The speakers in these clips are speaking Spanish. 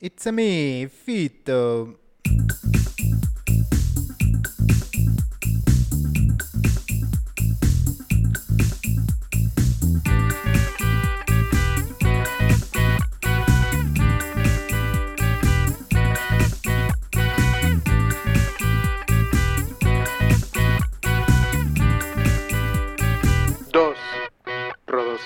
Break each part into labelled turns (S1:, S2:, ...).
S1: It's a me, Fito.
S2: Dos rodos.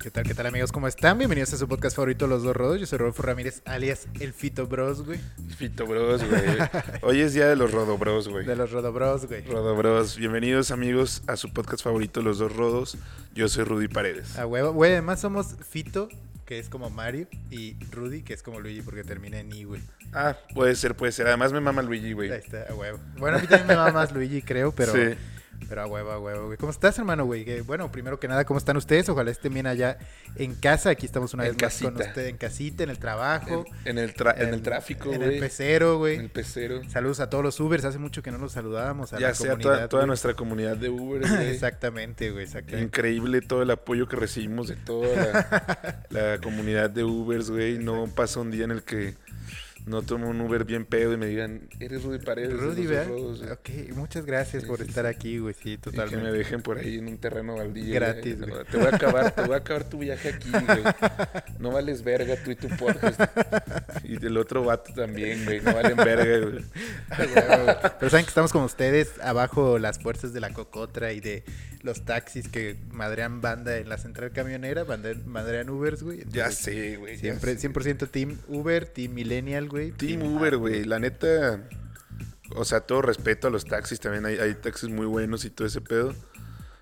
S1: ¿Qué tal, qué tal, amigos? ¿Cómo están? Bienvenidos a su podcast favorito, Los Dos Rodos. Yo soy Rodolfo Ramírez, alias El Fito Bros, güey.
S2: Fito Bros, güey. Hoy es día de los Rodo Bros, güey.
S1: De los Rodo Bros, güey.
S2: Rodo Bros. Bienvenidos, amigos, a su podcast favorito, Los Dos Rodos. Yo soy Rudy Paredes.
S1: A huevo. Güey, además somos Fito, que es como Mario, y Rudy, que es como Luigi, porque termina en I, güey.
S2: Ah, puede ser, puede ser. Además me mama Luigi,
S1: Ahí
S2: güey.
S1: está, a huevo. Bueno, a mí también me va más Luigi, creo, pero...
S2: Sí.
S1: Pero a huevo, a huevo, güey. ¿Cómo estás, hermano, güey? Que, bueno, primero que nada, ¿cómo están ustedes? Ojalá estén bien allá en casa. Aquí estamos una
S2: En
S1: vez más con
S2: casita.
S1: usted en casita, en el trabajo.
S2: En, en el tra- en el tráfico,
S1: En
S2: güey.
S1: el pecero,
S2: En
S1: güey.
S2: el pecero.
S1: Saludos a todos los Ubers. Hace mucho que no los saludábamos a
S2: Ya
S1: la
S2: sea
S1: comunidad.
S2: toda, toda
S1: güey.
S2: nuestra comunidad de Uber, güey.
S1: Exactamente, güey, exactamente.
S2: Increíble todo el apoyo que recibimos de toda la, la comunidad de Ubers, güey. No pasa un día en el que no tomo un Uber bien pedo y me digan, eres Rudy Paredes. de
S1: Rudy,
S2: Los Dos
S1: ¿verdad?
S2: Rodos", güey.
S1: Ok, muchas gracias
S2: Sí,
S1: por
S2: sí,
S1: estar
S2: sí.
S1: aquí, güey, sí,
S2: Y que me
S1: totalmente.
S2: dejen por ahí en un terreno baldío.
S1: Gratis,
S2: güey.
S1: güey.
S2: Te voy a acabar, te voy a acabar tu viaje aquí, güey. No vales verga tú y tu podcast. Y el otro vato también, güey. No valen verga, güey.
S1: Ah, Pero saben que estamos con ustedes abajo las fuerzas de la cocotra y de los taxis que madrean banda en la central camionera, banda- madrean Ubers, güey.
S2: Ya
S1: Entonces,
S2: sé, güey. ya
S1: Siempre,
S2: sé.
S1: 100% Team Uber, Team Millennial, güey.
S2: Team Uber, güey. La neta. O sea, todo respeto a los taxis. También hay, hay taxis muy buenos y todo ese pedo.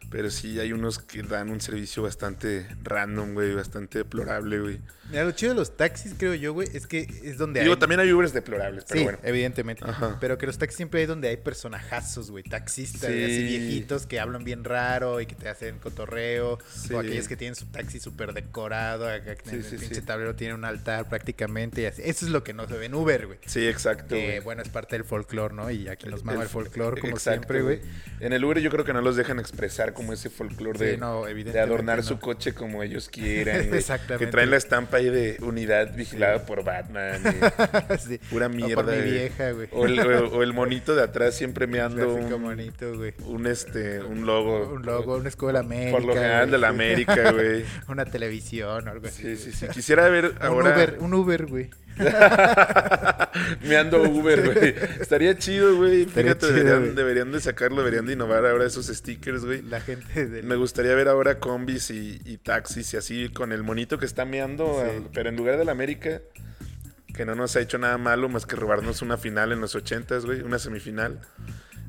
S2: Pero sí hay unos que dan un servicio bastante random, güey. Bastante deplorable, güey.
S1: Mira, lo chido de los taxis, creo yo, güey, es que es donde
S2: Digo,
S1: hay...
S2: también hay Ubers deplorables, pero
S1: sí,
S2: bueno.
S1: evidentemente.
S2: Ajá.
S1: Pero que los taxis siempre hay donde hay personajazos, güey. Taxistas
S2: Sí.
S1: así viejitos que hablan bien raro y que te hacen cotorreo.
S2: Sí.
S1: O aquellos que tienen su taxi súper decorado. Acá que en
S2: Sí,
S1: el
S2: sí,
S1: pinche
S2: sí.
S1: tablero tiene un altar prácticamente. y así. Eso es lo que no se ve en Uber, güey.
S2: Sí, exacto.
S1: Que
S2: güey.
S1: bueno, es parte del folclore, ¿no? Y aquí nos mama el, folclore, como
S2: Exacto,
S1: siempre, güey.
S2: En el Uber yo creo que no los dejan expresar como ese folclore de,
S1: Sí, no,
S2: de
S1: evidentemente
S2: adornar su
S1: no.
S2: coche como ellos quieran. güey.
S1: Exactamente.
S2: Que traen la estampa ahí de unidad vigilada por Batman. güey.
S1: Sí.
S2: Pura
S1: O
S2: mierda.
S1: por mi
S2: güey.
S1: vieja, güey.
S2: O el, o- o el monito de atrás siempre me ando
S1: Clásico
S2: un,
S1: bonito, güey.
S2: un, este, un logo.
S1: Un logo, una escuela América.
S2: Por lo general
S1: güey.
S2: de la América, güey.
S1: una televisión o algo así.
S2: Sí, sí, sí. Quisiera ver
S1: Un
S2: ahora.
S1: Uber, un Uber, güey.
S2: me ando Uber, güey. Estaría chido, güey.
S1: Estaría
S2: Fíjate,
S1: chido,
S2: deberían,
S1: güey.
S2: deberían de sacarlo, deberían de innovar ahora esos stickers, güey.
S1: La gente del...
S2: Me gustaría ver ahora combis y, y taxis y así con el monito que está meando,
S1: Sí.
S2: al- pero en lugar de la América, que no nos ha hecho nada malo más que robarnos una final en los ochentas, güey, una semifinal,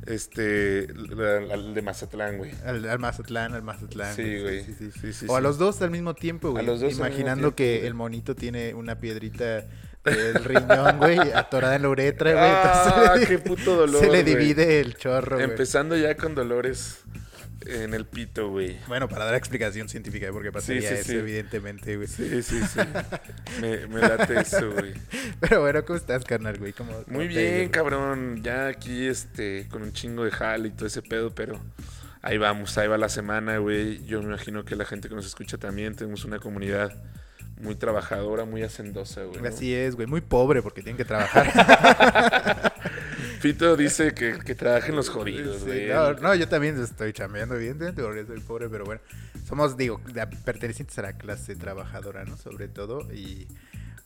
S2: este, la- la- el de Mazatlán, güey.
S1: Al, al Mazatlán, al Mazatlán.
S2: Sí, güey.
S1: sí, sí, sí.
S2: Sí, sí,
S1: o a
S2: sí.
S1: los dos al mismo tiempo, güey.
S2: A los dos al mismo
S1: Imaginando
S2: tiempo,
S1: que
S2: güey.
S1: el monito tiene una piedrita del riñón, güey, atorada en la uretra, güey.
S2: Ah,
S1: entonces
S2: qué puto dolor,
S1: Se le
S2: güey.
S1: divide el chorro, güey.
S2: Empezando ya con dolores en el pito, güey.
S1: Bueno, para dar explicación científica de por qué pasaría
S2: sí,
S1: eso,
S2: sí.
S1: evidentemente, güey.
S2: Sí, sí, sí. me, me late eso, güey.
S1: Pero bueno, ¿cómo estás, carnal, güey? ¿Cómo- cómo
S2: Muy
S1: te ha ido,
S2: bien,
S1: güey?
S2: cabrón. Ya aquí, este, con un chingo de jale y todo ese pedo, pero ahí vamos, ahí va la semana, güey. Yo me imagino que la gente que nos escucha también, tenemos una comunidad muy trabajadora, muy hacendosa, güey. ¿no?
S1: Así es, güey. Muy pobre porque tienen que trabajar.
S2: Fito dice que, que trabajen los jodidos,
S1: Sí,
S2: güey.
S1: no, no, yo también estoy chambeando, evidentemente, porque soy pobre, pero bueno. Somos, digo, de- pertenecientes a la clase trabajadora, ¿no? Sobre todo. Y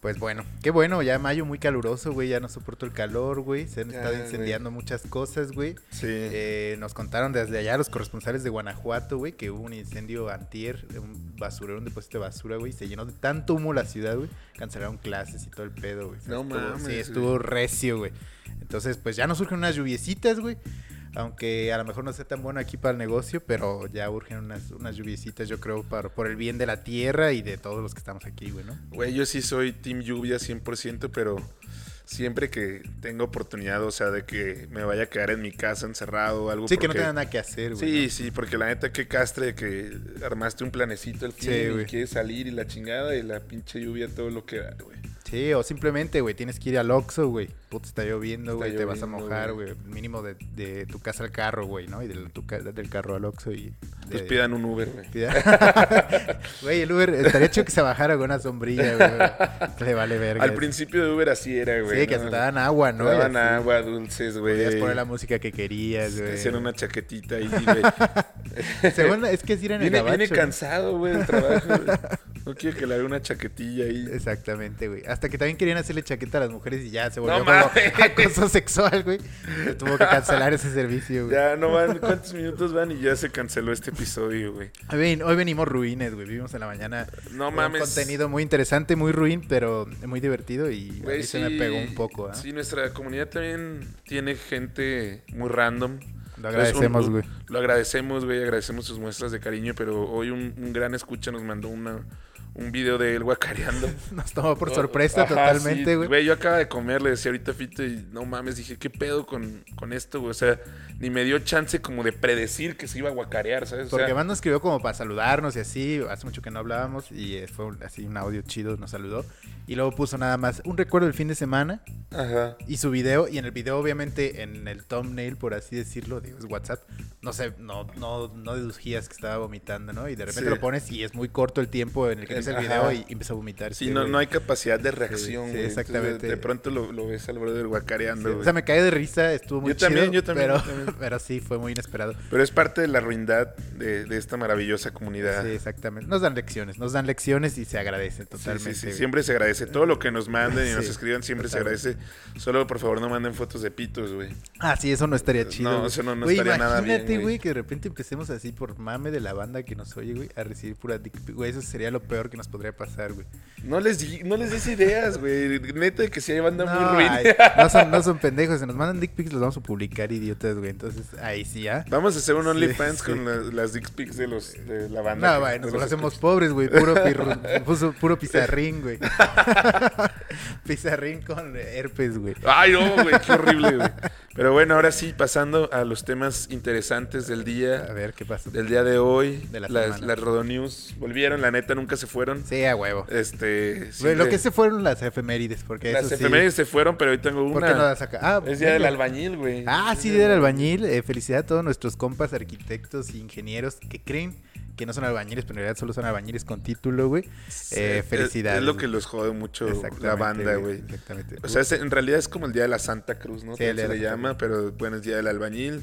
S1: pues bueno, qué bueno, ya mayo muy caluroso, güey, ya no soporto el calor, güey. Se han
S2: Ya,
S1: estado
S2: güey.
S1: incendiando muchas cosas, güey.
S2: Sí.
S1: Eh, nos contaron desde allá los corresponsales de Guanajuato, güey, que hubo un incendio antier, de un basurero, un depósito de basura, güey, y se llenó de tanto humo la ciudad, güey, cancelaron clases y todo el pedo, güey. O sea,
S2: No
S1: estuvo-
S2: mames,
S1: Sí,
S2: güey.
S1: estuvo recio, güey. Entonces, pues ya nos surgen unas lluviecitas, güey. Aunque a lo mejor no sea tan bueno aquí para el negocio, pero ya urgen unas, unas lluviecitas, yo creo, para, por el bien de la tierra y de todos los que estamos aquí, güey, ¿no?
S2: Güey, yo sí soy Team Lluvia 100%, pero siempre que tengo oportunidad, o sea, de que me vaya a quedar en mi casa encerrado o algo.
S1: Sí, que no
S2: porque-
S1: tengan nada que hacer, güey.
S2: Sí,
S1: ¿no?
S2: sí, porque la neta qué castre de que armaste un planecito el
S1: Sí,
S2: fin y
S1: güey.
S2: quieres salir y la chingada y la pinche lluvia todo lo que da, güey.
S1: Sí, o simplemente, güey, tienes que ir al Oxxo, güey. Puta, está lloviendo,
S2: Está
S1: güey, te vas a
S2: lloviendo,
S1: mojar, güey. Mínimo de, de tu casa al carro, güey, ¿no? Y de tu ca- del carro al Oxxo y...
S2: Pues
S1: de-
S2: pidan un Uber, güey.
S1: Pida- Güey, el Uber, estaría hecho que se bajara con una sombrilla, güey. Le vale verga.
S2: Al principio de Uber así era, güey.
S1: Sí, que
S2: ¿no?
S1: hasta te daban agua,
S2: Te
S1: ¿no?
S2: daban
S1: Y así,
S2: agua, dulces, güey.
S1: Podías poner la música que querías,
S2: Te
S1: güey.
S2: hacían una chaquetita ahí, güey.
S1: Según, es que sí era en el
S2: Viene, viene
S1: gabacho, güey.
S2: cansado, güey, del trabajo. güey. No quiero que le haga una chaquetilla ahí.
S1: Exactamente, güey. Hasta que también querían hacerle chaqueta a las mujeres y ya se volvió
S2: No
S1: como
S2: mames.
S1: acoso sexual, güey. Se tuvo que cancelar ese servicio, güey.
S2: Ya no van, ¿cuántos minutos van? Y ya se canceló este episodio, güey.
S1: Hoy, ven- hoy venimos ruines, güey. Vivimos en la mañana.
S2: No
S1: un
S2: mames.
S1: contenido muy interesante, muy ruin, pero muy divertido y a
S2: Güey,
S1: mí se me pegó un poco, ¿ah?
S2: Sí, nuestra comunidad también tiene gente muy random.
S1: Lo
S2: Entonces, un-
S1: agradecemos,
S2: un-
S1: güey.
S2: Lo agradecemos, güey, agradecemos sus muestras de cariño, pero hoy un, un gran escucha nos mandó una, un video de él guacareando.
S1: Nos tomó por sorpresa
S2: Ajá,
S1: totalmente,
S2: sí,
S1: güey.
S2: Güey, yo acaba de comer, le decía ahorita a Fito y no mames, dije, ¿qué pedo con, con esto, güey? O sea, ni me dio chance como de predecir que se iba a guacarear, ¿sabes? O sea,
S1: Porque más nos escribió como para saludarnos y así, hace mucho que no hablábamos y eh, fue un- así un audio chido, nos saludó. Y luego puso nada más un recuerdo del fin de semana
S2: Ajá.
S1: y su video. Y en el video, obviamente, en el thumbnail, por así decirlo, digo, es WhatsApp, no sé, no, no, no dedujías que estaba vomitando, ¿no? Y de repente
S2: Sí.
S1: lo pones y es muy corto el tiempo en el que ves el
S2: Ajá.
S1: video y empieza a vomitar.
S2: Sí, no, no hay capacidad de reacción,
S1: sí,
S2: güey. Entonces,
S1: exactamente.
S2: de, de pronto lo, lo ves al borde del guacareando,
S1: o
S2: güey.
S1: sea, me caí de risa, estuvo muy
S2: Yo también,
S1: chido,
S2: yo también,
S1: pero,
S2: yo también.
S1: pero sí, fue muy inesperado.
S2: Pero es parte de la ruindad de, de esta maravillosa comunidad.
S1: Sí,
S2: Sí,
S1: exactamente. Nos dan lecciones, nos dan lecciones y se agradece
S2: sí,
S1: totalmente.
S2: sí,
S1: güey.
S2: Siempre se agradece. Todo lo que nos manden y nos
S1: Sí,
S2: escriban siempre
S1: totalmente.
S2: se agradece. Solo, por favor, no manden fotos de pitos, güey.
S1: Ah, sí, eso no estaría chido.
S2: No,
S1: güey.
S2: eso no- no
S1: Güey,
S2: estaría nada bien,
S1: Imagínate,
S2: güey.
S1: güey, que de repente empecemos así por mame de la banda que nos oye, güey, a recibir pura dick pic, Güey, eso sería lo peor que nos podría pasar, güey.
S2: No les, di- no les des ideas, güey. Neta que si hay banda
S1: No,
S2: muy ruin.
S1: ay, no, son, no son pendejos. Se nos mandan dick pics, los vamos a publicar, idiotas, güey. Entonces, ahí sí, ¿ah?
S2: Vamos a hacer un
S1: Sí,
S2: OnlyFans
S1: sí.
S2: con la- las dick pics de, los, de la banda.
S1: No,
S2: que-
S1: güey, nos
S2: de los
S1: hacemos
S2: escuchas.
S1: pobres, güey. Puro, pirru- puso- puro pizarrín, güey. pizarrín con herpes, güey.
S2: Ay, no, güey, qué horrible, güey. Pero bueno, ahora sí, pasando a los temas interesantes del
S1: A
S2: día,
S1: ver qué pasa.
S2: del día de hoy.
S1: De la
S2: las,
S1: semana.
S2: las Rodonews volvieron, la neta, nunca se fueron.
S1: Sí, a huevo.
S2: Este,
S1: Güey, lo
S2: siempre-
S1: que se fueron las efemérides, porque
S2: Las
S1: eso sí.
S2: efemérides se fueron, pero hoy tengo una.
S1: ¿Por qué no las saca? Ah,
S2: Es día del
S1: venga.
S2: albañil, güey.
S1: Ah, sí, Día del Albañil. Eh, felicidad a todos nuestros compas, arquitectos e ingenieros que creen que no son albañiles, pero en realidad solo son albañiles con título, güey.
S2: Sí,
S1: Eh,
S2: es-
S1: felicidades.
S2: Es lo que los jode mucho
S1: Exactamente,
S2: la banda, güey.
S1: Exactamente.
S2: O sea, es- en realidad es como el día de la Santa Cruz, ¿no?
S1: Sí, el
S2: se
S1: día de
S2: le
S1: la Santa
S2: llama, pero bueno, es día del albañil.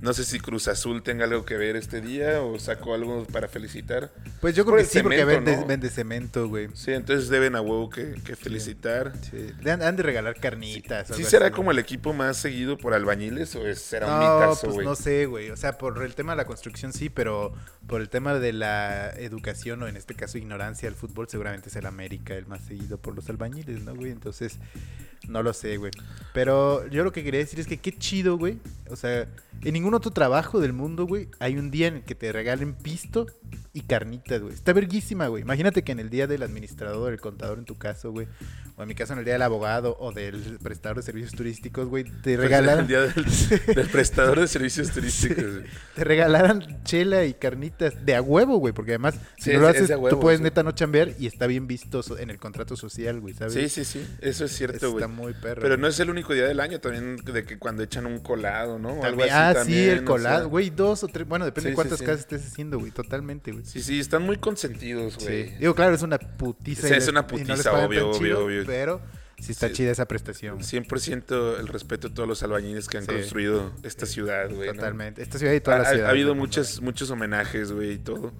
S2: No sé si Cruz Azul tenga algo que ver este día o sacó algo para felicitar.
S1: pues yo
S2: por
S1: creo que
S2: el
S1: sí, porque
S2: cemento,
S1: vende,
S2: ¿no?
S1: vende cemento, güey.
S2: Sí, entonces deben a huevo que, que felicitar.
S1: Sí. Le Han, han de regalar carnitas.
S2: ¿Sí será como el equipo más seguido por albañiles o es- será un
S1: No,
S2: mitazo,
S1: pues
S2: güey?
S1: no sé, güey. O sea, por el tema de la construcción sí, pero por el tema de la educación o en este caso ignorancia del fútbol, seguramente es el América el más seguido por los albañiles, ¿no, güey? Entonces, no lo sé, güey. Pero yo lo que quería decir es que qué chido, güey. O sea, en ningún otro trabajo del mundo, güey, hay un día en el que te regalen pisto y carnitas, güey. Está verguísima, güey. Imagínate que en el día del administrador, el contador en tu caso, güey, o en mi caso en el día del abogado o del prestador de servicios turísticos, güey, te
S2: Pues,
S1: regalaran
S2: El día del, del prestador de servicios turísticos. güey.
S1: te regalaran chela y carnitas de a huevo, güey, porque además si
S2: Sí,
S1: no lo
S2: es- es
S1: haces,
S2: de a huevo,
S1: tú puedes
S2: sí.
S1: neta no chambear y está bien visto so- en el contrato social, güey, ¿sabes?
S2: Sí, sí, sí. Eso es
S1: Está
S2: cierto, güey.
S1: muy perro.
S2: Pero
S1: güey.
S2: no es el único día del año también de que cuando echan un colado, ¿no? O algo
S1: También-
S2: así
S1: ah, sí,
S2: también, o
S1: el
S2: sea.
S1: colado, güey, dos o tres, bueno, depende
S2: Sí,
S1: de
S2: sí,
S1: cuántas
S2: sí.
S1: casas estés haciendo, güey, totalmente, güey.
S2: Sí, sí, están muy consentidos, güey.
S1: Sí. Digo, claro, es una putiza.
S2: Sí,
S1: y
S2: es
S1: les-
S2: una
S1: y no les
S2: putiza,
S1: pagan
S2: obvio,
S1: tan
S2: obvio,
S1: chido,
S2: obvio.
S1: Pero sí está
S2: Sí.
S1: chida esa prestación. güey.
S2: 100% el respeto a todos los albañiles que han
S1: Sí.
S2: construido esta ciudad, güey. ¿no?
S1: Totalmente. Esta ciudad y
S2: Ha,
S1: toda la
S2: ha- ha
S1: ciudad.
S2: habido muchas, muchos homenajes, güey, y todo.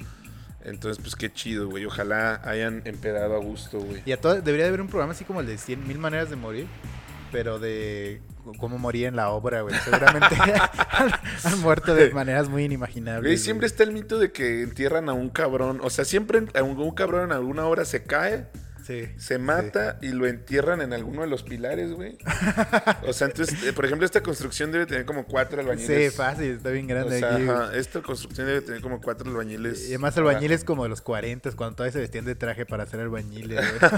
S2: Entonces, pues qué chido, güey. Ojalá hayan empedado a gusto, güey.
S1: Y a todas, debería de haber un programa así como el de 100 mil maneras de morir, pero de c- cómo morir en la obra, güey. Seguramente han, han muerto de maneras muy inimaginables.
S2: Güey, siempre
S1: güey.
S2: está el mito de que entierran a un cabrón. O sea, siempre en- a un, un cabrón en alguna hora se cae,
S1: Sí.
S2: se mata y lo entierran en alguno de los pilares, güey. O sea, entonces, eh, por ejemplo, esta construcción debe tener como cuatro
S1: Sí,
S2: albañiles.
S1: fácil, está bien
S2: O
S1: grande
S2: sea,
S1: aquí. güey.
S2: ajá, esta construcción debe tener como cuatro albañiles.
S1: Y además albañiles como de los 40, cuando todavía se vestían de traje para hacer albañiles, güey.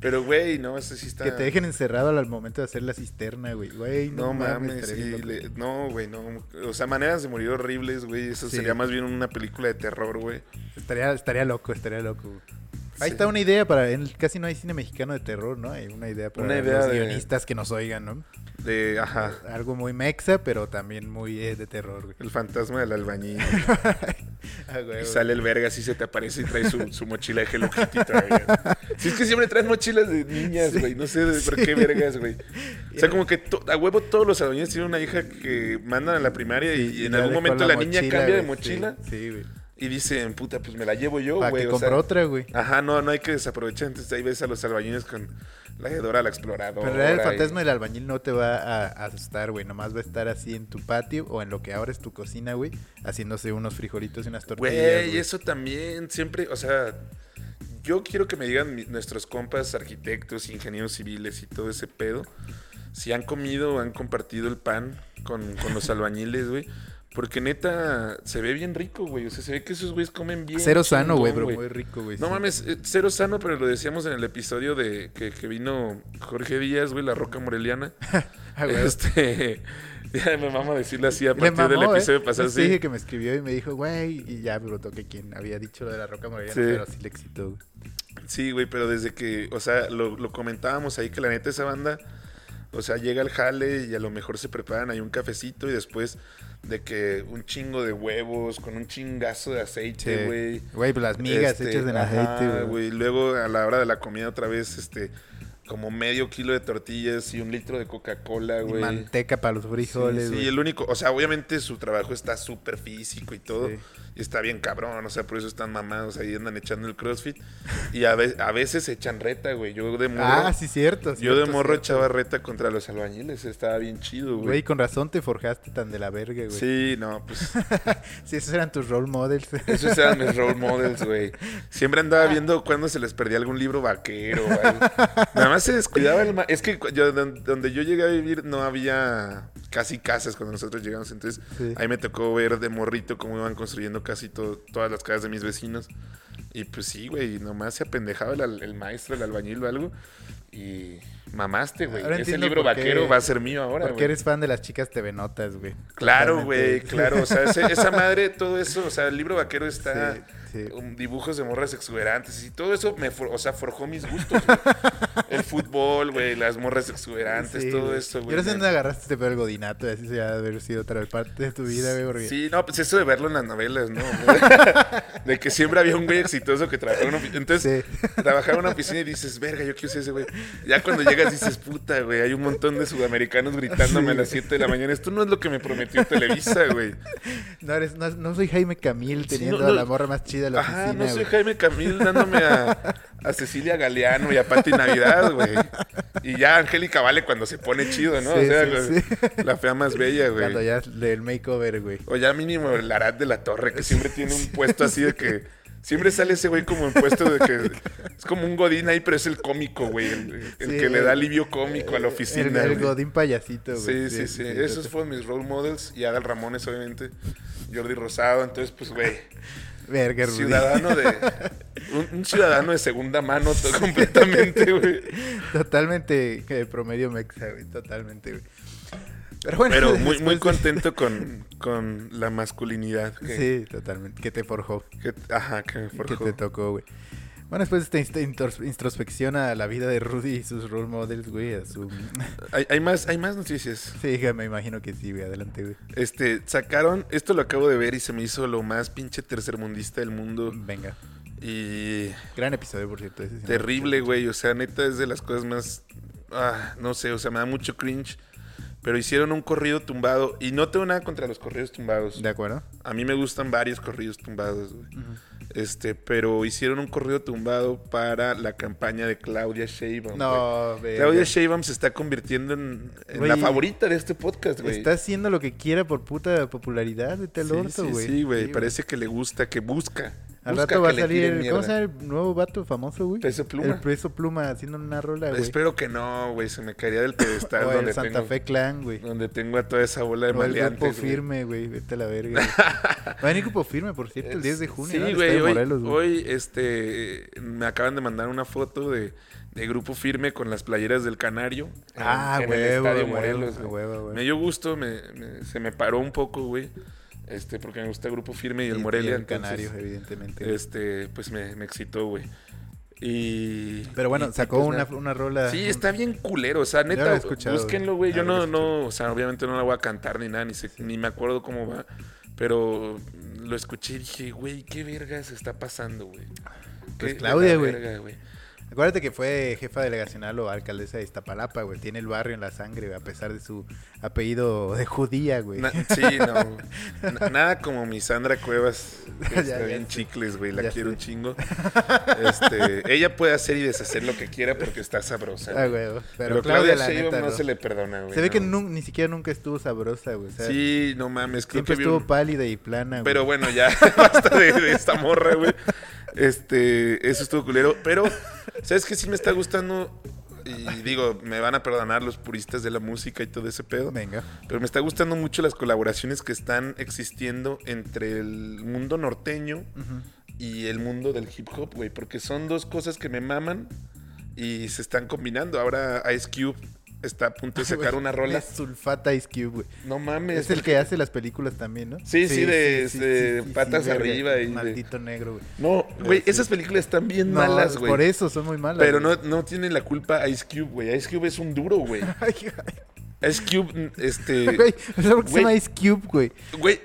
S2: Pero, güey, no, eso sí está.
S1: que te dejen encerrado al momento de hacer la cisterna, güey. Güey,
S2: No mames,
S1: estaría
S2: sí,
S1: bien loco.
S2: le- no, güey, no. O sea, maneras de morir horribles, güey. Eso
S1: Sí.
S2: sería más bien una película de terror, güey.
S1: Estaría, estaría loco, estaría loco. güey. Ahí
S2: Sí.
S1: está una idea para. en- casi no hay cine mexicano de terror, ¿no? Hay una idea para
S2: Una idea
S1: los
S2: de-
S1: guionistas que nos oigan, ¿no?
S2: De, ajá,
S1: Algo muy mexa, pero también muy eh, de terror, güey.
S2: el fantasma del albañil.
S1: Ah, güey,
S2: Y
S1: güey.
S2: sale el verga, así se te aparece y trae su, su mochila de Hello Kitty todavía. Si es que siempre traes mochilas de niñas,
S1: Sí.
S2: güey. No sé de por
S1: Sí.
S2: qué vergas, güey. O sea, como que to- a huevo todos los albañiles tienen una hija que mandan a la primaria y, y en
S1: Ya
S2: algún
S1: dejó
S2: momento la, niña
S1: mochila,
S2: cambia
S1: güey,
S2: de
S1: sí,
S2: mochila
S1: Sí, güey.
S2: y dicen, puta, pues me la llevo yo,
S1: Para
S2: güey.
S1: que
S2: o sea,
S1: compró otra, güey.
S2: Ajá, no, no hay que desaprovechar. Entonces ahí ves a los albañiles con la de Dora la exploradora.
S1: Pero en realidad el
S2: y-
S1: fantasma del albañil no te va a a asustar, güey. Nomás va a estar así en tu patio o en lo que ahora es tu cocina, güey. Haciéndose unos frijolitos y unas tortillas.
S2: Güey,
S1: güey.
S2: Eh, eso también siempre, o sea, yo quiero que me digan mi- nuestros compas, arquitectos, ingenieros civiles y todo ese pedo, si han comido o han compartido el pan con, con los albañiles, güey. Porque neta, se ve bien rico, güey. O sea, se ve que esos güeyes comen bien.
S1: Cero sano, güey,
S2: chingón,
S1: pero muy rico, güey.
S2: No
S1: sí.
S2: mames, eh, cero sano, pero lo decíamos en el episodio de que, que vino Jorge Díaz, güey, la roca moreliana.
S1: Ah, güey.
S2: este. Ya me mama decirle así a
S1: Le
S2: partir del
S1: mamó, ¿eh?
S2: episodio pasado.
S1: Sí,
S2: sí.
S1: dije que me escribió y me dijo, güey, y ya me brotó que quien había dicho lo de la roca morena,
S2: Sí.
S1: pero sí le excitó. güey.
S2: Sí, güey, pero desde que, o sea, lo, lo comentábamos ahí que la neta esa banda, o sea, llega al jale y a lo mejor se preparan ahí un cafecito y después de que un chingo de huevos con un chingazo de aceite, güey.
S1: Güey, pues las migas
S2: Este,
S1: hechas en
S2: ajá,
S1: aceite, güey.
S2: güey. Luego a la hora de la comida otra vez, este, como medio kilo de tortillas y un litro de Coca-Cola,
S1: Y
S2: güey.
S1: manteca para los frijoles,
S2: Sí,
S1: güey.
S2: sí, el único, o sea, obviamente su trabajo está súper físico y todo,
S1: Sí.
S2: y está bien cabrón, o sea, por eso están mamados ahí, andan echando el crossfit, y a, ve- a veces echan reta, güey, yo de morro,
S1: Ah, sí, cierto.
S2: yo de
S1: cierto,
S2: morro
S1: cierto.
S2: echaba reta contra los albañiles, estaba bien chido,
S1: Güey,
S2: güey.
S1: con razón te forjaste tan de la verga, güey. Sí.
S2: Sí, no, pues
S1: esos eran tus role models.
S2: esos eran mis role models, güey. Siempre
S1: Ah.
S2: andaba viendo cuando se les perdía algún libro vaquero. güey. Nada más se descuidaba el... ma- Es que cu- yo- don- donde yo llegué a vivir no había casi casas cuando nosotros llegamos. Entonces
S1: Sí.
S2: Ahí me tocó ver de morrito cómo iban construyendo casi to- todas las casas de mis vecinos. Y pues sí, güey, nomás se apendejaba el, al- el maestro, el albañil o algo. Y mamaste, güey.
S1: Ahora
S2: Ese
S1: entiendo
S2: libro
S1: por qué-
S2: vaquero va a ser mío ahora,
S1: Porque
S2: güey.
S1: eres fan de las chicas TV Notas, güey.
S2: Claro,
S1: Totalmente.
S2: güey, claro. O sea, ese- esa madre, todo eso, o sea, el libro vaquero está...
S1: Sí, sí.
S2: um, Dibujos de morras exuberantes y todo eso me, for- o sea, forjó mis gustos. güey. El fútbol, güey, las morras exuberantes,
S1: Sí,
S2: todo eso, güey.
S1: Yo no sé
S2: me-
S1: dónde agarraste este pedo del godinato, así se ha de haber sido otra parte de tu vida, güey. porque-
S2: Sí, no, pues eso de verlo en las novelas, ¿no? de que siempre había un güey exitoso que trabajaba en una oficina. Entonces, trabajaba en una oficina y dices, verga, yo quiero ser ese güey. Ya cuando llegas dices, puta, güey, hay un montón de sudamericanos gritándome a las 7 de la mañana. Esto no es lo que me prometió Televisa, güey.
S1: No, eres, no, no soy Jaime Camil
S2: Sí,
S1: teniendo
S2: no, no.
S1: a la morra más chida de la
S2: Ajá,
S1: oficina,
S2: no soy
S1: güey.
S2: Jaime Camil dándome a, a Cecilia Galeano y a Pati Navidad, güey. Y ya Angélica Vale cuando se pone chido, ¿no?
S1: Sí,
S2: o sea,
S1: sí,
S2: güey,
S1: sí.
S2: la fea más bella, güey.
S1: Cuando ya del makeover, güey.
S2: O ya mínimo el Arad de la Torre, que siempre tiene un puesto así de que... Siempre sale ese güey como en puesto de que... Es como un godín ahí, pero es el cómico, güey. El, el
S1: Sí,
S2: que le
S1: el-
S2: da alivio cómico a la
S1: El,
S2: oficina.
S1: el
S2: güey.
S1: godín payasito,
S2: Sí,
S1: güey.
S2: sí, sí. Esos fueron mis role models. Y Adal Ramones, obviamente. Jordi Rosado. Entonces, pues, güey.
S1: Verga, Rudy.
S2: Ciudadano de... Un, un ciudadano de segunda mano to- completamente, güey.
S1: Totalmente eh, promedio mexa, güey. Totalmente, güey. Pero bueno.
S2: Pero muy,
S1: después
S2: muy
S1: de-
S2: contento con, con la masculinidad que,
S1: Sí, totalmente. Que te forjó.
S2: que- ajá, que me
S1: y
S2: forjó.
S1: Que te tocó, güey. Bueno, después de esta inst- intros- introspección a la vida de Rudy y sus role models, güey, a su...
S2: Hay, hay más, hay más noticias.
S1: Sí, me imagino que sí, güey. Adelante, güey.
S2: Este, sacaron, esto lo acabo de ver y se me hizo lo más pinche tercermundista del mundo.
S1: Venga.
S2: Y
S1: Gran episodio, por cierto. ese sí no-
S2: terrible, güey. O sea, neta es de las cosas más... Ah, no sé, o sea, me da mucho cringe. Pero hicieron un corrido tumbado. Y no tengo nada contra los corridos tumbados.
S1: ¿De acuerdo?
S2: A mí me gustan varios corridos tumbados, güey. Este, pero hicieron un corrido tumbado para la campaña de Claudia Sheinbaum. güey.
S1: No, güey.
S2: Claudia Sheinbaum se está convirtiendo en, en la
S1: Güey,
S2: favorita de este podcast, güey.
S1: Está haciendo lo que quiera por puta popularidad, vete al
S2: Sí,
S1: orto,
S2: sí,
S1: güey.
S2: Sí, güey, parece que le gusta, que busca.
S1: Al
S2: busca
S1: rato va a
S2: que le tiren
S1: salir, ¿cómo
S2: mierda.
S1: se llama el nuevo vato famoso, güey?
S2: Peso Pluma.
S1: El Peso Pluma haciendo una rola, güey.
S2: Espero que no, güey, se me caería del
S1: O
S2: pedestal
S1: el
S2: donde,
S1: Santa
S2: tengo,
S1: Fe Clan, güey.
S2: donde tengo a toda esa bola de
S1: O el
S2: maleantes.
S1: grupo
S2: güey.
S1: firme, güey. Vete a la verga. güey. Va a venir grupo firme, por cierto, el 10 de junio. ¿no?
S2: Sí,
S1: Al
S2: güey,
S1: Estadio
S2: hoy,
S1: Morelos, güey.
S2: hoy, este, me acaban de mandar una foto de, de grupo firme con las playeras del Canario. en-
S1: Ah,
S2: en el
S1: huevo,
S2: Estadio
S1: huevo,
S2: Morelos, güey.
S1: huevo, güey.
S2: Me dio gusto, me- me- se me paró un poco, güey, este, porque me gusta grupo firme y el
S1: Y- y
S2: Morelia.
S1: el
S2: entonces,
S1: Canarios, evidentemente. güey.
S2: Este, pues me, me excitó, güey. Y.
S1: Pero bueno,
S2: y-
S1: sacó
S2: y pues
S1: una,
S2: nada.
S1: una rola.
S2: Sí, está bien culero. O sea,
S1: lo
S2: neta,
S1: he escuchado,
S2: búsquenlo, güey.
S1: ya
S2: Yo
S1: lo
S2: no,
S1: he
S2: no, o sea, obviamente no la voy a cantar ni nada, ni, sé- ni me acuerdo cómo va. Pero lo escuché y dije, güey, qué verga se está pasando, güey.
S1: Pues
S2: Qué de
S1: Claudia,
S2: la
S1: güey.
S2: verga, güey.
S1: Acuérdate que fue jefa delegacional o alcaldesa de Iztapalapa, güey. Tiene el barrio en la sangre, güey, a pesar de su apellido de judía, güey.
S2: Na- sí, no. Na- nada como mi Sandra Cuevas. Que
S1: Ya,
S2: está
S1: ya
S2: bien
S1: sé.
S2: chicles, güey. La
S1: Ya
S2: quiero
S1: sé.
S2: un chingo. Este, ella puede hacer y deshacer lo que quiera porque está sabrosa.
S1: Ah,
S2: güey.
S1: güey,
S2: Pero,
S1: Pero, Claudia,
S2: Claudia,
S1: la
S2: Sheinbaum
S1: neta,
S2: no,
S1: no.
S2: se le perdona, güey.
S1: Se ve que
S2: no.
S1: nun- ni siquiera nunca estuvo sabrosa, güey. O sea,
S2: Sí, no mames. Creo
S1: siempre
S2: que vi
S1: estuvo
S2: un-
S1: pálida y plana, güey.
S2: Pero bueno, ya basta de, de esta morra, güey. Este, eso estuvo culero. Pero, ¿sabes qué? Sí me está gustando. Y digo, me van a perdonar los puristas de la música y todo ese pedo.
S1: Venga.
S2: Pero me está gustando mucho las colaboraciones que están existiendo entre el mundo norteño
S1: Ujú.
S2: y el mundo del hip hop, güey. Porque son dos cosas que me maman y se están combinando. Ahora Ice Cube está a punto de sacar
S1: Güey,
S2: una rola.
S1: Sulfata Ice Cube, güey.
S2: No mames.
S1: Es el que hace las películas también, ¿no?
S2: Sí, sí, de- de patas
S1: verga,
S2: arriba y de-
S1: Maldito negro, güey.
S2: No, güey,
S1: Sí.
S2: esas películas están bien
S1: Este, No,
S2: malas, güey.
S1: Por eso son muy malas.
S2: Pero no,
S1: güey.
S2: no tiene la culpa Ice Cube, güey. Ice Cube es un duro, güey.
S1: Ay,
S2: Ice Cube,
S1: Güey,
S2: este.
S1: o sea, ¿por qué se llama
S2: Güey.
S1: Ice Cube, güey?
S2: Güey.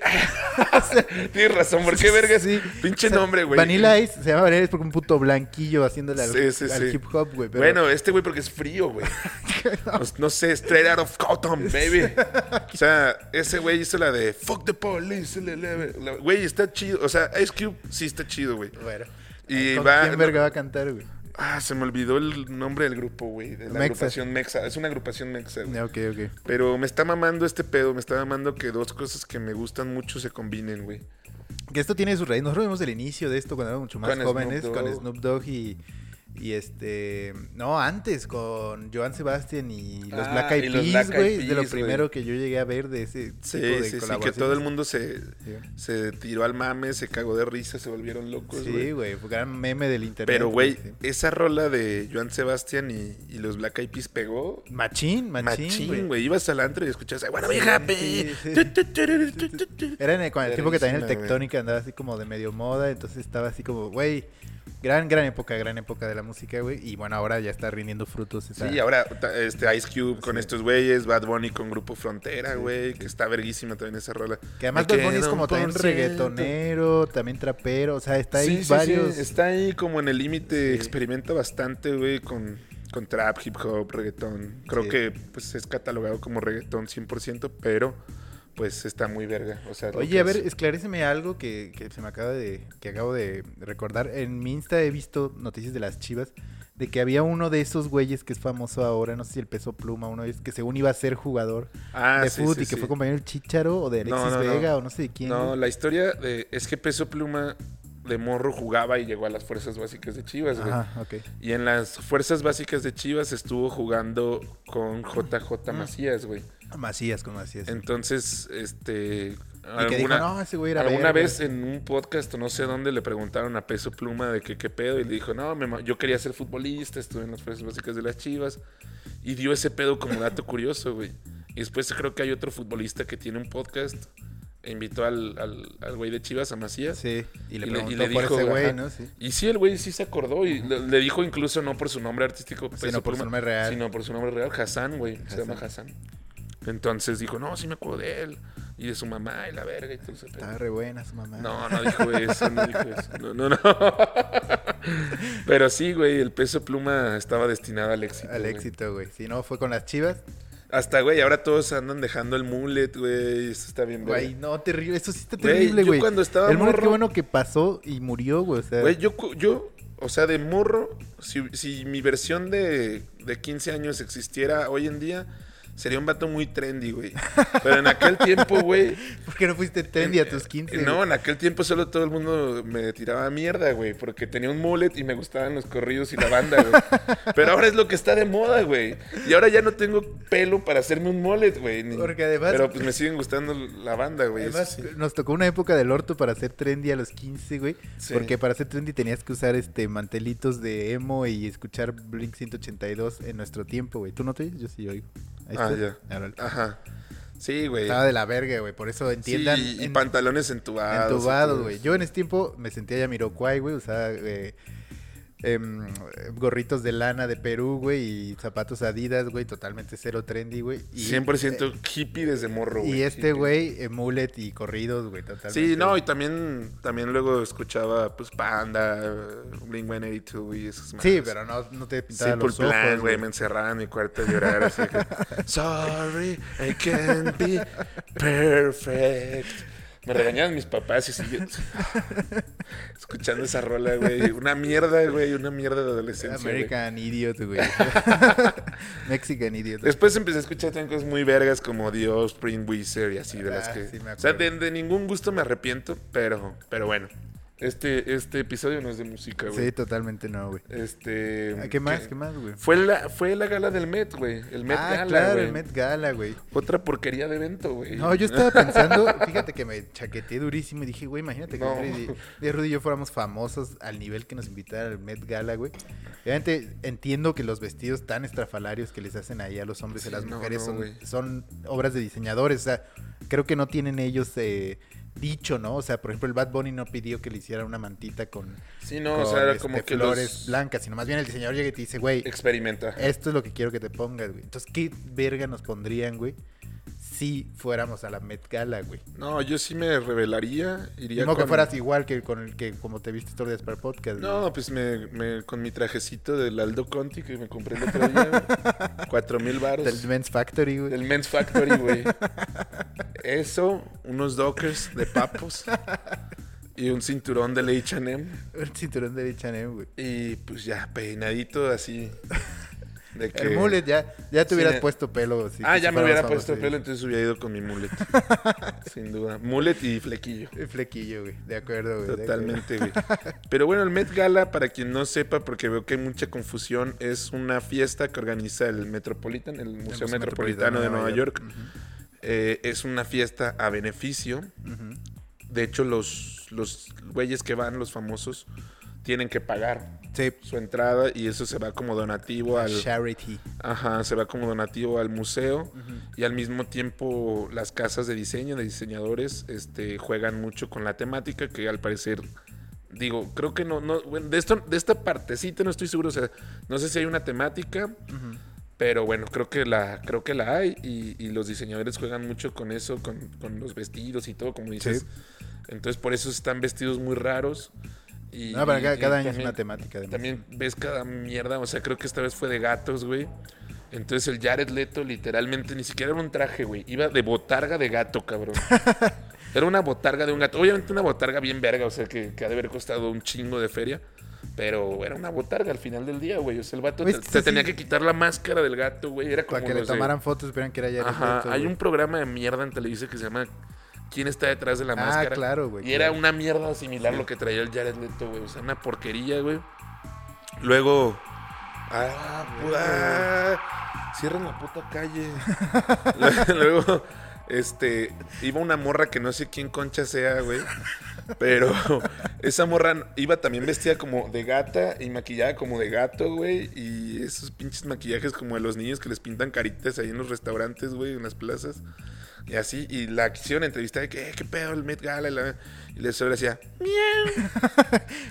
S2: Tienes razón, ¿por qué verga?
S1: Sí.
S2: Pinche
S1: O sea,
S2: nombre, güey.
S1: Vanilla Ice se llama Vanilla Ice porque un puto blanquillo haciéndole al,
S2: Sí, sí,
S1: al
S2: sí.
S1: hip hop, güey. pero-
S2: Bueno, este güey porque es frío, güey. no. no sé, straight out of cotton, baby. O sea, ese güey hizo la de fuck the police. le- le- le- Güey, está chido. O sea, Ice Cube sí está chido, güey.
S1: Bueno.
S2: Y
S1: ¿Con
S2: va.
S1: quién verga va a cantar, güey?
S2: Ah, se me olvidó el nombre del grupo, güey. De la
S1: Mexa.
S2: agrupación Mexa. Es una agrupación Mexa, güey.
S1: Ya, Ok, ok.
S2: Pero me está mamando este pedo, me está mamando que dos cosas que me gustan mucho se combinen, güey.
S1: Que esto tiene sus raíces. Nosotros vimos el inicio de esto cuando éramos mucho más
S2: Con Snoop
S1: jóvenes, con
S2: Dogg.
S1: Snoop Dogg y, y este. No, antes, con Joan Sebastian y los
S2: Ah,
S1: Black
S2: y
S1: Eyed
S2: los
S1: Peas,
S2: Black Eyed
S1: güey. De lo
S2: Peas, güey.
S1: primero que yo llegué a ver de ese tipo
S2: Sí,
S1: de
S2: sí, sí, que
S1: colaboraciones.
S2: todo el mundo se,
S1: Sí.
S2: se tiró al mame, se cagó de risa, se volvieron locos, güey.
S1: Sí, güey, fue gran meme del internet.
S2: Pero, güey,
S1: pues, sí.
S2: esa rola de Joan Sebastián y, y los Black Eyed Peas pegó.
S1: Machín,
S2: Machín,
S1: machín, güey.
S2: güey. Ibas al antro y escuchabas, bueno,
S1: Sí,
S2: be happy.
S1: sí, sí.
S2: Tu, tu, tu, tu, tu, tu, tu.
S1: Era en el, con el tiempo que también el
S2: Verguísima, güey.
S1: Tectónica andaba así como de medio moda, entonces estaba así como, güey, gran, gran época, gran época de la música, güey. Y bueno, ahora ya está rindiendo frutos. esa-
S2: Sí, ahora ta- este Ice Cube con
S1: Sí.
S2: estos güeyes, Bad Bunny con Grupo Frontera,
S1: Sí,
S2: güey, que está verguísima también esa rola.
S1: Que además
S2: Me
S1: Bad Bunny es
S2: queda un
S1: como también
S2: por ciento.
S1: reggaetonero, también trapero, o sea, está ahí
S2: Sí, sí,
S1: varios.
S2: sí, Está ahí como en el límite,
S1: Sí.
S2: experimenta bastante, güey, con, con trap, hip hop, reggaetón. Creo
S1: Sí.
S2: que pues es catalogado como reggaetón 100%, pero pues está muy verga. O sea, lo
S1: Oye,
S2: que
S1: a ver,
S2: es-
S1: esclareceme algo que, que se me acaba de, que acabo de recordar. En mi Insta he visto noticias de las chivas de que había uno de esos güeyes que es famoso ahora, no sé si el peso pluma, uno de ellos que según iba a ser jugador
S2: ah,
S1: de
S2: sí,
S1: fútbol
S2: sí,
S1: y que
S2: sí.
S1: fue compañero del Chicharo o de
S2: No,
S1: Alexis
S2: no, no.
S1: Vega o no sé de quién.
S2: No,
S1: güey.
S2: la historia de- es que Peso Pluma de morro jugaba y llegó a las fuerzas básicas de Chivas, güey.
S1: Ajá, ok.
S2: Y en las fuerzas básicas de Chivas estuvo jugando con
S1: Ah.
S2: JJ Macías, güey.
S1: Macías con Macías.
S2: Entonces, este.
S1: y que dijo, no, ese güey era
S2: Alguna
S1: verga".
S2: vez en un podcast, o no sé dónde, le preguntaron a Peso Pluma de que qué pedo y le dijo, no, me ma- yo quería ser futbolista, estuve en las fuerzas básicas de las Chivas y dio ese pedo como dato curioso, güey. Y después creo que hay otro futbolista que tiene un podcast e invitó al, al, al güey de Chivas, a Macías.
S1: Sí, y le
S2: y le- y
S1: preguntó
S2: le
S1: por
S2: dijo,
S1: ese güey,
S2: ajá.
S1: ¿no? Sí.
S2: Y sí, el güey sí se acordó y le, le dijo incluso no por su nombre artístico, Peso
S1: por su nombre real.
S2: Sino por su nombre real, Hassan, güey. Se
S1: Hassan.
S2: llama Hassan. Entonces dijo, no, sí me acuerdo de él y de su mamá y la verga y todo ese pedo.
S1: Estaba re buena su mamá.
S2: No, no dijo eso, no dijo eso. No, no, no. Pero sí, güey, el peso pluma estaba destinado al éxito.
S1: Al
S2: güey.
S1: éxito, güey. Si no, fue con las chivas.
S2: Hasta, güey, ahora todos andan dejando el mullet, güey. Eso está bien,
S1: Güey,
S2: güey.
S1: no, terrible. Eso sí está
S2: Güey,
S1: terrible,
S2: yo
S1: güey.
S2: cuando estaba
S1: El mundo qué
S2: morro-
S1: bueno que pasó y murió, güey. O sea,
S2: Güey, yo, cu- yo, o sea, de morro, si, si mi versión de, de 15 años existiera hoy en día, sería un vato muy trendy, güey. Pero en aquel tiempo, güey,
S1: ¿por qué no fuiste trendy a tus 15?
S2: No,
S1: güey?
S2: en aquel tiempo solo todo el mundo me tiraba mierda, güey, porque tenía un mullet y me gustaban los corridos y la banda, güey. Pero ahora es lo que está de moda, güey. Y ahora ya no tengo pelo para hacerme un mullet, güey. ni-
S1: Porque además-
S2: Pero pues me siguen gustando la banda, güey. eso
S1: Además,
S2: sí.
S1: nos tocó una época del orto para ser trendy a los 15, güey.
S2: Sí.
S1: Porque para ser trendy tenías que usar este mantelitos de emo y escuchar Blink 182 en nuestro tiempo, güey. ¿Tú no te oyes? Yo sí oigo. Ahí
S2: Ah,
S1: está.
S2: ya.
S1: Ahora,
S2: Ajá. Sí, güey.
S1: Estaba de la verga, güey. Por eso
S2: Sí,
S1: entiendan.
S2: y
S1: en-
S2: pantalones entubados. y
S1: Entubados,
S2: todo
S1: güey.
S2: eso.
S1: Yo en ese tiempo me sentía ya Miroquai, güey. Usaba eh, em, gorritos de lana de Perú, güey, y zapatos Adidas, güey, totalmente cero trendy, güey. Y, eh,
S2: 100% hippie desde morro, güey.
S1: y este
S2: hippie.
S1: güey, eh, mullet y corridos, güey, totalmente.
S2: Sí, no, y también, también luego escuchaba, pues, Panda, Blink-182 y esas
S1: Sí,
S2: madres.
S1: pero no, no te pintaba
S2: Simple
S1: los ojos,
S2: Plan, güey,
S1: güey.
S2: me encerraba en mi cuarto a llorar así que... Sorry, I can't be perfect. Me regañaban mis papás y seguía escuchando esa rola, güey. Una mierda, güey, una mierda de adolescencia, güey.
S1: American Idiot, güey. Mexican Idiot.
S2: Después empecé a escuchar también cosas muy vergas como Dios, Spring Wizard y así, de las
S1: Ah,
S2: que...
S1: sí, me
S2: o sea, de,
S1: acuerdo.
S2: de ningún gusto me arrepiento, pero, pero bueno. Este, este episodio no es de música, güey.
S1: Sí, totalmente no, güey.
S2: Este...
S1: Ah, ¿Qué más?
S2: que-
S1: ¿Qué más, güey?
S2: Fue la, fue la gala del Met, güey. El Met
S1: ah,
S2: Gala,
S1: claro,
S2: güey.
S1: el Met Gala, güey.
S2: Otra porquería de evento, güey.
S1: No, yo estaba pensando, fíjate que me chaqueteé durísimo y dije, güey, imagínate que
S2: No.
S1: Rudy, de Rudy y yo fuéramos famosos al nivel que nos invitara al Met Gala, güey. Obviamente entiendo que los vestidos tan estrafalarios que les hacen ahí a los hombres y
S2: Sí,
S1: a las
S2: no,
S1: mujeres
S2: no, güey.
S1: son, son obras de diseñadores, o sea, creo que no tienen ellos eh, dicho, ¿no? O sea, por ejemplo, el Bad Bunny no pidió que le hiciera una mantita con,
S2: Sí, no,
S1: con,
S2: o sea, era
S1: este,
S2: como que
S1: flores
S2: los
S1: blancas, sino más bien el diseñador llega y Eh. te dice, güey,
S2: experimenta.
S1: esto es lo que quiero que te pongas, güey. Entonces, ¿qué verga nos pondrían, güey? Si fuéramos a la Met Gala, güey.
S2: No, yo sí me revelaría, iría
S1: Ni modo que
S2: con-
S1: fueras igual que con el que como te viste todos los días para el podcast. güey.
S2: No, pues me, me- con mi trajecito del Aldo Conti que me compré el otro día. güey. Cuatro mil baros.
S1: Del Men's Factory, güey.
S2: pues, Del Men's Factory, güey. Eso, unos dockers de papos y un cinturón del H&M
S1: El cinturón de H&M, güey.
S2: y pues ya peinadito así de que
S1: El mullet ya, ya te
S2: Sí,
S1: hubieras
S2: eh.
S1: puesto pelo. si-
S2: ah,
S1: si
S2: ya me
S1: fuéramos
S2: hubiera
S1: famosos,
S2: puesto
S1: sí.
S2: pelo, entonces hubiera ido con mi mullet. Sin duda. Mullet y flequillo.
S1: El flequillo, güey. De acuerdo, güey. de acuerdo.
S2: Totalmente, güey. Pero bueno, el Met Gala, para quien no sepa, porque veo que hay mucha confusión, es una fiesta que organiza el Metropolitan, el
S1: El
S2: Museo Metropolitano de Nueva York. Eh, es una fiesta a beneficio.
S1: Ujú, ujú.
S2: De hecho, los, los güeyes que van, los famosos, tienen que pagar
S1: Sí.
S2: su entrada y eso se va como donativo al,
S1: Charity.
S2: Ajá, se va como donativo al museo y al mismo tiempo las casas de diseño, de diseñadores, este, juegan mucho con la temática que al parecer, digo, creo que no, no bueno, de, esto, de esta partecita no estoy seguro, o sea, no sé si hay una temática,
S1: Ujú.
S2: pero bueno, creo que la, creo que la hay y, y los diseñadores juegan mucho con eso, con, con los vestidos y todo, como dices.
S1: Sí.
S2: Entonces por eso están vestidos muy raros. Y,
S1: No, pero
S2: y-
S1: cada,
S2: y
S1: cada año es
S2: también-
S1: una temática, además.
S2: también ves cada mierda, o sea, creo que esta vez fue de gatos, güey. Entonces el Jared Leto literalmente ni siquiera era un traje, güey. Iba de botarga de gato, cabrón. Era una botarga de un gato. Obviamente una botarga bien verga, o sea, que, que ha de haber costado un chingo de feria. Pero era una botarga al final del día, güey. O sea, el vato
S1: Pues,
S2: te,
S1: sí,
S2: te tenía
S1: sí.
S2: que quitar la máscara del gato, güey. Era como
S1: Para que le
S2: los de-
S1: tomaran fotos, vieran que era ya.
S2: Ajá, hay un programa de mierda en Televisa que se llama ¿Quién está detrás de la
S1: Ah,
S2: máscara?
S1: claro, güey,
S2: Y era
S1: claro.
S2: una mierda similar lo que traía el Jared Leto, güey. O sea, una porquería, güey. Luego. Ah, puta. Cierren la puta calle. Luego, este. Iba una morra que no sé quién concha sea, güey. Pero esa morra iba también vestida como de gata y maquillada como de gato, güey. Y esos pinches maquillajes como de los niños que les pintan caritas ahí en los restaurantes, güey, en las plazas. Y así, y la hicieron entrevista de que, "Eh, ¿qué pedo el Met Gala? Y, la- y le solo decía, miau.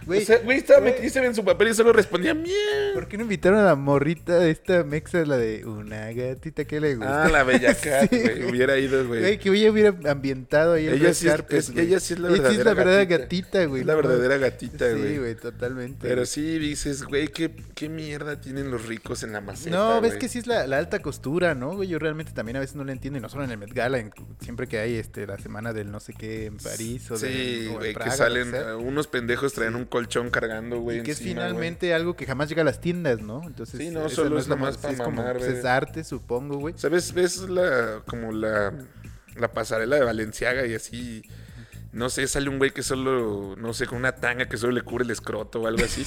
S1: Güey,
S2: o sea, güey, estaba metidísimo en su papel y solo respondía, miau.
S1: ¿Por qué no invitaron a la morrita de esta mexa, la de una gatita que le gusta?
S2: Ah, la bella Cat,
S1: Sí,
S2: güey. Hubiera ido,
S1: Güey,
S2: güey.
S1: que ella hubiera ambientado ahí el
S2: Ella
S1: red
S2: sí es-
S1: carpet,
S2: es-
S1: güey.
S2: ella sí es la
S1: Ella sí es la
S2: verdadera
S1: verdadera
S2: gatita.
S1: gatita, güey.
S2: Es la
S1: ¿no?
S2: verdadera gatita, güey.
S1: Sí, güey, totalmente.
S2: Pero
S1: güey.
S2: sí dices, güey, ¿qué, qué mierda tienen los ricos en la maceta.
S1: no, ves
S2: güey?
S1: que sí es la, la alta costura, ¿no? Güey, yo realmente también a veces no la entiendo, y no solo en el Met Gala, en- siempre que hay este la semana del no sé qué en París o de- o
S2: Sí,
S1: en
S2: güey, que
S1: Praga,
S2: salen
S1: lo sea.
S2: eh, unos pendejos traen un colchón cargando, güey.
S1: Y que es
S2: encima, güey.
S1: finalmente algo que jamás llega a las tiendas, ¿no? Entonces,
S2: Sí, no,
S1: esa
S2: solo es
S1: la
S2: nomás
S1: moda,
S2: pa'
S1: sí, es como,
S2: mamar,
S1: pues,
S2: güey.
S1: es arte, supongo, güey.
S2: ¿Sabes? ¿Ves la, como la, la pasarela de Valenciaga y así? No sé, sale un güey que solo, no sé, con una tanga que solo le cubre el escroto o algo así.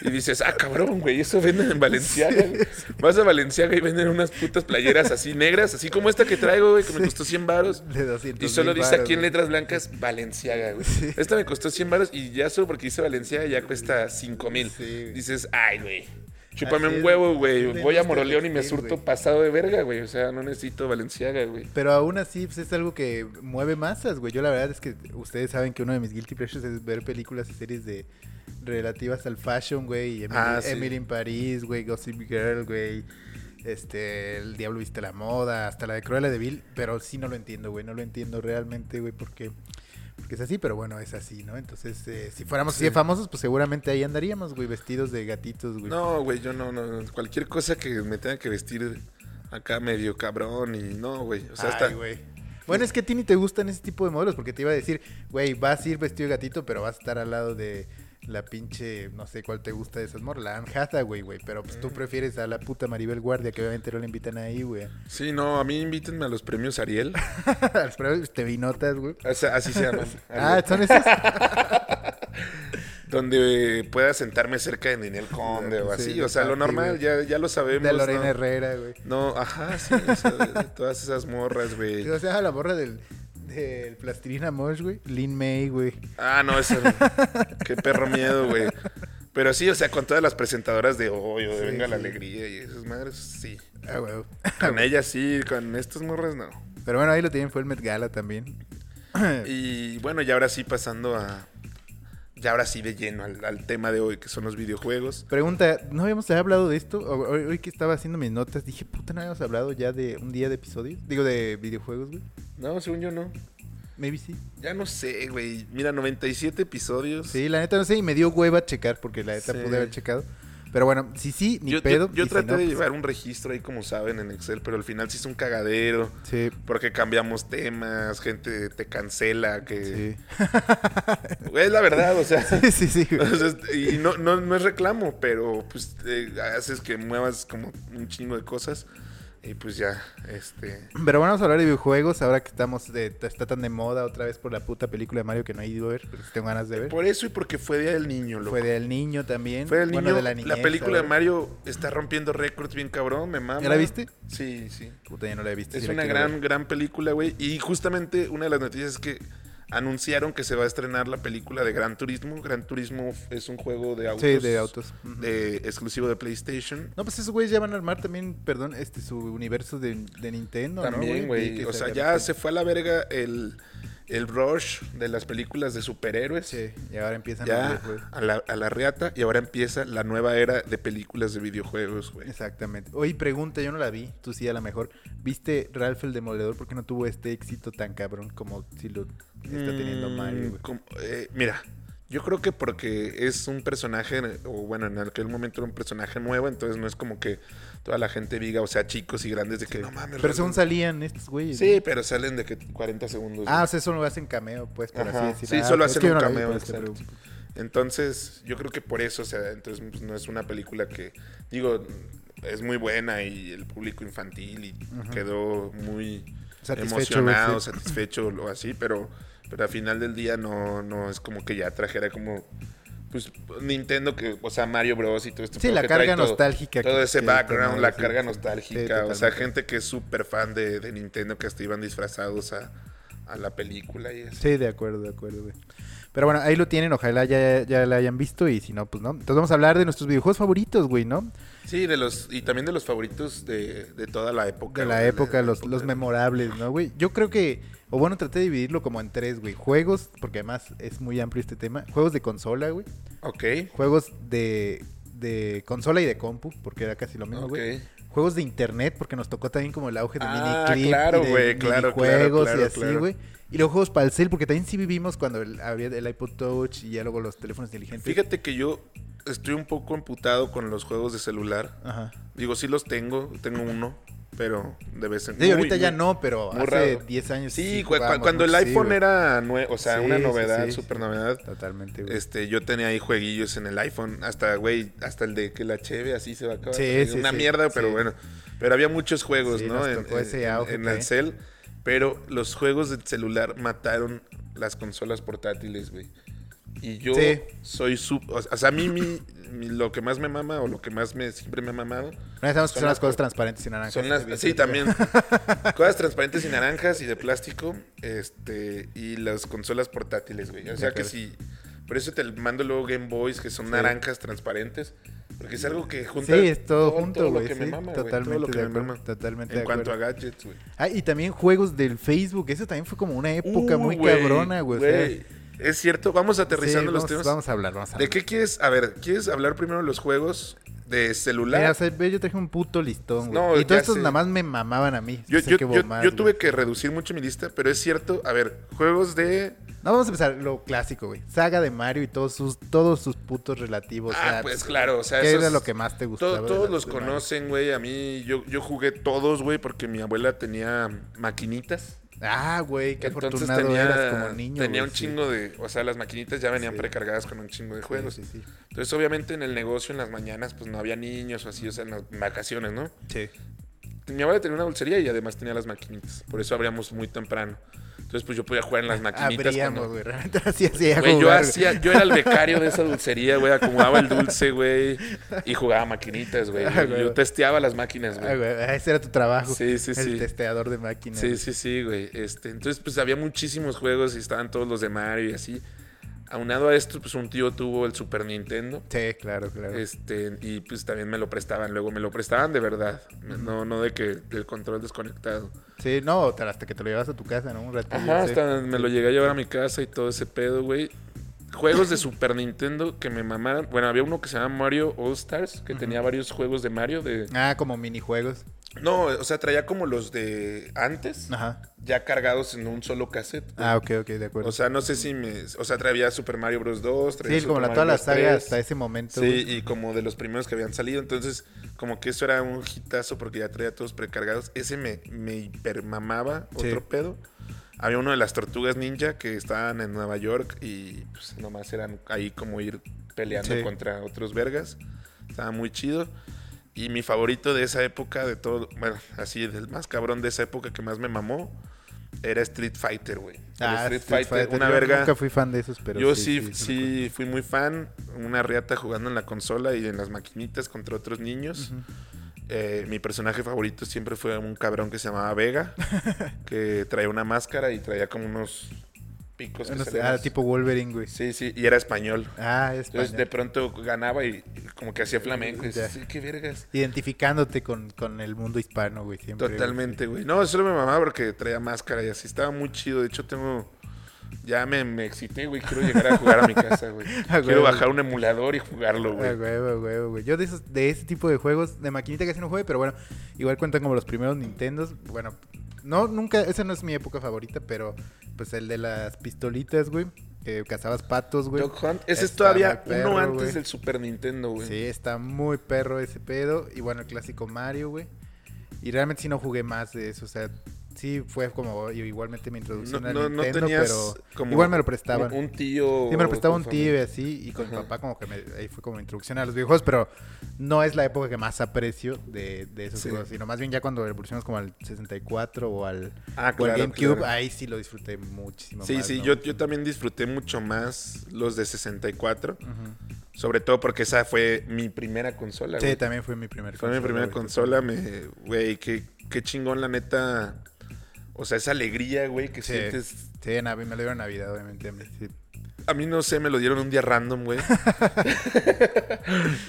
S2: Y dices, ah, cabrón, güey, eso venden en Valenciaga. güey". Vas a Valenciaga y venden unas putas playeras así negras, así como esta que traigo, güey, que me costó 100 varos.
S1: De 200
S2: Y solo
S1: mil
S2: dice
S1: varos,
S2: aquí en
S1: güey.
S2: letras blancas Valenciaga, güey.
S1: Sí.
S2: Esta me costó 100 varos y ya solo porque dice Valenciaga ya cuesta 5 mil.
S1: Sí, güey.
S2: Dices, ay, güey. Chúpame
S1: Así
S2: un
S1: es.
S2: huevo, güey.
S1: Le
S2: Voy a
S1: gusta
S2: Moroleón y me
S1: vestir,
S2: surto
S1: güey.
S2: pasado de verga, güey. O sea, no necesito Valenciaga, güey.
S1: Pero aún así, pues es algo que mueve masas, güey. Yo la verdad es que ustedes saben que uno de mis guilty pleasures es ver películas y series de relativas al fashion, güey. y Emily,
S2: Ah, sí.
S1: Emily in París, güey, Gossip Girl, güey. Este, El Diablo Viste la Moda, hasta la de Cruella de Vil, pero sí no lo entiendo, güey. No lo entiendo realmente, güey, porque, porque es así, pero bueno, es así, ¿no? Entonces, eh, si fuéramos así de
S2: Sí.
S1: famosos, pues seguramente ahí andaríamos, güey, vestidos de gatitos, güey.
S2: No, güey, yo no, no. no. Cualquier cosa que me tenga que vestir acá medio cabrón y no, güey. O sea,
S1: Ay,
S2: hasta.
S1: güey. Bueno, es que a ti ni te gustan ese tipo de modelos, porque te iba a decir, güey, vas a ir vestido de gatito, pero vas a estar al lado de la pinche, no sé cuál te gusta de esas morras, la Anne Hathaway, güey, pero pues tú prefieres a la puta Maribel Guardia, que obviamente no la invitan ahí, güey.
S2: Sí, no, a mí invítenme a los premios Ariel.
S1: Pero pues, te vi notas, güey.
S2: O sea, así se llaman.
S1: Ah,
S2: Ariel.
S1: son esas.
S2: Donde eh, pueda sentarme cerca de Ninel Conde o
S1: Sí,
S2: así.
S1: de
S2: O sea, lo
S1: Patti,
S2: normal,
S1: güey.
S2: ya, ya lo sabemos.
S1: De Lorena
S2: ¿no?
S1: Herrera, güey.
S2: No, ajá, sí. o sea, de- de todas esas morras, güey.
S1: O sea, la borra del, del plastilina Mosh, güey. Lin May, güey.
S2: Ah, no, eso. qué perro miedo, güey. Pero sí, o sea, con todas las presentadoras de hoy, o de
S1: Sí,
S2: Venga la
S1: sí.
S2: Alegría y esas madres, sí.
S1: Ah, güey.
S2: Con ellas sí, con estas morras no.
S1: Pero bueno, ahí lo tienen, fue el Met Gala también.
S2: Y bueno, ya ahora sí pasando a. Ya ahora sí de lleno al, al tema de hoy, que son los videojuegos.
S1: Pregunta, ¿no habíamos hablado de esto? O- Hoy, hoy que estaba haciendo mis notas, dije, puta, ¿no habíamos hablado ya de un día de episodio? Digo, de videojuegos, güey.
S2: No, según yo no.
S1: Maybe sí.
S2: Ya no sé, güey. Mira, 97 episodios.
S1: Sí, la neta no sé, y me dio hueva checar, porque la neta
S2: Sí.
S1: pude haber checado. Pero bueno, si sí, ni
S2: yo, yo-
S1: pedo.
S2: yo
S1: y si
S2: traté
S1: no,
S2: de
S1: pues,
S2: llevar un registro ahí, como saben, en Excel, pero al final sí es un cagadero.
S1: Sí,
S2: Porque cambiamos temas, gente te cancela, que...
S1: sí.
S2: Güey, es la verdad, o sea...
S1: Sí, sí, sí, güey.
S2: o sea, es- y no, no, no es reclamo, pero pues eh, haces que muevas como un chingo de cosas y pues ya, este...
S1: Pero bueno, vamos a hablar de videojuegos ahora que estamos de, está tan de moda otra vez por la puta película de Mario que no he ido a ver, pero sí tengo ganas de ver.
S2: Por eso y porque fue Día del Niño, loco.
S1: Fue del niño también.
S2: Fue del niño,
S1: bueno, de la
S2: la,
S1: niñez,
S2: película de
S1: ahora.
S2: Mario está rompiendo récords bien cabrón, me mama.
S1: ¿Ya la viste?
S2: Sí, sí.
S1: Puta, ya no la he visto.
S2: Es
S1: sí la
S2: una
S1: quiero
S2: gran,
S1: ver.
S2: gran película, güey. Y justamente una de las noticias es que anunciaron que se va a estrenar la película de Gran Turismo. Gran Turismo es un juego de autos.
S1: Sí, de autos. Ujú.
S2: de- exclusivo de PlayStation.
S1: No, pues esos güeyes ya van a armar también, perdón, este su universo de, de Nintendo,
S2: También,
S1: ¿no,
S2: güey.
S1: Que
S2: o sea,
S1: sacaron-
S2: ya se fue a la verga el, el rush de las películas de superhéroes.
S1: Sí, y ahora empiezan los
S2: Ya
S1: videojuegos.
S2: a la, a la reata. Y ahora empieza la nueva era de películas de videojuegos, güey.
S1: Exactamente. Oye, pregunta, yo no la vi, tú sí a lo mejor. ¿Viste Ralph el Demoledor? ¿Por qué no tuvo este éxito tan cabrón como si lo está teniendo
S2: Mm,
S1: Mario, güey?
S2: como- eh, mira, yo creo que porque es un personaje, o bueno, en aquel momento era un personaje nuevo, entonces no es como que toda la gente diga, o sea, chicos y grandes, de que no mames.
S1: Pero según
S2: realmente-
S1: salían estos güeyes.
S2: Sí,
S1: ¿no?
S2: pero salen de que 40 segundos.
S1: Ah,
S2: güey.
S1: o sea, eso lo hacen cameo, pues, por
S2: Ajá.
S1: así decirlo.
S2: Sí,
S1: Ah,
S2: solo
S1: pues, es
S2: hacen
S1: que
S2: un
S1: yo no la vi,
S2: cameo,
S1: por eso te
S2: exacto.
S1: pregunto.
S2: Entonces, yo creo que por eso, o sea, entonces pues, no es una película que, digo, es muy buena y el público infantil y quedó muy
S1: Satisfecho,
S2: emocionado,
S1: güey, sí.
S2: satisfecho o así, pero, pero al final del día no, no es como que ya trajera como... Pues Nintendo, que, o sea, Mario Bros. y todo esto.
S1: Sí, la carga nostálgica
S2: Todo
S1: que-
S2: ese
S1: que
S2: background,
S1: tenía,
S2: la
S1: sí, sí.
S2: carga
S1: Sí,
S2: nostálgica. o
S1: totalmente.
S2: sea, gente que es súper fan de, de Nintendo, que hasta iban disfrazados a, a la película y así.
S1: Sí, de acuerdo, de acuerdo, güey. Pero bueno, ahí lo tienen, ojalá ya, ya la hayan visto y si no, pues no. Entonces vamos a hablar de nuestros videojuegos favoritos, güey, ¿no?
S2: Sí, de los, y también de los favoritos de, de toda la época.
S1: De
S2: güey,
S1: la época,
S2: de la
S1: los, los
S2: época.
S1: memorables, ¿no, güey? Yo creo que, o bueno, traté de dividirlo como en tres, güey. Juegos, porque además es muy amplio este tema. Juegos de consola, güey.
S2: Ok,
S1: Juegos de, de consola y de compu, porque era casi lo mismo,
S2: ok.
S1: güey. Juegos de internet, porque nos tocó también como el auge de
S2: Ah,
S1: miniclip
S2: claro,
S1: y de
S2: güey, claro, claro,
S1: minijuegos
S2: claro,
S1: y así,
S2: claro.
S1: güey. Y los juegos para el cel, porque también sí vivimos cuando el- había el iPod Touch y ya luego los teléfonos inteligentes.
S2: Fíjate que yo estoy un poco amputado con los juegos de celular.
S1: Ajá.
S2: Digo, sí los tengo, tengo uno, pero de vez en
S1: Sí, ahorita
S2: muy,
S1: ya
S2: muy-
S1: no, pero
S2: muy
S1: hace
S2: raro.
S1: 10 años
S2: Sí, cu- cu-
S1: jugábamos
S2: cuando el
S1: mucho, sí,
S2: iPhone
S1: güey.
S2: era, nue- o sea,
S1: Sí,
S2: una
S1: sí,
S2: novedad,
S1: sí, sí.
S2: super novedad.
S1: Totalmente, güey.
S2: Este, yo tenía ahí jueguillos en el iPhone, hasta güey, hasta el de que la cheve así se va a acabar.
S1: Sí,
S2: Es
S1: sí,
S2: una
S1: sí,
S2: mierda, pero
S1: sí.
S2: bueno. Pero había muchos juegos,
S1: Sí,
S2: ¿no?
S1: nos
S2: en,
S1: tocó ese
S2: en-
S1: auge
S2: en el
S1: también.
S2: cel, pero los juegos de celular mataron las consolas portátiles, güey. Y yo
S1: Sí.
S2: soy sub, o sea, a mí mi- mi- lo que más me mama o lo que más me siempre me ha mamado
S1: No sabemos que
S2: Son
S1: son las
S2: las
S1: cosas transparentes y naranjas.
S2: son las sí
S1: evidentemente.
S2: también cosas transparentes y naranjas y de plástico, este y las consolas portátiles, güey. O sea que
S1: acuerdo.
S2: sí. Por eso te mando luego Game Boys que son
S1: Sí.
S2: naranjas transparentes Porque es algo que
S1: Sí,
S2: junta.
S1: es todo,
S2: todo
S1: junto,
S2: lo
S1: güey.
S2: que me
S1: sí,
S2: mama, güey, todo lo
S1: totalmente
S2: que
S1: de
S2: me
S1: acuerdo.
S2: mama.
S1: Totalmente
S2: En
S1: de
S2: cuanto
S1: acuerdo.
S2: a gadgets, güey.
S1: Ah, y también juegos del Facebook. Eso también fue como una época
S2: Uh,
S1: muy
S2: güey,
S1: cabrona, güey. o sea,
S2: güey. Es cierto, vamos aterrizando
S1: sí,
S2: los
S1: vamos,
S2: temas.
S1: vamos a hablar, vamos a
S2: ¿De
S1: hablar.
S2: qué quieres? A ver, ¿quieres hablar primero de los juegos de celular?
S1: Mira, o sea, ve, yo traje un puto listón, güey.
S2: No,
S1: y todos
S2: ya
S1: estos
S2: sé.
S1: nada más me mamaban a mí.
S2: yo,
S1: O sea,
S2: yo-
S1: que
S2: yo-
S1: hubo más,
S2: yo tuve
S1: güey.
S2: que reducir mucho mi lista, pero es cierto. A ver, juegos de.
S1: No, vamos a empezar lo clásico, güey. Saga de Mario y todos sus, todos sus putos relativos. o
S2: ah,
S1: sea,
S2: pues claro, o sea,
S1: ¿Qué
S2: eso
S1: era
S2: es-
S1: lo que más te gustaba?
S2: todo-
S1: de
S2: todos
S1: las-
S2: los
S1: de Mario?
S2: conocen, güey. A mí, yo, yo jugué todos, güey, porque mi abuela tenía maquinitas.
S1: Ah, güey, qué
S2: Entonces
S1: afortunado
S2: tenía,
S1: eras como niño.
S2: tenía
S1: güey,
S2: un
S1: sí.
S2: chingo de. O sea, las maquinitas ya venían
S1: Sí.
S2: precargadas con un chingo de
S1: Sí,
S2: juegos.
S1: Sí, sí,
S2: Entonces, obviamente, en el negocio, en las mañanas, pues no había niños o así, o sea, en las vacaciones, ¿no?
S1: sí.
S2: Mi abuela tenía una dulcería y además tenía las maquinitas. Por eso abríamos muy temprano. Entonces, pues yo podía jugar en las maquinitas.
S1: Abríamos,
S2: cuando-
S1: Ah, güey. Realmente así hacía
S2: Güey, yo
S1: jugar, güey.
S2: hacía, yo era el becario de esa dulcería, güey, acomodaba el dulce, güey, y jugaba maquinitas, güey.
S1: Ah,
S2: Yo,
S1: güey.
S2: yo testeaba las máquinas,
S1: Ah,
S2: güey.
S1: güey, ese era tu trabajo.
S2: Sí, sí,
S1: El
S2: sí.
S1: testeador de máquinas.
S2: Sí, sí, sí, güey. Este, entonces, pues había muchísimos juegos y estaban todos los de Mario y así. Aunado a esto, pues un tío tuvo el Super Nintendo.
S1: Sí, claro, claro.
S2: Este, y pues también me lo prestaban, luego me lo prestaban de verdad, no, no de que el control desconectado.
S1: Sí, no, te- hasta que te lo llevas a tu casa, ¿no? Un ratillo.
S2: Ajá,
S1: sí.
S2: hasta me lo llegué a llevar a mi casa y todo ese pedo, güey. Juegos de Super Nintendo que me mamaron. Bueno, había uno que se llamaba Mario All Stars, que tenía varios juegos de Mario. De...
S1: Ah, como minijuegos.
S2: No, o sea, traía como los de antes,
S1: Ajá.
S2: ya cargados en un solo cassette. güey.
S1: Ah, ok, ok, de acuerdo.
S2: O sea, no sé si me... O sea, traía Super Mario Bros. 2, traía
S1: sí, como
S2: Super
S1: la, toda la
S2: Mario Bros.
S1: saga
S2: 3.
S1: hasta ese momento.
S2: Sí,
S1: güey.
S2: y como de los primeros que habían salido. Entonces, como que eso era un hitazo porque ya traía todos precargados. Ese me, me hipermamaba
S1: Sí.
S2: otro pedo. Había uno de las tortugas ninja que estaban en Nueva York y pues nomás eran ahí como ir peleando
S1: Sí.
S2: contra otros vergas. Estaba muy chido. Y mi favorito de esa época, de todo, bueno, así, del más cabrón de esa época que más me mamó, era Street Fighter, güey. Pero
S1: Ah,
S2: Street, Fighter, una
S1: Yo
S2: verga.
S1: Nunca fui fan de esos, pero.
S2: Yo sí, sí,
S1: me acuerdo.
S2: fui muy fan. Una reata jugando en la consola y en las maquinitas contra otros niños. Eh, mi personaje favorito siempre fue un cabrón que se llamaba Vega, que traía una máscara y traía como unos picos. que
S1: No sé,
S2: salían.
S1: ah, tipo Wolverine, güey.
S2: Sí, sí, y era español.
S1: Ah, es
S2: Entonces de pronto ganaba y y como que hacía flamenco. Y
S1: Ya.
S2: dices, "Sí, qué vergas.
S1: Identificándote con, con el mundo hispano, güey, siempre. güey.
S2: Totalmente, güey. No, solo me mamaba porque traía máscara y así. Estaba muy chido. De hecho, tengo. Ya me, me excité, güey. Quiero llegar a jugar a mi casa, güey.
S1: Ah, güey.
S2: Quiero bajar un emulador y jugarlo,
S1: Ah,
S2: güey.
S1: huevo, huevo, güey. Yo de esos, de ese tipo de juegos, de maquinita casi no jugué, pero bueno, igual cuentan como los primeros Nintendos. Bueno, no, nunca, esa no es mi época favorita, pero pues el de las pistolitas, güey. Que cazabas patos, güey.
S2: Dog Hunt. Ese es
S1: Está
S2: todavía
S1: muy perro,
S2: uno antes
S1: güey.
S2: del Super Nintendo, güey.
S1: Sí, está muy perro ese pedo. Y bueno, el clásico Mario, güey. Y realmente sí no jugué más de eso. O sea, sí fue como igualmente mi
S2: No,
S1: introducción al
S2: no, no
S1: Nintendo,
S2: tenías
S1: pero
S2: como
S1: igual me lo prestaban.
S2: Un, un tío.
S1: Sí, me lo prestaba
S2: con
S1: un tío y
S2: familia.
S1: así, y con mi
S2: Ajá.
S1: papá como que me, ahí fue como mi introducción a los videojuegos, pero no es la época que más aprecio de, de esos
S2: Sí.
S1: juegos, sino más bien ya cuando evolucionamos como al 64 o al, o
S2: Ah,
S1: al
S2: claro,
S1: GameCube,
S2: claro.
S1: ahí sí lo disfruté muchísimo
S2: Sí,
S1: más,
S2: sí,
S1: ¿no?
S2: yo, yo también disfruté mucho más los de 64.
S1: Ujú.
S2: Sobre todo porque esa fue mi primera consola,
S1: Sí,
S2: güey.
S1: también fue mi primer
S2: Fue mi primera
S1: güey.
S2: consola, me, güey, qué, qué chingón la neta. O sea, esa alegría, güey, que
S1: Sí,
S2: sientes.
S1: sí, Navi- me lo dieron en Navidad, obviamente. a mí, sí.
S2: A mí no sé, me lo dieron un día random, güey.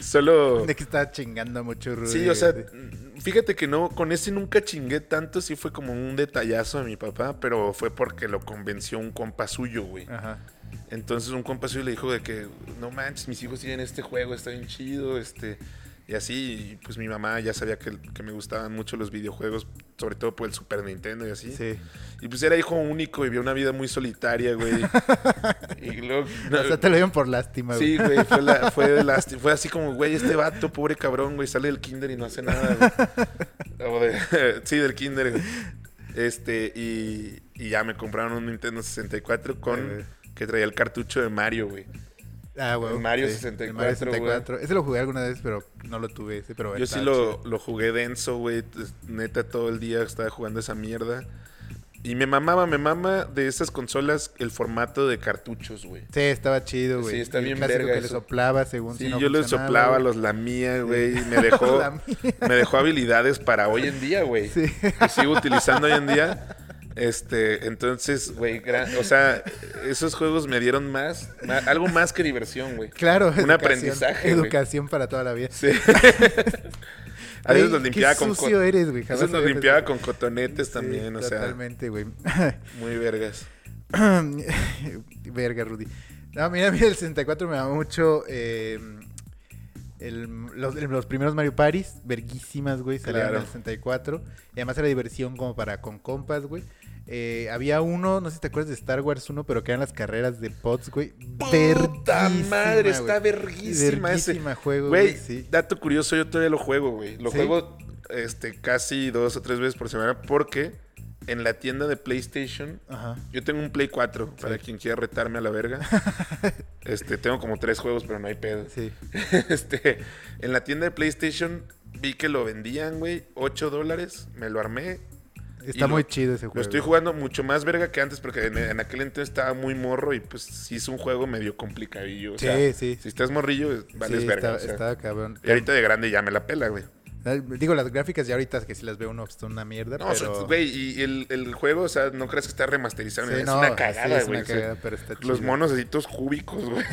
S2: Solo.
S1: De que estaba chingando mucho Rudy.
S2: Oh. Sí, o sea,
S1: güey.
S2: fíjate que no, con ese nunca chingué tanto, sí fue como un detallazo de mi papá, pero fue porque lo convenció un compa suyo, güey.
S1: Ajá.
S2: Entonces un compa suyo le dijo de que, no manches, mis hijos siguen este juego, está bien chido, este, y así, y pues mi mamá ya sabía que, que me gustaban mucho los videojuegos, sobre todo por el Super Nintendo y así.
S1: Sí.
S2: Y pues era hijo único y vio una vida muy solitaria, güey. y luego...
S1: O sea, te lo dieron por lástima, güey.
S2: Sí, güey, fue, la- fue, de las- fue así como, güey, este vato, pobre cabrón, güey, sale del kinder y no hace nada. güey. O de- sí, del kinder. güey. Este, y, y ya me compraron un Nintendo 64
S1: Ay, güey.
S2: con... Que traía el cartucho de Mario, güey.
S1: Ah, güey.
S2: el Mario
S1: sí,
S2: 64,
S1: el Mario 64. Ese lo jugué alguna vez, pero no lo tuve ese, pero
S2: Yo sí
S1: estaba
S2: lo, lo jugué denso, güey. Neta, todo el día estaba jugando esa mierda. Y me mamaba, me mama de esas consolas el formato de cartuchos, güey.
S1: Sí, estaba chido, güey.
S2: Sí, está
S1: Y el
S2: bien
S1: clásico
S2: verga
S1: que le
S2: eso.
S1: soplaba según si
S2: Sí,
S1: no
S2: yo le
S1: funcionaba,
S2: soplaba,
S1: güey.
S2: los lamía, güey. y Me dejó,
S1: Los lamía.
S2: me dejó habilidades para hoy en día, güey.
S1: Sí.
S2: Que sigo utilizando hoy en día. Este, entonces, güey, gran- o sea, esos juegos me dieron más, ma- algo más que diversión, güey.
S1: Claro,
S2: Un aprendizaje, güey.
S1: Educación para toda la vida.
S2: Sí. A
S1: Güey,
S2: veces los limpiaba
S1: qué
S2: con
S1: sucio
S2: co-
S1: eres, güey.
S2: a veces
S1: jamás
S2: los
S1: había
S2: limpiaba
S1: pensado.
S2: con cotonetes
S1: Sí,
S2: también, o sea,
S1: Totalmente, güey.
S2: muy vergas.
S1: Verga, Rudy. No, mira, mira, el 64 me da mucho. eh, el- los, los primeros Mario Paris, verguísimas, güey, salieron
S2: Claro.
S1: en el 64. Y además era diversión como para con compas, güey. Eh, había uno, no sé si te acuerdas de Star Wars 1, pero que eran las carreras de pods, güey.
S2: Puta madre, está
S1: güey.
S2: verguísima ese.
S1: Verguísima juego,
S2: Güey,
S1: güey. Sí.
S2: dato curioso, yo todavía lo juego, güey. Lo
S1: ¿Sí?
S2: juego este, casi dos o tres veces por semana porque en la tienda de PlayStation
S1: Ajá.
S2: Yo tengo un Play 4, para quien quiera retarme a la verga. este, tengo como tres juegos, pero no hay pedo.
S1: Sí.
S2: Este, en la tienda de PlayStation vi que lo vendían, güey, 8 dólares, me lo armé. y
S1: Está
S2: lo-
S1: muy chido ese juego.
S2: Lo estoy
S1: güey.
S2: jugando mucho más verga que antes, porque en, en aquel entonces estaba muy morro y pues sí es un juego medio complicadillo. o
S1: Sí,
S2: sea,
S1: sí.
S2: Si estás morrillo, vales
S1: Sí,
S2: verga.
S1: está-
S2: o sea.
S1: está cabrón.
S2: Y ahorita de grande ya me la pela, güey.
S1: Digo, las gráficas ya ahorita que si las veo uno pues, son una mierda,
S2: No, o sea,
S1: pero...
S2: güey, y el, el juego, o sea, no crees que está remasterizado.
S1: Sí,
S2: es
S1: no,
S2: una
S1: sí,
S2: cagada,
S1: es
S2: güey.
S1: una
S2: o sea,
S1: cagada, pero está
S2: los
S1: chido.
S2: monos así todos cúbicos, güey.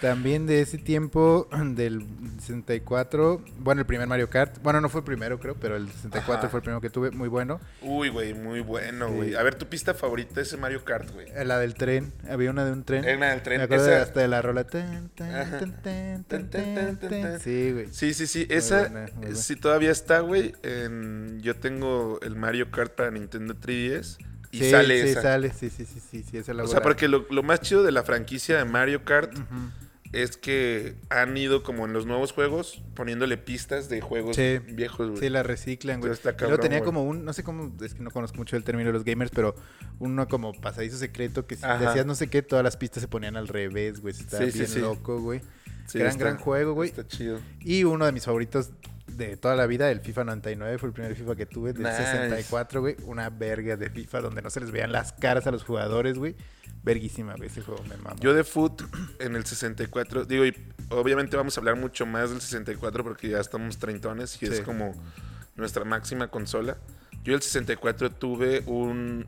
S1: También de ese tiempo del 64, bueno, el primer Mario Kart, bueno, no fue el primero creo, pero el 64
S2: Ajá.
S1: fue el primero que tuve, muy bueno.
S2: Uy, güey, muy bueno,
S1: Sí.
S2: güey. A ver, tu pista favorita es el Mario Kart, güey.
S1: Eh, La del tren, había una de un tren.
S2: Era una del tren,
S1: Me acuerdo de-
S2: esa-
S1: hasta de la rola. tan, tan,
S2: Ajá.
S1: tan, tan,
S2: Tan, tan,
S1: tan,
S2: tan,
S1: tan.
S2: tan.
S1: Sí, güey.
S2: Sí, sí, sí. Esa
S1: buena, muy
S2: eh,
S1: buena.
S2: sí todavía está, güey. en- Yo tengo el Mario Kart para Nintendo 3DS y
S1: Sí,
S2: sale
S1: sí,
S2: esa.
S1: sale, sí, sí, sí, sí, sí, esa la
S2: O sea,
S1: volaba.
S2: porque lo, lo más chido de la franquicia de Mario Kart
S1: Ujú.
S2: es que han ido como en los nuevos juegos poniéndole pistas de juegos
S1: Sí.
S2: viejos, güey.
S1: Sí, la reciclan, güey.
S2: Pero está
S1: Y luego
S2: cabrón,
S1: tenía
S2: güey.
S1: como un, no sé cómo, es que no conozco mucho el término de los gamers, pero uno como pasadizo secreto que si te
S2: Ajá.
S1: hacías no sé qué, todas las pistas se ponían al revés, güey. Estaba
S2: Sí, sí,
S1: bien
S2: sí.
S1: loco, güey.
S2: Sí,
S1: gran,
S2: está-
S1: gran juego, güey.
S2: Está chido.
S1: Y uno de mis favoritos de toda la vida, el FIFA 99, fue el primer FIFA que tuve, del
S2: Nice.
S1: 64, güey. Una verga de FIFA donde no se les vean las caras a los jugadores, güey. Verguísima, güey, ese juego me mama.
S2: Yo de Foot en el 64, digo, y obviamente vamos a hablar mucho más del 64 porque ya estamos treintones y es
S1: Sí.
S2: como nuestra máxima consola. Yo el 64 tuve un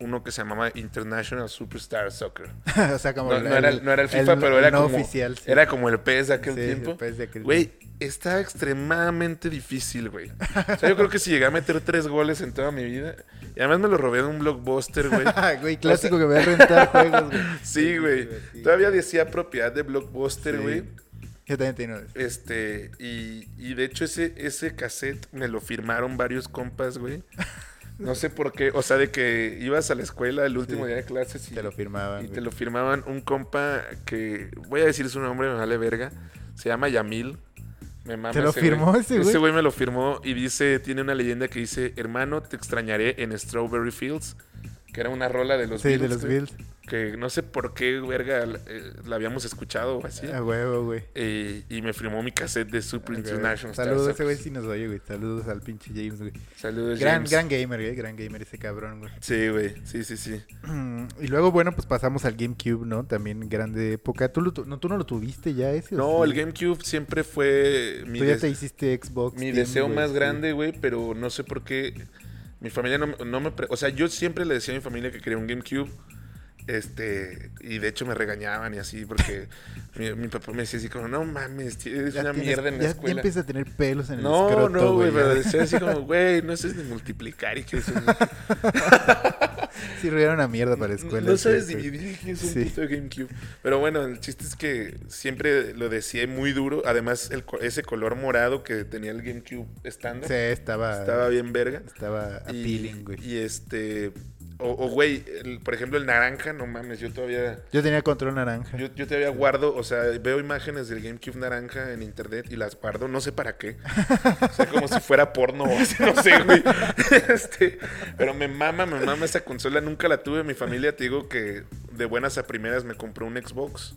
S2: uno que se llamaba International Superstar Soccer.
S1: o sea, como
S2: No, no era, no era el FIFA, pero era
S1: no
S2: como
S1: oficial. sí.
S2: era como el PES de aquel
S1: Sí, el
S2: tiempo.
S1: PES de aquel
S2: Güey, estaba extremadamente difícil, güey. O sea, yo creo que si llegué a meter tres goles en toda mi vida, y además me lo robé de un blockbuster, güey.
S1: güey, clásico que me va a rentar juegos, güey.
S2: Sí, güey.
S1: sí.
S2: Todavía decía propiedad de Blockbuster,
S1: Sí.
S2: güey.
S1: Yo también tengo uno de esos.
S2: Este, y, y de hecho ese, ese cassette me lo firmaron varios compas, güey. No sé por qué, o sea, de que ibas a la escuela el último
S1: Sí.
S2: día de clases y,
S1: Te lo firmaban.
S2: y te
S1: güey.
S2: lo firmaban un compa que, voy a decir su nombre, me vale verga, se llama Yamil. Me mama
S1: ¿Te lo
S2: ese
S1: firmó ese güey?
S2: Ese güey me lo firmó y dice, tiene una leyenda que dice, hermano, te extrañaré en Strawberry Fields, que era una rola de los
S1: Sí, de
S2: Beatles,
S1: los
S2: güey
S1: Bills.
S2: que no sé por qué, verga, eh, la habíamos escuchado o así.
S1: A huevo, Ah, güey.
S2: Eh, y me firmó mi cassette de Super
S1: A huevo.
S2: International.
S1: Saludos a ese
S2: Star
S1: güey
S2: Soccer.
S1: si nos oye, güey. Saludos al pinche James, güey.
S2: Saludos,
S1: Gran,
S2: Pues
S1: gran
S2: James.
S1: gamer, güey. Gran gamer ese cabrón, güey.
S2: Sí, güey. Sí, sí, sí.
S1: Y luego, bueno, pues pasamos al GameCube, ¿no? También grande época. ¿Tú, lo tu- no, ¿tú no lo tuviste ya ese? o
S2: No,
S1: sí?
S2: el GameCube siempre fue mi,
S1: Tú ya
S2: des-
S1: te hiciste Xbox.
S2: mi
S1: Steam,
S2: deseo
S1: güey,
S2: más
S1: sí.
S2: grande, güey, pero no sé por qué. Mi familia no, me- no me... pre- O sea, yo siempre le decía a mi familia que quería un GameCube. Este, y de hecho me regañaban y así, porque mi, mi papá me decía así como, no mames, es
S1: Ya
S2: una
S1: tienes-
S2: mierda en la
S1: ya-
S2: escuela.
S1: Ya empieza a tener pelos en el
S2: No,
S1: escroto,
S2: no, güey,
S1: ya.
S2: pero decía así como, güey, no sabes ni multiplicar y que es un-
S1: Sí, era una mierda para la escuela.
S2: No
S1: sí,
S2: sabes
S1: güey.
S2: dividir y que es un
S1: Sí.
S2: puto GameCube. Pero bueno, el chiste es que siempre lo decía muy duro. Además, el co- ese color morado que tenía el GameCube estándar
S1: Sí, estaba...
S2: estaba
S1: Estaba,
S2: bien verga. Y,
S1: appealing, güey.
S2: y este, o o, güey, el- por ejemplo, el naranja, no mames, yo todavía.
S1: Yo tenía control naranja.
S2: Yo, yo todavía guardo, o sea, veo imágenes del GameCube naranja en internet y las guardo, no sé para qué. O sea, como si fuera porno o así, no sé, güey. Este, pero me mama, me mama esa consola. Nunca la tuve. Mi familia, te digo que de buenas a primeras me compró un Xbox.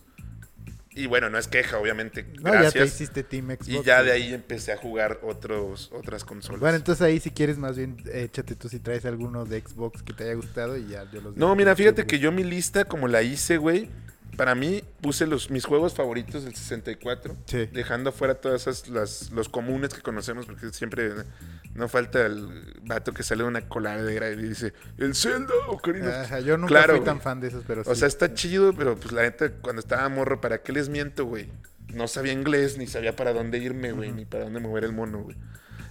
S2: Y bueno, no es queja, obviamente.
S1: No,
S2: Gracias.
S1: ya te hiciste Team Xbox.
S2: y ya de
S1: güey.
S2: ahí pues, empecé a jugar otros, otras consolas.
S1: Bueno, entonces ahí si quieres más bien échate tú si traes alguno de Xbox que te haya gustado y ya yo los
S2: No, mira, fíjate que yo mi lista, como la hice, güey, Para mí, puse los, mis juegos favoritos del 64,
S1: Sí.
S2: dejando afuera todas esas, las, los comunes que conocemos, porque siempre no falta el vato que sale de una coladera y dice, el Zelda Ocarina of
S1: Ajá,
S2: Time".
S1: yo nunca
S2: Claro,
S1: fui tan
S2: güey.
S1: fan de esos, pero sí.
S2: O sea, está chido, pero pues la neta, cuando estaba morro, ¿para qué les miento, güey? No sabía inglés, ni sabía para dónde irme, güey, ni para dónde mover el mono, güey.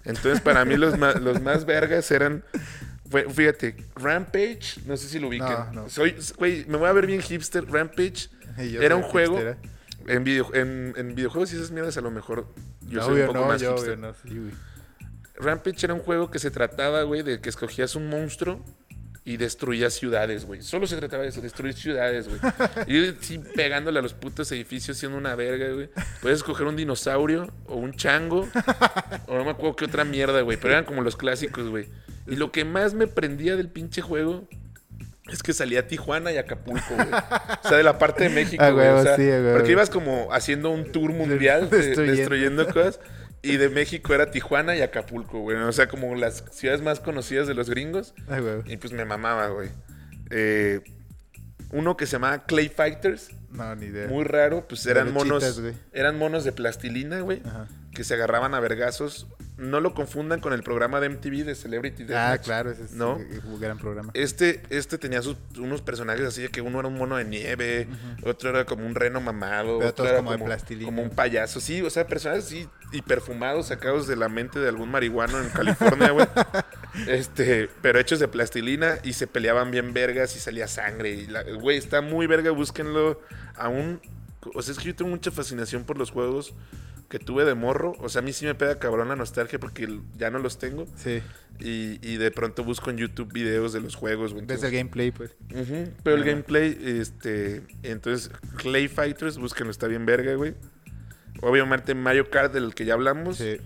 S2: Entonces, para mí, los más, los más vergas eran. fue- Fíjate, Rampage, no sé si lo ubiquen.
S1: No, no.
S2: Soy, güey, me voy a ver bien hipster. Rampage
S1: Y yo
S2: era
S1: soy
S2: un juego.
S1: hipster, ¿eh?
S2: En, video- en, en videojuegos y esas mierdas, a lo mejor yo soy
S1: obvio
S2: un poco
S1: no,
S2: más
S1: yo
S2: hipster.
S1: obvio no, sí, güey.
S2: Rampage era un juego que se trataba, güey, de que escogías un monstruo y destruías ciudades, güey. Solo se trataba de eso, destruir ciudades, güey. Y sí, pegándole a los putos edificios siendo una verga, güey. Puedes escoger un dinosaurio o un chango o no me acuerdo qué otra mierda, güey. Pero eran como los clásicos, güey. Y lo que más me prendía del pinche juego es que salía a Tijuana y Acapulco, güey. O sea, de la parte de México,
S1: Ah,
S2: güey. o
S1: huevo,
S2: sea,
S1: sí, ah, huevo.
S2: porque ibas como haciendo un tour mundial, de-
S1: Destruyendo.
S2: destruyendo cosas. Y de México era Tijuana y Acapulco, güey. O sea, como las ciudades más conocidas de los gringos.
S1: Ay, güey.
S2: Y pues me mamaba, güey. Eh, uno que se llamaba Clay Fighters,
S1: No, ni idea.
S2: muy raro, pues eran
S1: Eh, De
S2: monos,
S1: luchitas, güey. Ah.
S2: eran monos de plastilina, güey,
S1: Ajá.
S2: que se agarraban a vergazos. No lo confundan con el programa de MTV de Celebrity
S1: Ah,
S2: Deathmatch.
S1: claro, ese es
S2: ¿No?
S1: un gran programa.
S2: Este, este tenía sus, unos personajes así de que uno era un mono de nieve, otro era como un reno mamado,
S1: Pero
S2: otro
S1: todos
S2: era
S1: como de plastilina.
S2: como un payaso, sí, o sea, personajes así y perfumados sacados de la mente de algún marihuano en California, güey. Este, pero hechos de plastilina y se peleaban bien vergas y salía sangre. Y la- güey, está muy verga, búsquenlo. Aún, o sea, es que yo tengo mucha fascinación por los juegos que tuve de morro. O sea, a mí sí me pega cabrón la nostalgia porque ya no los tengo.
S1: Sí,
S2: Y, y de pronto busco en YouTube videos de los juegos, güey.
S1: ves el gameplay, pues.
S2: Ujú, Pero el gameplay, este. Entonces, Clay Fighters, búsquenlo, está bien verga, güey. Obviamente, Mario Kart, del que ya hablamos.
S1: Sí.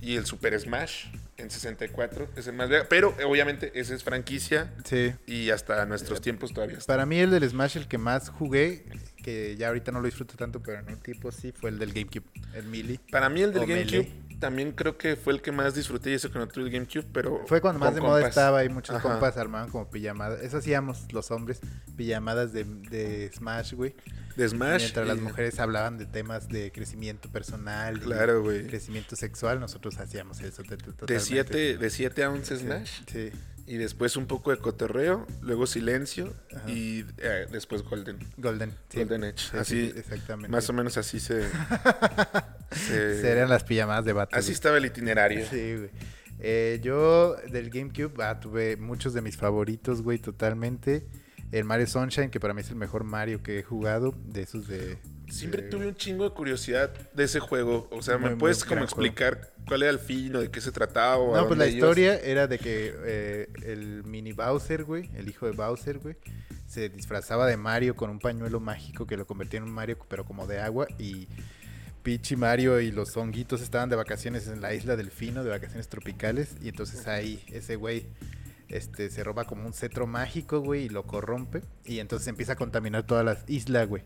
S2: Y el Super Smash en 64, es el más verga. Pero, eh, obviamente, ese es franquicia.
S1: Sí.
S2: Y hasta nuestros tiempos todavía está.
S1: Para mí el del Smash el que más jugué, que ya ahorita no lo disfruto tanto, pero en un tiempo sí, fue el del GameCube, el Melee.
S2: Para mí, el del
S1: O
S2: GameCube
S1: Melee.
S2: también creo que fue el que más disfruté. Y eso que no tuve el GameCube, pero.
S1: Fue cuando más
S2: con
S1: de moda
S2: compas.
S1: estaba y muchos
S2: Ajá.
S1: compas armaban como pijamadas. Eso hacíamos los hombres, pijamadas de, de Smash, güey.
S2: De Smash. eh.
S1: Mientras las
S2: y-
S1: mujeres hablaban de temas de crecimiento personal, y
S2: Claro, güey.
S1: crecimiento sexual, nosotros hacíamos eso. to- to-
S2: De
S1: totalmente.
S2: 7 de siete a 11
S1: Sí,
S2: Smash.
S1: Sí.
S2: Y después un poco de cotorreo, luego silencio
S1: Ajá.
S2: y eh, después Golden.
S1: Golden. sí.
S2: Golden Edge.
S1: Sí,
S2: así,
S1: sí, exactamente.
S2: más o menos así se... se-
S1: Serían las pijamadas de vatos.
S2: así
S1: güey.
S2: estaba el itinerario.
S1: Sí, güey. Eh, yo del GameCube ah, tuve muchos de mis favoritos, güey, totalmente. El Mario Sunshine, que para mí es el mejor Mario que he jugado, de esos de...
S2: Siempre
S1: de-
S2: tuve un chingo de curiosidad de ese juego. O sea, ¿me
S1: Muy,
S2: puedes
S1: muy
S2: como
S1: gran juego.
S2: explicar cuál era el fin o de qué se trataba? o a
S1: No, pues
S2: dónde
S1: la
S2: ibas?
S1: historia era de que eh, el mini Bowser, güey, el hijo de Bowser, güey, se disfrazaba de Mario con un pañuelo mágico que lo convertía en un Mario, pero como de agua. Y Pichi Mario y los honguitos estaban de vacaciones en la isla Delfino, de vacaciones tropicales. Y entonces ahí ese güey este, se roba como un cetro mágico, güey, y lo corrompe. Y entonces empieza a contaminar todas las islas, güey.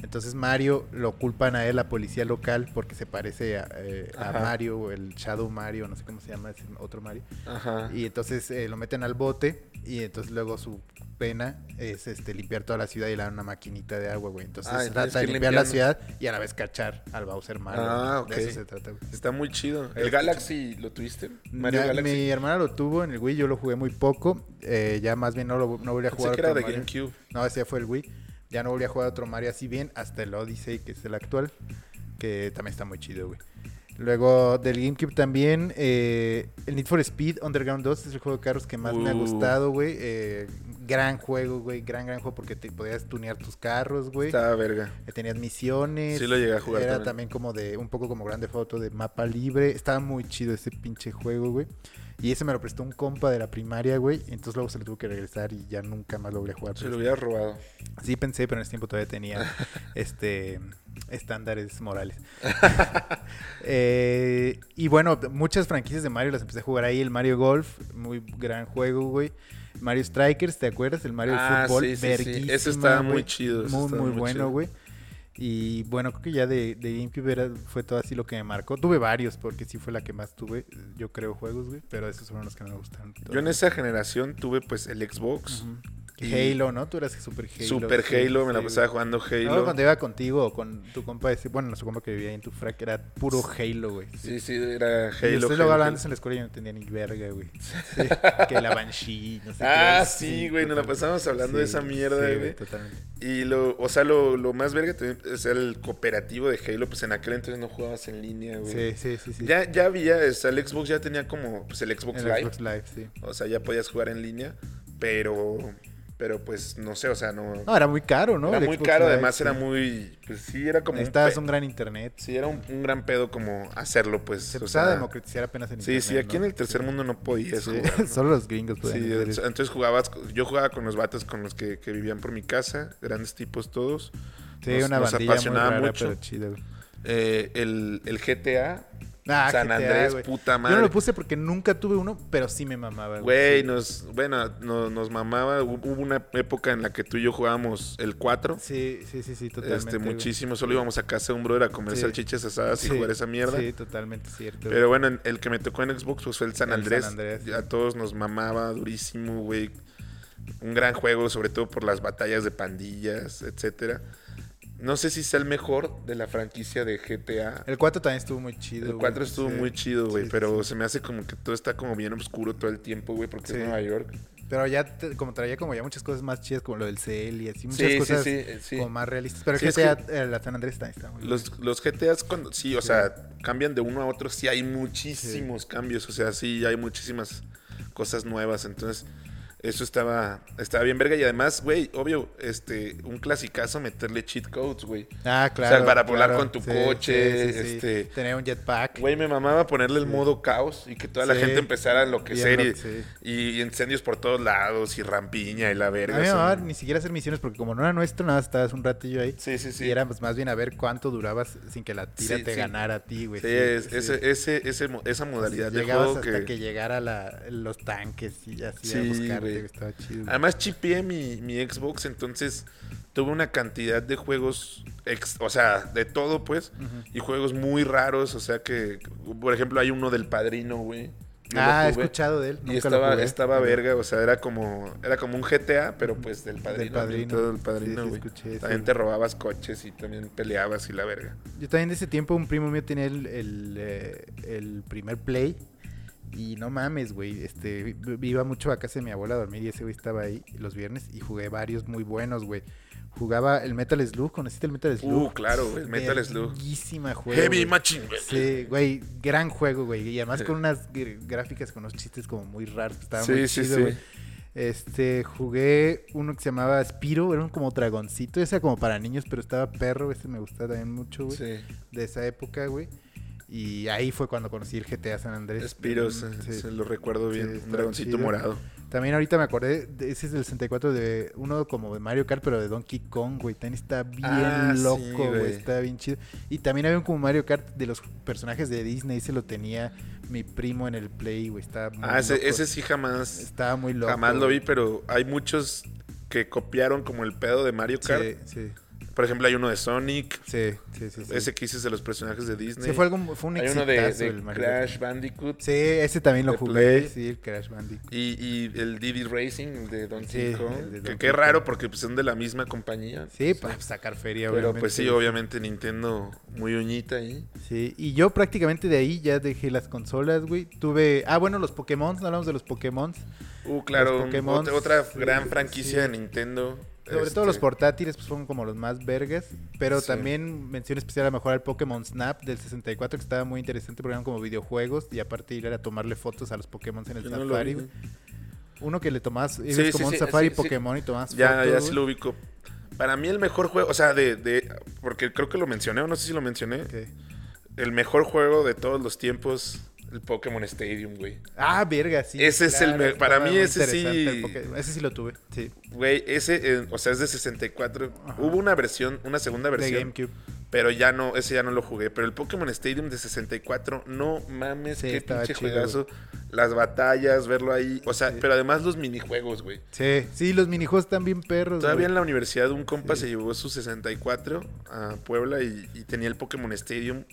S1: Entonces Mario lo culpan a él, la policía local, porque se parece a, eh, a
S2: Ajá.
S1: Mario, o el Shadow Mario, no sé cómo se llama ese otro Mario.
S2: Ajá.
S1: Y entonces eh, lo meten al bote y entonces luego su pena es este limpiar toda la ciudad y le dan una maquinita de agua, güey. Entonces
S2: Ah, y tienes
S1: trata de
S2: que ir
S1: limpiar la
S2: limpiando.
S1: ciudad y a la vez cachar al Bowser Mario.
S2: Ah,
S1: güey.
S2: ok.
S1: De eso se trata, güey.
S2: Está muy chido. ¿El Galaxy lo tuviste? Mario
S1: Ya,
S2: Galaxy.
S1: mi hermana lo tuvo en el Wii, yo lo jugué muy poco. eh, ya más bien no, lo, no volví a
S2: Pensé
S1: jugar
S2: que era
S1: otro
S2: de
S1: Mario.
S2: GameCube.
S1: No, ese ya fue el Wii. Ya no volví a jugar otro Mario así bien hasta el Odyssey, que es el actual, que también está muy chido, güey. Luego del GameCube también, eh, el Need for Speed Underground 2 es el juego de carros que más me ha
S2: Uh.
S1: gustado, güey. Eh, gran juego, güey, gran, gran juego porque te podías tunear tus carros, güey.
S2: Estaba verga.
S1: Eh, Tenías misiones.
S2: Sí lo llegué a jugar
S1: Era
S2: también.
S1: también. como de, un poco como grande foto de mapa libre. Estaba muy chido ese pinche juego, güey. Y ese me lo prestó un compa de la primaria, güey. Entonces luego se lo tuvo que regresar y ya nunca más lo volví a jugar.
S2: Se
S1: pero
S2: lo hubiera robado.
S1: Sí pensé, pero en ese tiempo todavía tenía este estándares morales. Eh, y bueno, muchas franquicias de Mario las empecé a jugar ahí. El Mario Golf, muy gran juego, güey. Mario Strikers, ¿te acuerdas? El Mario del
S2: Ah,
S1: Fútbol,
S2: sí, sí, sí.
S1: verguísima,
S2: Ese estaba muy
S1: güey.
S2: chido, ese
S1: Muy,
S2: estaba
S1: muy
S2: muy chido.
S1: bueno, güey. Y bueno, creo que ya de, de GameCube era- fue todo así lo que me marcó. Tuve varios, porque sí fue la que más tuve, yo creo, juegos, güey. Pero esos fueron los que me gustaron.
S2: Yo en esa generación tuve pues el Xbox,
S1: Ujú.
S2: Y
S1: Halo, ¿no? Tú eras super Halo.
S2: Super
S1: sí,
S2: Halo, me la
S1: sí,
S2: pasaba
S1: güey.
S2: jugando
S1: No,
S2: Halo.
S1: cuando iba contigo o con tu compa, ese- bueno, su compa que vivía ahí en tu frac, era puro Halo, güey.
S2: Sí, sí, era
S1: Y
S2: Halo.
S1: ustedes
S2: Halo,
S1: luego hablaban
S2: Halo.
S1: de eso en la escuela y yo no tenía ni verga, güey. Sí, que la Banshee, no sé qué.
S2: Ah,
S1: era,
S2: sí, güey, nos la
S1: totalmente.
S2: pasábamos hablando de esa mierda, güey.
S1: totalmente.
S2: Y lo, o sea, lo, lo más verga también es el cooperativo de Halo, pues en aquel entonces no jugabas en línea, güey.
S1: Sí, sí, sí, sí.
S2: Ya, ya había, o sea, el Xbox ya tenía como pues, el
S1: En
S2: Xbox
S1: el
S2: Live.
S1: Xbox Live, sí.
S2: O sea, ya podías jugar en línea, pero, pero pues no sé, o sea, no.
S1: No, era muy caro, ¿no?
S2: era
S1: El
S2: muy
S1: Xbox
S2: caro,
S1: Live,
S2: además
S1: sí.
S2: era muy. Pues sí, era como. Un
S1: Necesitabas
S2: pe-
S1: un gran internet.
S2: Sí, era un, un gran pedo como hacerlo, pues.
S1: Se
S2: o
S1: empezaba a
S2: sea,
S1: democratizar apenas en
S2: Sí,
S1: internet.
S2: sí, aquí
S1: ¿no?
S2: en el tercer mundo no podías
S1: Sí,
S2: jugar. ¿no?
S1: Solo los gringos pueden
S2: Sí,
S1: hacer
S2: ent-
S1: eso.
S2: entonces jugabas, yo jugaba con los vatos con los que, que vivían por mi casa, grandes tipos todos.
S1: Sí,
S2: nos-
S1: una
S2: nos
S1: bandilla muy
S2: apasionaba
S1: rara,
S2: mucho.
S1: pero chida, güey.
S2: Eh, el, el GTA,
S1: Ah,
S2: San
S1: GTA,
S2: Andrés,
S1: güey. Yo
S2: puta
S1: no
S2: madre.
S1: lo puse porque nunca tuve uno, pero sí me mamaba,
S2: Güey,
S1: Sí.
S2: nos, bueno, no- nos mamaba. Hu- Hubo una época en la que tú y yo jugábamos el 4.
S1: Sí, sí, sí, sí, totalmente.
S2: Este,
S1: güey.
S2: muchísimo. Solo íbamos a casa de un brother a comer
S1: Sí.
S2: salchichas asadas y
S1: Sí,
S2: jugar esa mierda.
S1: Sí, totalmente cierto.
S2: Pero bueno, en- el que me tocó en Xbox pues, fue el San
S1: El San
S2: Andrés.
S1: Andrés, sí.
S2: A todos nos mamaba durísimo, güey. Un gran juego, sobre todo por las batallas de pandillas, etcétera. No sé si sea el mejor de la franquicia de GTA.
S1: El 4 también estuvo muy chido.
S2: El
S1: güey.
S2: 4 estuvo
S1: Sí.
S2: muy chido, güey,
S1: Sí, sí,
S2: pero se me hace como que todo está como bien oscuro todo el tiempo, güey, porque
S1: Sí.
S2: es Nueva York.
S1: Pero ya, te- como traía como ya muchas cosas más chidas, como lo del CL y así, muchas
S2: Sí, sí,
S1: cosas
S2: sí, eh, sí.
S1: como más realistas. Pero el
S2: Sí, es
S1: GTA, eh, la San Andrés también está muy
S2: Los, los GTAs, cuando, sí, o sea, cambian de uno a otro, sí hay muchísimos cambios, o sea, sí hay muchísimas cosas nuevas, entonces eso estaba, estaba bien verga y además, güey, obvio, este, un clasicazo meterle cheat codes, güey.
S1: Ah, claro.
S2: para volar
S1: claro.
S2: con tu coche, este-
S1: Tener un jetpack.
S2: Güey, me mamaba ponerle el modo caos y que toda la
S1: Sí.
S2: gente empezara a enloquecer
S1: Bien
S2: y,
S1: lo- sí.
S2: y incendios por todos lados y rampiña y la verga.
S1: a mí me
S2: o sea,
S1: mamaba ni siquiera hacer misiones porque como no era nuestro, nada, más estabas un ratillo ahí.
S2: Sí, sí, sí.
S1: Y era pues, más bien a ver cuánto durabas sin que la tira
S2: Sí,
S1: te
S2: sí.
S1: ganara a ti, güey.
S2: Sí, es- Ese, ese, ese mo- esa modalidad de
S1: Llegabas
S2: juego
S1: hasta que,
S2: que...
S1: llegara la- los tanques y así a
S2: Sí,
S1: buscarte, güey,
S2: güey.
S1: Estaba chido. güey.
S2: Además chipié mi, mi Xbox, entonces tuve una cantidad de juegos, ex- o sea, de todo pues, y juegos muy raros, o sea que, por ejemplo, hay uno del Padrino, güey. yo lo
S1: ah, he
S2: jugué,
S1: escuchado de él.
S2: Y
S1: nunca lo
S2: estaba,
S1: jugué.
S2: estaba
S1: Pero-
S2: verga, o sea, era como, era como un GTA, pero pues del Padrino.
S1: Padrino.
S2: todo del
S1: Sí,
S2: Padrino,
S1: sí,
S2: güey.
S1: escuché eso,
S2: también
S1: güey.
S2: te robabas coches y también peleabas y la verga.
S1: Yo también de ese tiempo un primo mío tenía el, el, eh, el primer play. Y no mames, güey. Este, vi- vi- iba mucho a casa de mi abuela a dormir y ese güey estaba ahí los viernes y jugué varios muy buenos, güey. Jugaba el Metal Slug, ¿conociste el Metal Slug?
S2: Uh, claro, güey, Metal Slug.
S1: Verguísima juego.
S2: Heavy
S1: güey.
S2: Machine, güey.
S1: Sí, güey, gran juego, güey. Y además
S2: Sí.
S1: con unas gr- gráficas, con unos chistes como muy raros. que Estaba
S2: Sí,
S1: muy
S2: sí,
S1: chido,
S2: sí.
S1: güey. Este, jugué uno que se llamaba Spiro, era un como dragoncito, ese era como para niños, pero estaba perro, ese me gustaba también mucho, güey
S2: Sí.
S1: de esa época, güey. Y ahahí fue cuando conocí el GTA San Andrés.
S2: Spiros,
S1: Mm, sí.
S2: se lo recuerdo
S1: Sí,
S2: bien.
S1: está
S2: un dragoncito
S1: chido.
S2: morado.
S1: También ahorita me acordé, de- ese es del 64 de uno como de Mario Kart, pero de Donkey Kong, güey. También está bien
S2: Ah, sí,
S1: loco, güey.
S2: güey.
S1: Está bien chido. Y también había un como Mario Kart de los personajes de Disney, se lo tenía mi primo en el Play, güey. Estaba muy
S2: Ah, ese,
S1: loco.
S2: ese sí jamás.
S1: estaba muy loco.
S2: Jamás lo vi,
S1: güey.
S2: pero hay muchos que copiaron como el pedo de Mario Kart.
S1: Sí, sí,
S2: Por ejemplo, hay uno de Sonic.
S1: sí, sí, sí, sí.
S2: Ese que dices de los personajes de Disney.
S1: Sí, fue algo, fue un
S2: hay uno de,
S1: exitazo
S2: de
S1: el Mario Kart.
S2: Crash Bandicoot.
S1: Sí, ese también lo
S2: de
S1: jugué.
S2: Play.
S1: Sí, el Crash Bandicoot.
S2: Y, y el Diddy Racing el de Donkey
S1: Sí,
S2: Kong.
S1: el de
S2: que
S1: Donkey
S2: qué
S1: Kong.
S2: raro porque pues, son de la misma compañía.
S1: Sí, para sacar feria,
S2: Pero
S1: obviamente.
S2: pues sí, obviamente Nintendo muy uñita ahí.
S1: Sí, y yo prácticamente de ahí ya dejé las consolas, güey. Tuve. Ah, bueno, los Pokémon, no hablamos de los Pokémon.
S2: Uh, claro,
S1: Los Pokémon,
S2: otra, otra
S1: sí,
S2: gran franquicia
S1: sí.
S2: de Nintendo.
S1: Sobre todo los
S2: este,
S1: portátiles, pues fueron como los más vergas. Pero
S2: Sí.
S1: también mención especial a lo mejor al Pokémon Snap del 64, que estaba muy interesante porque eran como videojuegos. Y aparte ir a tomarle fotos a los Pokémon en el
S2: yo no lo
S1: Safari,
S2: vi.
S1: güey. Uno que le tomabas, ibas
S2: sí,
S1: como un
S2: sí,
S1: Safari
S2: sí, sí.
S1: Pokémon y tomabas
S2: Ya,
S1: fotos.
S2: ya sí
S1: güey.
S2: lo ubico. Para mí el mejor juego, o sea, de, de- porque creo que lo mencioné, o no sé si lo mencioné,
S1: Ok.
S2: el mejor juego de todos los tiempos, el Pokémon Stadium, güey.
S1: Ah, verga, sí.
S2: Ese es el me- para
S1: estaba
S2: mí
S1: muy
S2: ese sí-
S1: interesante el Poké- Ese sí lo tuve, sí.
S2: Güey, ese, eh, o sea, es de 64.
S1: Ajá.
S2: Hubo una versión, una segunda
S1: De
S2: versión,
S1: GameCube.
S2: pero ya no, ese ya no lo jugué. Pero el Pokémon Stadium de 64, no mames,
S1: Sí,
S2: qué
S1: estaba
S2: pinche
S1: chido,
S2: juegazo. Las batallas, verlo ahí, o sea,
S1: Sí.
S2: pero además los minijuegos, güey.
S1: Sí, sí, los minijuegos están bien perros. güey.
S2: Todavía en la universidad un compa
S1: Sí.
S2: se llevó su 64 a Puebla y, y tenía el Pokémon Stadium.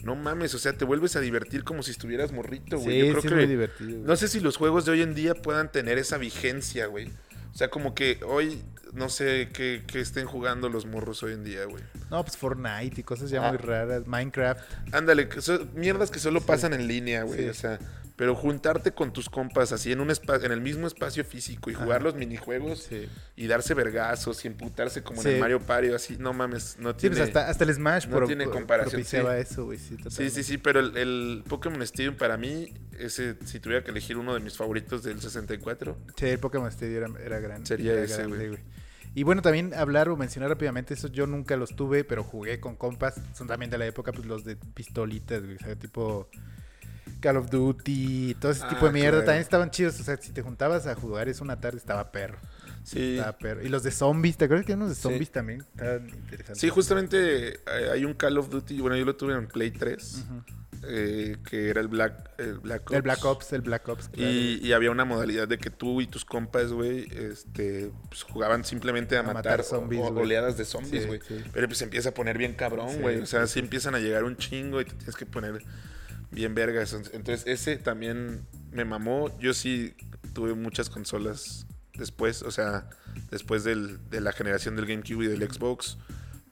S2: No mames, o sea, te vuelves a divertir como si estuvieras morrito, güey.
S1: Sí,
S2: Yo creo
S1: sí, es
S2: que
S1: muy divertido. güey.
S2: no sé si los juegos de hoy en día puedan tener esa vigencia, güey. O sea, como que hoy no sé qué, qué estén jugando los morros hoy en día, güey.
S1: No, pues Fortnite y cosas ya
S2: Ah.
S1: muy raras. Minecraft.
S2: Ándale, que so- mierdas que solo pasan en línea, güey.
S1: Sí.
S2: O sea, pero juntarte con tus compas así en un espa- en el mismo espacio físico y jugar
S1: Ajá.
S2: los minijuegos
S1: Pues, Sí.
S2: y darse vergazos y emputarse como en
S1: Sí.
S2: el Mario Party, o así, no mames, no
S1: Sí,
S2: tiene.
S1: pues hasta, hasta el Smash
S2: no tiene comparación,
S1: propiciaba
S2: sí.
S1: eso, güey. Sí,
S2: Sí, sí,
S1: totalmente.
S2: sí, pero el, el Pokémon Stadium para mí, ese, si tuviera que elegir uno de mis favoritos del 64,
S1: Sí, el Pokémon Stadium era, era gran.
S2: Sería
S1: era
S2: ese,
S1: grande,
S2: güey.
S1: Y bueno, también hablar o mencionar rápidamente, eso yo nunca los tuve, pero jugué con compas. Son también de la época, pues los de pistolitas, güey. O sea, tipo Call of Duty, todo ese
S2: Ah,
S1: tipo de mierda.
S2: claro.
S1: También estaban chidos. O sea, si te juntabas a jugar es una tarde, estaba perro.
S2: sí.
S1: Estaba perro. Y los de zombies, ¿te acuerdas que unos de
S2: Sí.
S1: zombies también? Estaban interesantes.
S2: Sí, justamente eh, hay un Call of Duty, bueno, yo lo tuve en Play 3,
S1: Ujú.
S2: eh, que era el Black, el Black Ops.
S1: El Black Ops, el Black Ops, claro.
S2: Y, y había una modalidad de que tú y tus compas, güey, este, pues, jugaban simplemente a,
S1: A matar
S2: matar,
S1: zombies,
S2: o- o-
S1: güey.
S2: oleadas de zombies,
S1: Sí,
S2: güey.
S1: sí.
S2: Pero pues se empieza a poner bien
S1: Sí,
S2: cabrón, güey. o sea,
S1: sí,
S2: sí empiezan a llegar un chingo y te tienes que poner bien vergas. Entonces, ese también me mamó. Yo sí tuve muchas consolas después, o sea, después del- de la generación del GameCube y del Xbox.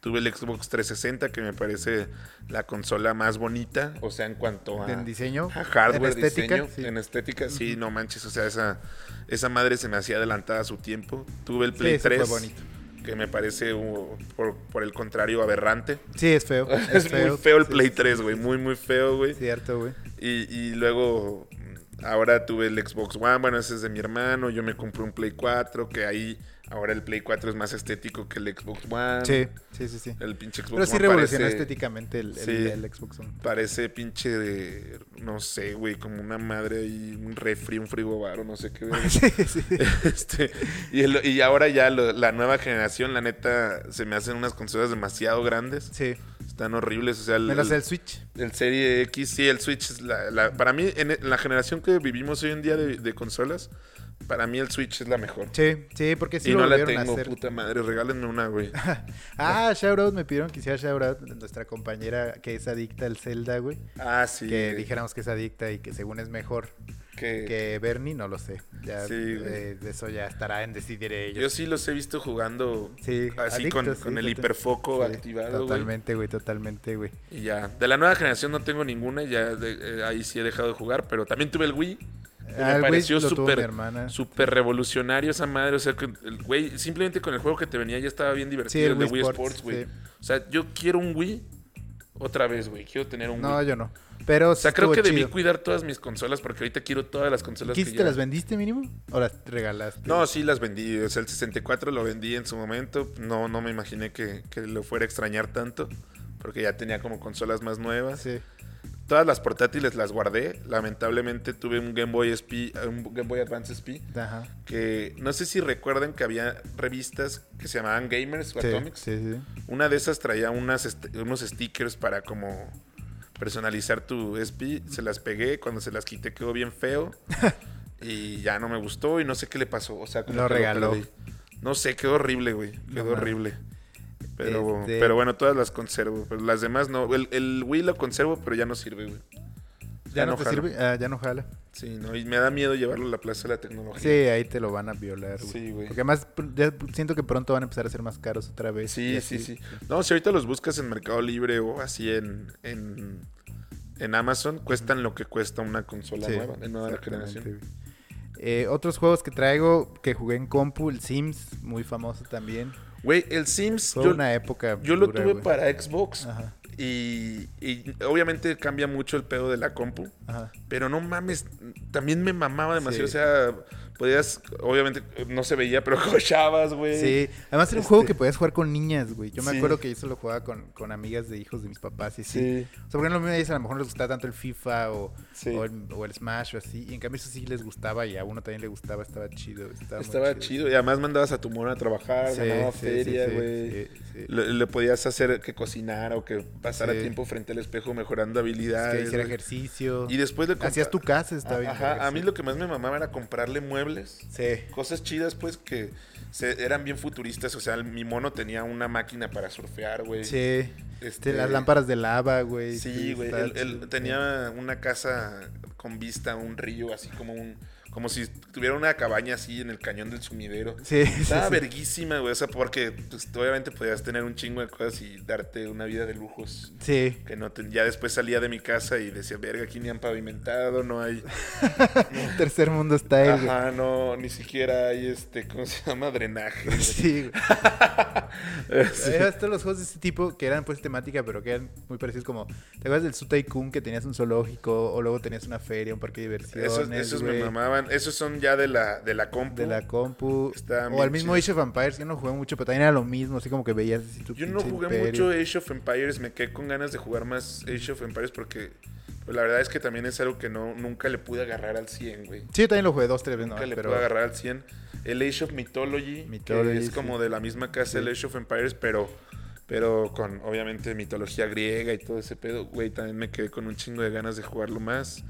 S2: Tuve el Xbox 360, que me parece la consola más bonita, o sea, en cuanto a...
S1: En diseño,
S2: A Ah, hardware,
S1: en estética,
S2: diseño,
S1: sí.
S2: en estética, sí, no manches, o sea, esa, esa madre se me hacía adelantada a su tiempo. Tuve el
S1: Sí,
S2: Play
S1: sí fue
S2: 3,
S1: bonito.
S2: que me parece, uh, por, por el contrario, aberrante.
S1: Sí, es feo.
S2: Es, muy feo el
S1: sí,
S2: Play
S1: sí,
S2: 3, güey, muy, muy feo, güey.
S1: Cierto, güey.
S2: Y, y luego, mm, ahora tuve el Xbox One, bueno, ese es de mi hermano, yo me compré un Play 4, que ahí, ahora el Play 4 es más estético que el Xbox One.
S1: Sí, sí, sí, sí.
S2: El pinche Ah, Xbox
S1: Pero sí
S2: One
S1: revolucionó
S2: parece-
S1: estéticamente el, el-
S2: Sí.
S1: el Xbox One.
S2: Parece pinche de, no sé, güey, como una madre ahí, un refri, un frigobar o no sé qué. verga.
S1: Ah, sí, sí.
S2: este, y, el- y ahora ya lo- la nueva generación, la neta, se me hacen unas consolas demasiado grandes.
S1: Sí.
S2: Están horribles. O sea, el,
S1: Menos
S2: el,
S1: el Switch.
S2: el Serie X, sí, el Switch. Es la, la- para mí, en, en la generación que vivimos hoy en día de, de consolas, para mí el Switch es la mejor.
S1: Sí, sí, porque sí
S2: y
S1: lo
S2: no la
S1: volvieron a
S2: tengo,
S1: hacer.
S2: puta madre. Regálenme una, güey.
S1: Ah, shoutout, me pidieron que hiciera shoutout de nuestra compañera que es adicta al Zelda, güey.
S2: Ah, sí.
S1: que
S2: güey,
S1: dijéramos que es adicta y que según es mejor
S2: que-
S1: que Bernie, no lo sé. Ya,
S2: Sí, güey.
S1: eh, de eso ya estará en decidir
S2: Yo
S1: ellos.
S2: sí los he visto jugando
S1: Sí,
S2: así con,
S1: adictos,
S2: con
S1: sí,
S2: el
S1: total-
S2: hiperfoco
S1: sí,
S2: activado. güey.
S1: Totalmente, güey, totalmente, güey.
S2: Y ya. De la nueva generación no tengo ninguna, ya de- eh, ahí sí he dejado de jugar, pero también tuve el Wii. que
S1: Ah, el
S2: me
S1: Wii
S2: pareció
S1: lo tuvo mi
S2: súper
S1: hermana.
S2: súper revolucionario esa madre. O sea, que el güey, simplemente con el juego que te venía ya estaba bien divertido.
S1: Sí, el
S2: el, de
S1: Wii
S2: Wii
S1: Sports,
S2: Sports, güey.
S1: sí.
S2: O sea, yo quiero un Wii otra vez, güey. Quiero tener un
S1: No,
S2: Wii.
S1: yo no. Pero
S2: O sea, creo que debí cuidar todas mis consolas porque ahorita quiero todas las consolas que
S1: ¿Quisiste
S2: ya-
S1: las vendiste mínimo? ¿O las regalaste?
S2: No, sí las vendí. O sea, el 64 lo vendí en su momento. No, no me imaginé que, que lo fuera a extrañar tanto. Porque ya tenía como consolas más nuevas.
S1: Sí.
S2: Todas las portátiles las guardé. Lamentablemente tuve un Game Boy SP, un Game Boy Advance SP.
S1: Ajá.
S2: Que no sé si recuerdan que había revistas que se llamaban Gamers o
S1: Sí,
S2: Atomics.
S1: sí, sí.
S2: Una de esas traía unas est- unos stickers para como personalizar tu SP. Se las pegué, cuando se las quité quedó bien feo. y ya no me gustó y no sé qué le pasó. O sea, como
S1: Lo
S2: que
S1: regaló.
S2: perdí. No sé, quedó horrible, güey. Quedó
S1: mames.
S2: horrible. Pero,
S1: Este-
S2: pero bueno, todas las conservo. Pero las demás no. El, el Wii lo conservo, pero ya no sirve, güey.
S1: ¿Ya no, te
S2: jalo.
S1: sirve? Ah, ya no jala.
S2: Sí, no. Y me da miedo llevarlo a la plaza de la tecnología.
S1: Sí, ahí te lo van a violar, güey.
S2: Sí, güey.
S1: Porque pues, además pr- ya siento que pronto van a empezar a ser más caros otra vez. y
S2: Sí,
S1: así.
S2: sí, sí. No, si ahorita los buscas en Mercado Libre o así en, en, en Amazon, cuestan lo que cuesta una consola
S1: Sí,
S2: nueva, de nueva
S1: exactamente,
S2: generación.
S1: güey. Eh, otros juegos que traigo que jugué en compu, el Sims, muy famoso también.
S2: Güey, el Sims,
S1: Fue
S2: yo,
S1: una época.
S2: yo lo
S1: dura,
S2: tuve
S1: güey.
S2: para Xbox
S1: Ajá,
S2: y, y obviamente cambia mucho el pedo de la compu.
S1: ajá.
S2: Pero no mames, también me mamaba demasiado.
S1: Sí.
S2: O sea, podías, obviamente no se veía, pero cochabas, güey.
S1: Sí, además era un
S2: Este-
S1: juego que podías jugar con niñas, güey. Yo me
S2: Sí.
S1: acuerdo que yo solo jugaba con, con amigas de hijos de mis papás y sí.
S2: sí.
S1: O sea, porque lo mismo a ellos a lo mejor no les gustaba tanto el FIFA o,
S2: Sí.
S1: o el, o el Smash o así. Y en cambio eso sí les gustaba y a uno también le gustaba, estaba chido. Estaba, muy
S2: Estaba chido. Y además mandabas a tu mono a trabajar,
S1: Sí,
S2: ganaba
S1: sí,
S2: feria,
S1: sí, sí,
S2: güey.
S1: sí, sí.
S2: Le, le podías hacer que cocinara o que pasara
S1: Sí.
S2: tiempo frente al espejo mejorando
S1: Que
S2: habilidades.
S1: hiciera
S2: güey.
S1: ejercicio.
S2: y después le compra-
S1: Hacías tu casa, estaba bien.
S2: Ajá,
S1: verga,
S2: a mí
S1: sí.
S2: lo que más me mamaba era comprarle muebles.
S1: Sí.
S2: Cosas chidas, pues, que se, eran bien futuristas. O sea, el- mi mono tenía una máquina para surfear, güey.
S1: Sí.
S2: Este-
S1: Las lámparas de lava, güey.
S2: Sí, güey.
S1: estaba
S2: Él, él
S1: chido,
S2: tenía una casa con vista a un río, así como un Como si tuviera una cabaña así en el cañón del sumidero.
S1: Sí, sí,
S2: Estaba
S1: sí.
S2: verguísima, güey. O sea, porque pues, obviamente podías tener un chingo de cosas y darte una vida de lujos.
S1: Sí.
S2: Que no ten- Ya después salía de mi casa y decía, verga, aquí ni han pavimentado, no hay.
S1: Tercer mundo está él, güey.
S2: Ajá, no, ni siquiera hay este, ¿cómo se llama? Drenaje. güey.
S1: Sí, güey.
S2: Sí.
S1: Había todos los juegos de este tipo que eran pues temática, pero que eran muy parecidos como... ¿Te acuerdas del Su Tycoon que tenías un zoológico o luego tenías una feria, un parque de diversiones,
S2: Esos, esos me
S1: güey,
S2: mamaban. Esos son ya de la, de la compu.
S1: De la compu.
S2: Estaban
S1: o
S2: bien
S1: al mismo
S2: chidos.
S1: Age of Empires, yo no jugué mucho, pero también era lo mismo, así como que veías así tu
S2: Yo no
S1: pinche
S2: jugué
S1: imperio.
S2: mucho eh. Age of Empires, me quedé con ganas de jugar más Age of Empires porque pues, la verdad es que también es algo que no, nunca le pude agarrar al 100, güey.
S1: Sí, yo también lo jugué dos, tres veces,
S2: Nunca
S1: no,
S2: le
S1: pero...
S2: pude agarrar al 100. El Age of Mythology, que
S1: Mythology,
S2: es
S1: sí.
S2: como de la misma casa el
S1: Sí.
S2: Age of Empires, pero, pero con obviamente mitología griega y todo ese pedo, güey, también me quedé con un chingo de ganas de jugarlo más.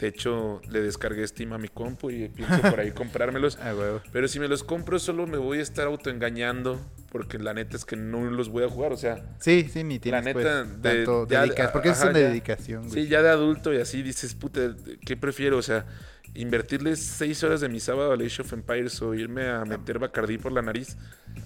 S2: De hecho, le descargué Steam a mi compu y pienso por ahí comprármelos.
S1: Ah, huevo.
S2: Pero si me los compro, solo me voy a estar autoengañando. Porque la neta es que no los voy a jugar. O sea,
S1: Sí, sí, ni tienes
S2: neta,
S1: pues,
S2: de-
S1: tanto
S2: ya-
S1: dedica- Porque eso es
S2: ajá,
S1: una
S2: ya.
S1: dedicación, güey.
S2: sí, ya de adulto y así dices, puta, ¿qué prefiero? O sea, invertirles seis horas de mi sábado al Age of Empires o irme
S1: Ah.
S2: a meter Bacardí por la nariz.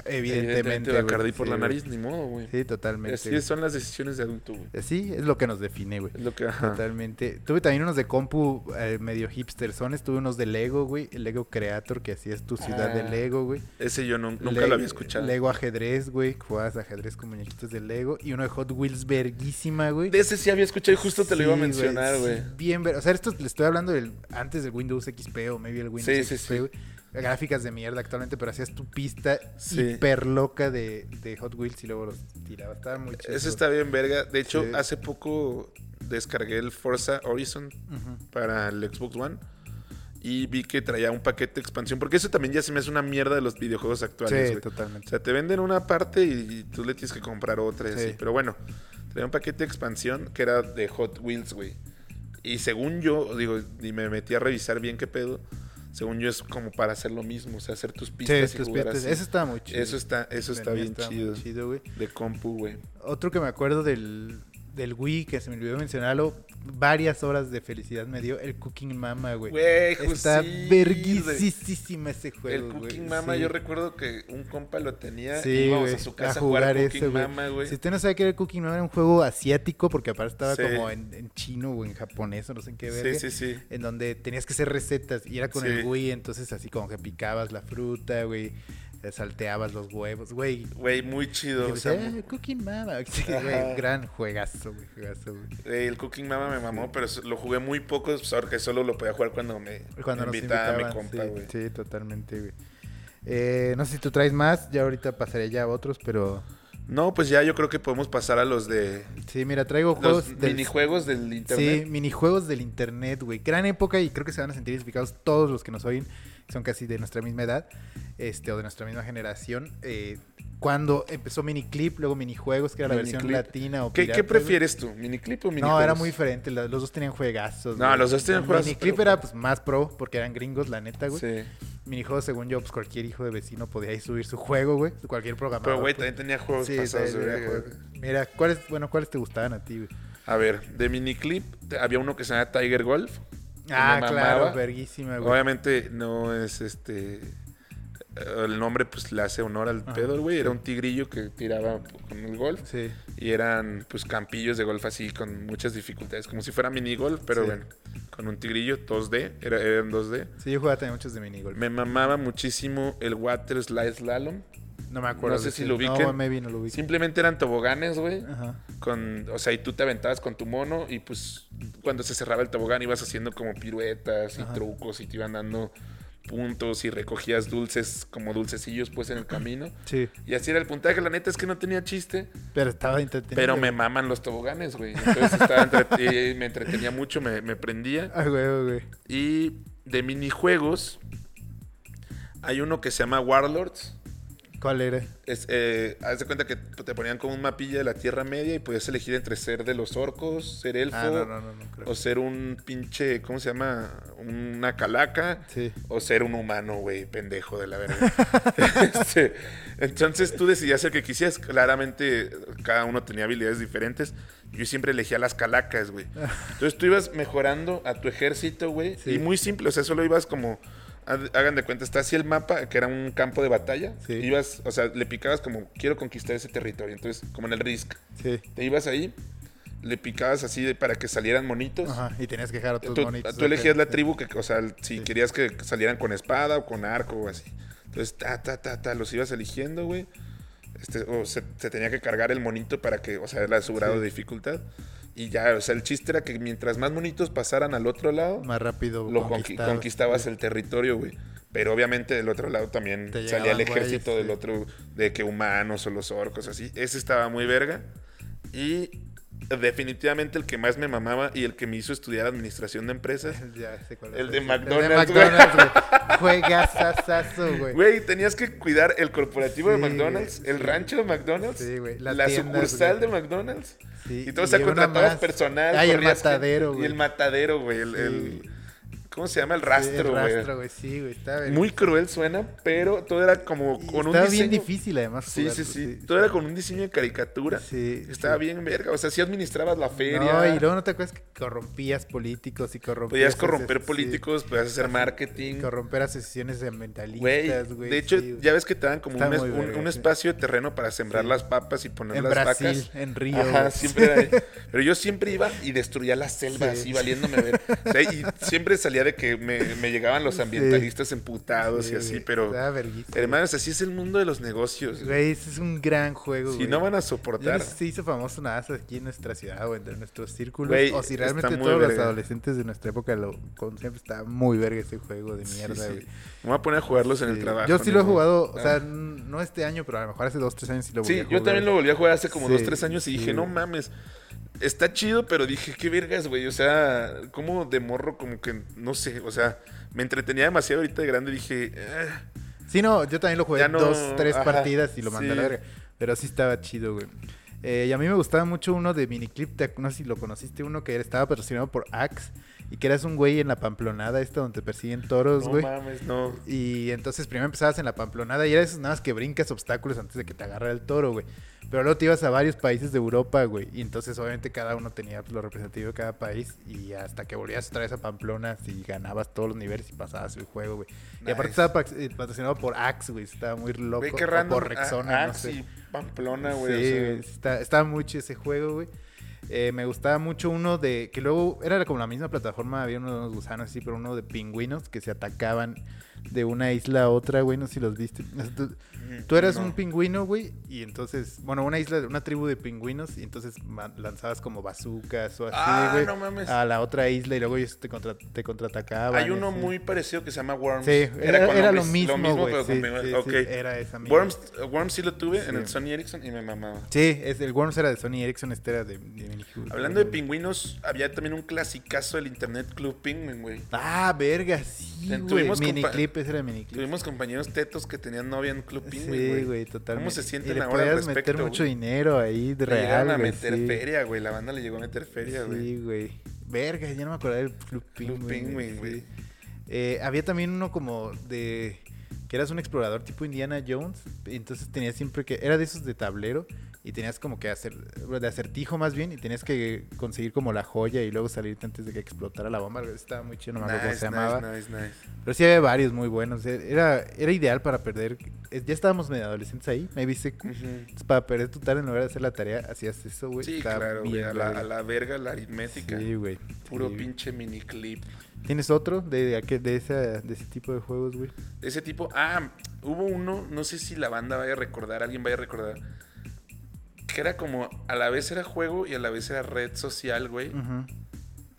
S1: Evidentemente, güey,
S2: Bacardí por
S1: sí,
S2: la
S1: güey.
S2: nariz, ni modo, güey.
S1: Sí, totalmente.
S2: así
S1: güey.
S2: son las decisiones de adulto, güey.
S1: Así es lo que nos define, güey.
S2: Es lo que. ajá.
S1: Totalmente. Tuve también unos de compu eh, medio hipstersones. Tuve unos de Lego, güey. El Lego Creator, que hacías tu ciudad de
S2: Ah,
S1: Lego, güey.
S2: Ese yo no- nunca
S1: Le-
S2: lo había escuchado.
S1: Lego ajedrez, güey. Jugabas ajedrez con muñequitos de Lego. Y uno de Hot Wheels verguísima, güey.
S2: De ese sí había escuchado y justo te lo iba a
S1: Sí, güey,
S2: mencionar,
S1: sí,
S2: güey.
S1: bien ver. O sea, esto le estoy hablando del, antes del Windows XP o maybe el Windows
S2: Sí, sí,
S1: XP,
S2: sí.
S1: güey. Gráficas de mierda actualmente, pero hacías tu pista
S2: Sí.
S1: hiper loca de, de Hot Wheels y luego los tirabas. Estaba muy chido.
S2: Ese está bien, verga. De hecho,
S1: Sí.
S2: hace poco descargué el Forza Horizon
S1: Ujú.
S2: para el Xbox One y vi que traía un paquete de expansión, porque eso también ya se me hace una mierda de los videojuegos actuales.
S1: Sí,
S2: güey.
S1: totalmente.
S2: o sea, te venden una parte y, y tú le tienes que comprar otra y
S1: Sí.
S2: así. Pero bueno, traía un paquete de expansión que era de Hot Wheels, güey. Y según yo, digo, y me metí a revisar bien qué pedo. Según yo es como para hacer lo mismo, o sea, hacer tus
S1: Sí,
S2: pistas y
S1: tus
S2: jugar
S1: pistas.
S2: así.
S1: Eso está muy chido.
S2: Eso está, eso está
S1: También
S2: bien chido.
S1: muy chido, güey.
S2: De compu, güey.
S1: Otro que me acuerdo del, del Wii, que se me olvidó mencionarlo, varias horas de felicidad me dio el Cooking Mama, güey.
S2: Güey,
S1: Está
S2: Jusir, güey.
S1: verguisísima ese juego,
S2: El
S1: güey.
S2: Cooking Mama,
S1: Sí.
S2: yo recuerdo que un compa lo tenía
S1: Sí,
S2: y íbamos
S1: güey,
S2: a su casa a jugar, Cooking
S1: eso, güey.
S2: Mama, güey.
S1: Si usted no sabe qué era el Cooking Mama, era un juego asiático, porque aparte estaba
S2: Sí.
S1: como en, en chino o en japonés o no sé en qué verga.
S2: Sí, sí, sí.
S1: En donde tenías que hacer recetas y era con el
S2: Sí.
S1: Wii, entonces así como que picabas la fruta, güey, salteabas los huevos, güey.
S2: Güey, muy
S1: Y
S2: chido. o
S1: pues,
S2: sea,
S1: "Ah, Cooking Mama. Sí,
S2: Ajá.
S1: güey, gran juegazo, güey, juegazo, güey.
S2: güey, el Cooking Mama me mamó, pero so- lo jugué muy poco pues, porque solo lo podía jugar cuando me,
S1: Cuando
S2: me
S1: nos
S2: invitaba
S1: invitaban,
S2: mi compa,
S1: sí,
S2: güey.
S1: sí, totalmente, güey. Eh, no sé si tú traes más, ya ahorita pasaré ya a otros, pero...
S2: No, pues ya yo creo que podemos pasar a los de
S1: Sí, mira, traigo
S2: los
S1: juegos del
S2: minijuegos del
S1: Sí,
S2: internet.
S1: minijuegos del internet, güey. Gran época y creo que se van a sentir identificados todos los que nos oyen, que son casi de nuestra misma edad, este, o de nuestra misma generación. eh, cuando empezó miniclip, luego minijuegos, que era la versión
S2: Miniclip.
S1: latina o
S2: ¿Qué,
S1: pirata,
S2: ¿Qué
S1: güey.
S2: prefieres tú? ¿Miniclip o minijuegos?
S1: No, era muy diferente. la- Los dos tenían juegazos.
S2: No,
S1: güey.
S2: los dos tenían juegazos,
S1: Miniclip
S2: pero-
S1: era pues, más pro porque eran gringos, la neta, güey.
S2: Sí.
S1: Minijuegos, según yo, pues cualquier hijo de vecino podía ahí subir su juego, güey. Cualquier programador.
S2: Pero, güey,
S1: pues.
S2: también tenía juegos
S1: Sí,
S2: pasados.
S1: también
S2: güey.
S1: tenía juegos. Mira, ¿cuáles, bueno, ¿cuáles te gustaban a ti, güey?
S2: A ver, de miniclip te- había uno que se llamaba Tiger Golf. que me
S1: Ah, claro,
S2: mamaba.
S1: verguísima, Ah, güey.
S2: Obviamente no es este. El nombre pues le hace honor al
S1: Ajá,
S2: pedo, güey. Era un tigrillo que tiraba con el golf.
S1: Sí.
S2: Y eran pues campillos de golf así con muchas dificultades. Como si fuera mini golf, pero
S1: Sí.
S2: bueno. Con un tigrillo 2D. Era, eran 2D.
S1: Sí, yo jugaba también muchos de minigolf.
S2: Me mamaba muchísimo el water slide slalom.
S1: No me acuerdo.
S2: no sé
S1: de
S2: si
S1: ese.
S2: lo ubiquen.
S1: No, maybe no lo ubiquen.
S2: Simplemente eran toboganes, güey.
S1: Ajá.
S2: Con, o sea, y tú te aventabas con tu mono y pues cuando se cerraba el tobogán ibas haciendo como piruetas y
S1: Ajá.
S2: trucos y te iban dando puntos y recogías dulces como dulcecillos pues en el camino.
S1: Sí,
S2: Y así era el puntaje, la neta es que no tenía chiste,
S1: pero estaba entretenido.
S2: pero me maman los toboganes, güey. Entonces estaba entre- y me entretenía mucho, me, me prendía.
S1: Ah, güey, güey.
S2: Y de minijuegos hay uno que se llama Warlords.
S1: ¿Cuál era?
S2: Es, eh, haz de cuenta que te ponían como un mapilla de la Tierra Media y podías elegir entre ser de los orcos, ser elfo
S1: Ah, no, no, no, no creo.
S2: o ser un pinche, ¿cómo se llama? Una calaca.
S1: Sí.
S2: O ser un humano, güey, pendejo de la verga. Este, entonces tú decidías el que quisieras. Claramente cada uno tenía habilidades diferentes. yo siempre elegía las calacas, güey. Entonces tú ibas mejorando a tu ejército, güey.
S1: Sí.
S2: Y muy simple, o sea, solo ibas como. ha- Hagan de cuenta, está así el mapa, que era un campo de batalla.
S1: Sí.
S2: Ibas, o sea, le picabas como, quiero conquistar ese territorio. Entonces, como en el Risk,
S1: Sí.
S2: te ibas ahí, le picabas así de, para que salieran monitos.
S1: Ajá, y tenías que dejar a tus
S2: Tú,
S1: monitos.
S2: tú elegías la
S1: Sí.
S2: tribu que, o sea, si querías que salieran con espada o con arco o así. Entonces, ta, ta, ta, ta, los ibas eligiendo, güey. Este, o se, se tenía que cargar el monito para que, o sea, era su grado
S1: Sí.
S2: de dificultad. Y ya, o sea, el chiste era que mientras más monitos pasaran al otro lado,
S1: Más rápido.
S2: lo conqui-
S1: conquistabas.
S2: conquistabas el territorio, güey. Pero obviamente del otro lado también
S1: Te
S2: salía el
S1: llegaban güeyes,
S2: ejército del
S1: sí.
S2: otro, de que humanos o los orcos, así. Ese estaba muy verga. Y definitivamente el que más me mamaba y el que me hizo estudiar administración de empresas.
S1: Ya sé cuál
S2: El
S1: es
S2: de
S1: ese.
S2: McDonald's,
S1: El
S2: güey.
S1: de McDonald's, güey. Juegazazazo, güey.
S2: Güey, tenías que cuidar el corporativo de
S1: Sí,
S2: McDonald's, el
S1: sí.
S2: rancho de McDonald's,
S1: Sí, güey, las
S2: la
S1: tiendas,
S2: sucursal
S1: güey.
S2: de McDonald's.
S1: Sí,
S2: Y todo, o sea,
S1: y una
S2: contratabas
S1: más.
S2: personal.
S1: Ay, el
S2: corrías gente,
S1: matadero,
S2: Y
S1: güey.
S2: el matadero, güey. El,
S1: Sí.
S2: el- ¿Cómo se llama? El
S1: Sí, el
S2: rastro, güey.
S1: rastro, güey. Sí, güey. Está bien.
S2: Muy cruel suena, pero todo era como
S1: Y
S2: con un
S1: estaba
S2: diseño.
S1: bien difícil, además.
S2: Sí,
S1: jugarlo,
S2: sí, sí, Todo era con un diseño de caricatura.
S1: Sí,
S2: Estaba
S1: sí.
S2: bien verga. O sea, sí administrabas la feria.
S1: No, y luego no te acuerdas que corrompías políticos y corrompías.
S2: Podías corromper
S1: sí,
S2: políticos, podías hacer marketing.
S1: corromper asociaciones
S2: Güey,
S1: ambientalistas, güey.
S2: de hecho,
S1: sí, güey.
S2: ya ves que te dan como
S1: Está
S2: un, es-
S1: muy
S2: un-
S1: verga,
S2: un
S1: sí.
S2: espacio de terreno para sembrar
S1: Sí.
S2: las papas y poner
S1: En
S2: las
S1: Brasil,
S2: vacas.
S1: en Río.
S2: Ajá,
S1: güey.
S2: siempre era ahí. Pero yo siempre iba y destruía la selva
S1: Sí.
S2: así, valiéndome ver. O sea, y siempre salía de que me, me llegaban los ambientalistas emputados
S1: Sí,
S2: y así,
S1: güey,
S2: pero...
S1: Estaba verguísima.
S2: Hermanos, así es el mundo de los negocios.
S1: Güey, ese es un gran juego,
S2: Si
S1: güey.
S2: no van a
S1: Yo no
S2: soportar.
S1: sé si se hizo famoso nada más aquí en nuestra ciudad o entre nuestros círculos.
S2: Güey,
S1: o si
S2: está
S1: realmente
S2: muy
S1: todos los
S2: verga.
S1: adolescentes de nuestra época lo con siempre estaba muy verga ese juego de
S2: Sí,
S1: mierda,
S2: sí.
S1: güey.
S2: Me voy a poner a jugarlos en el
S1: Sí.
S2: trabajo.
S1: Yo sí lo he
S2: amigo.
S1: jugado, o sea,
S2: Ah.
S1: n- no este año, pero a lo mejor hace dos, tres años sí lo volví
S2: Sí,
S1: a
S2: yo
S1: jugar.
S2: también lo volví a jugar hace como
S1: Sí,
S2: dos, tres años y dije,
S1: sí.
S2: no mames. Está chido, pero dije, qué vergas, güey. O sea, como de morro, como que, no sé, o sea, me entretenía demasiado ahorita de grande. Dije, "Ah".
S1: Sí, no, yo también lo jugué
S2: Ya no,
S1: dos, tres
S2: ajá,
S1: partidas y lo mandé a la
S2: sí.
S1: verga. Pero sí estaba chido, güey. Eh, y a mí me gustaba mucho uno de Miniclip, te ac- no sé si lo conociste, uno que estaba patrocinado por Axe y que eras un güey en la pamplonada esta donde te persiguen toros,
S2: no
S1: Pues, güey.
S2: mames, no.
S1: Y entonces primero empezabas en la pamplonada y era esos nada más que brincas obstáculos antes de que te agarrara el toro, güey. Pero luego te ibas a varios países de Europa, güey. Y entonces obviamente cada uno tenía lo representativo de cada país. Y hasta que volvías otra vez a Pamplona y ganabas todos los niveles y pasabas el juego, güey. Y aparte
S2: Nice.
S1: estaba pa- eh, patrocinado por Axe, güey. Estaba muy loco.
S2: Güey, qué
S1: o
S2: random.
S1: por Rexona,
S2: Ah,
S1: no
S2: ah,
S1: sé.
S2: sí, Pamplona, güey.
S1: Sí,
S2: o sea,
S1: güey, Pues está- estaba muy chido ese juego, güey. Eh, me gustaba mucho uno de. que luego era como la misma plataforma, había unos, unos gusanos así, pero uno de pingüinos que se atacaban de una isla a otra, güey. No sé si los viste. O sea, tú, tú eras
S2: Mm, no.
S1: un pingüino, güey, y entonces. Bueno, una isla, una tribu de pingüinos, y entonces ma- lanzabas como bazucas o así,
S2: Ah,
S1: güey.
S2: no mames.
S1: A la otra isla y luego ellos te, contra, te contraatacaban.
S2: Hay
S1: y
S2: uno
S1: así.
S2: muy parecido que se llama Worms.
S1: Sí, era,
S2: con
S1: era lo
S2: hombres,
S1: mismo, güey.
S2: pero
S1: Sí,
S2: con pingüinos.
S1: sí, sí,
S2: Ok.
S1: era esa misma.
S2: Worms, Worms sí lo tuve en
S1: Sí.
S2: el Sony Ericsson y me mamaba.
S1: Sí, es, el Worms era de Sony Ericsson, este era de, de Miniclip.
S2: Hablando de pingüinos, había también un clasicazo del Internet Club Penguin, güey.
S1: Ah, verga, sí,
S2: Ten-
S1: güey.
S2: tuvimos compa-
S1: Miniclip, ese era miniclip.
S2: Tuvimos compañeros tetos que tenían novia en Club Penguin,
S1: sí,
S2: güey.
S1: güey, totalmente.
S2: ¿Cómo se sienten
S1: y le
S2: ahora al
S1: podías meter
S2: respecto,
S1: mucho
S2: güey?
S1: dinero ahí, de
S2: Le
S1: real,
S2: llegaron a
S1: güey,
S2: meter
S1: sí.
S2: feria, güey. La banda le llegó a meter feria, güey.
S1: Sí, güey. Verga, ya no me acordaba del Club Penguin.
S2: Club
S1: güey,
S2: Penguin,
S1: sí.
S2: güey.
S1: Eh, había también uno como de... Que eras un explorador tipo Indiana Jones. y Entonces tenías siempre que... Era de esos de tablero. Y tenías como que hacer... De acertijo más bien. Y tenías que conseguir como la joya. Y luego salirte antes de que explotara la bomba. Estaba muy chido, no me acuerdo cómo se
S2: Nice,
S1: llamaba.
S2: nice, nice, nice.
S1: Pero sí había varios muy buenos. e- Era, era ideal para perder. es- Ya estábamos medio adolescentes ahí, me viste.
S2: Ujú.
S1: Para perder tu tarde en lugar de hacer la tarea, hacías eso, güey.
S2: Sí,
S1: Estaba
S2: claro, güey.
S1: bien
S2: A la,
S1: verga.
S2: a la verga la aritmética.
S1: Sí, güey.
S2: Puro
S1: sí.
S2: pinche miniclip.
S1: ¿Tienes otro de, aquel- de, esa- de ese tipo de juegos, güey?
S2: De ese tipo. Ah, hubo uno, no sé si la banda vaya a recordar, alguien vaya a recordar. Que era como, a la vez era juego y a la vez era red social, güey.
S1: Ujú.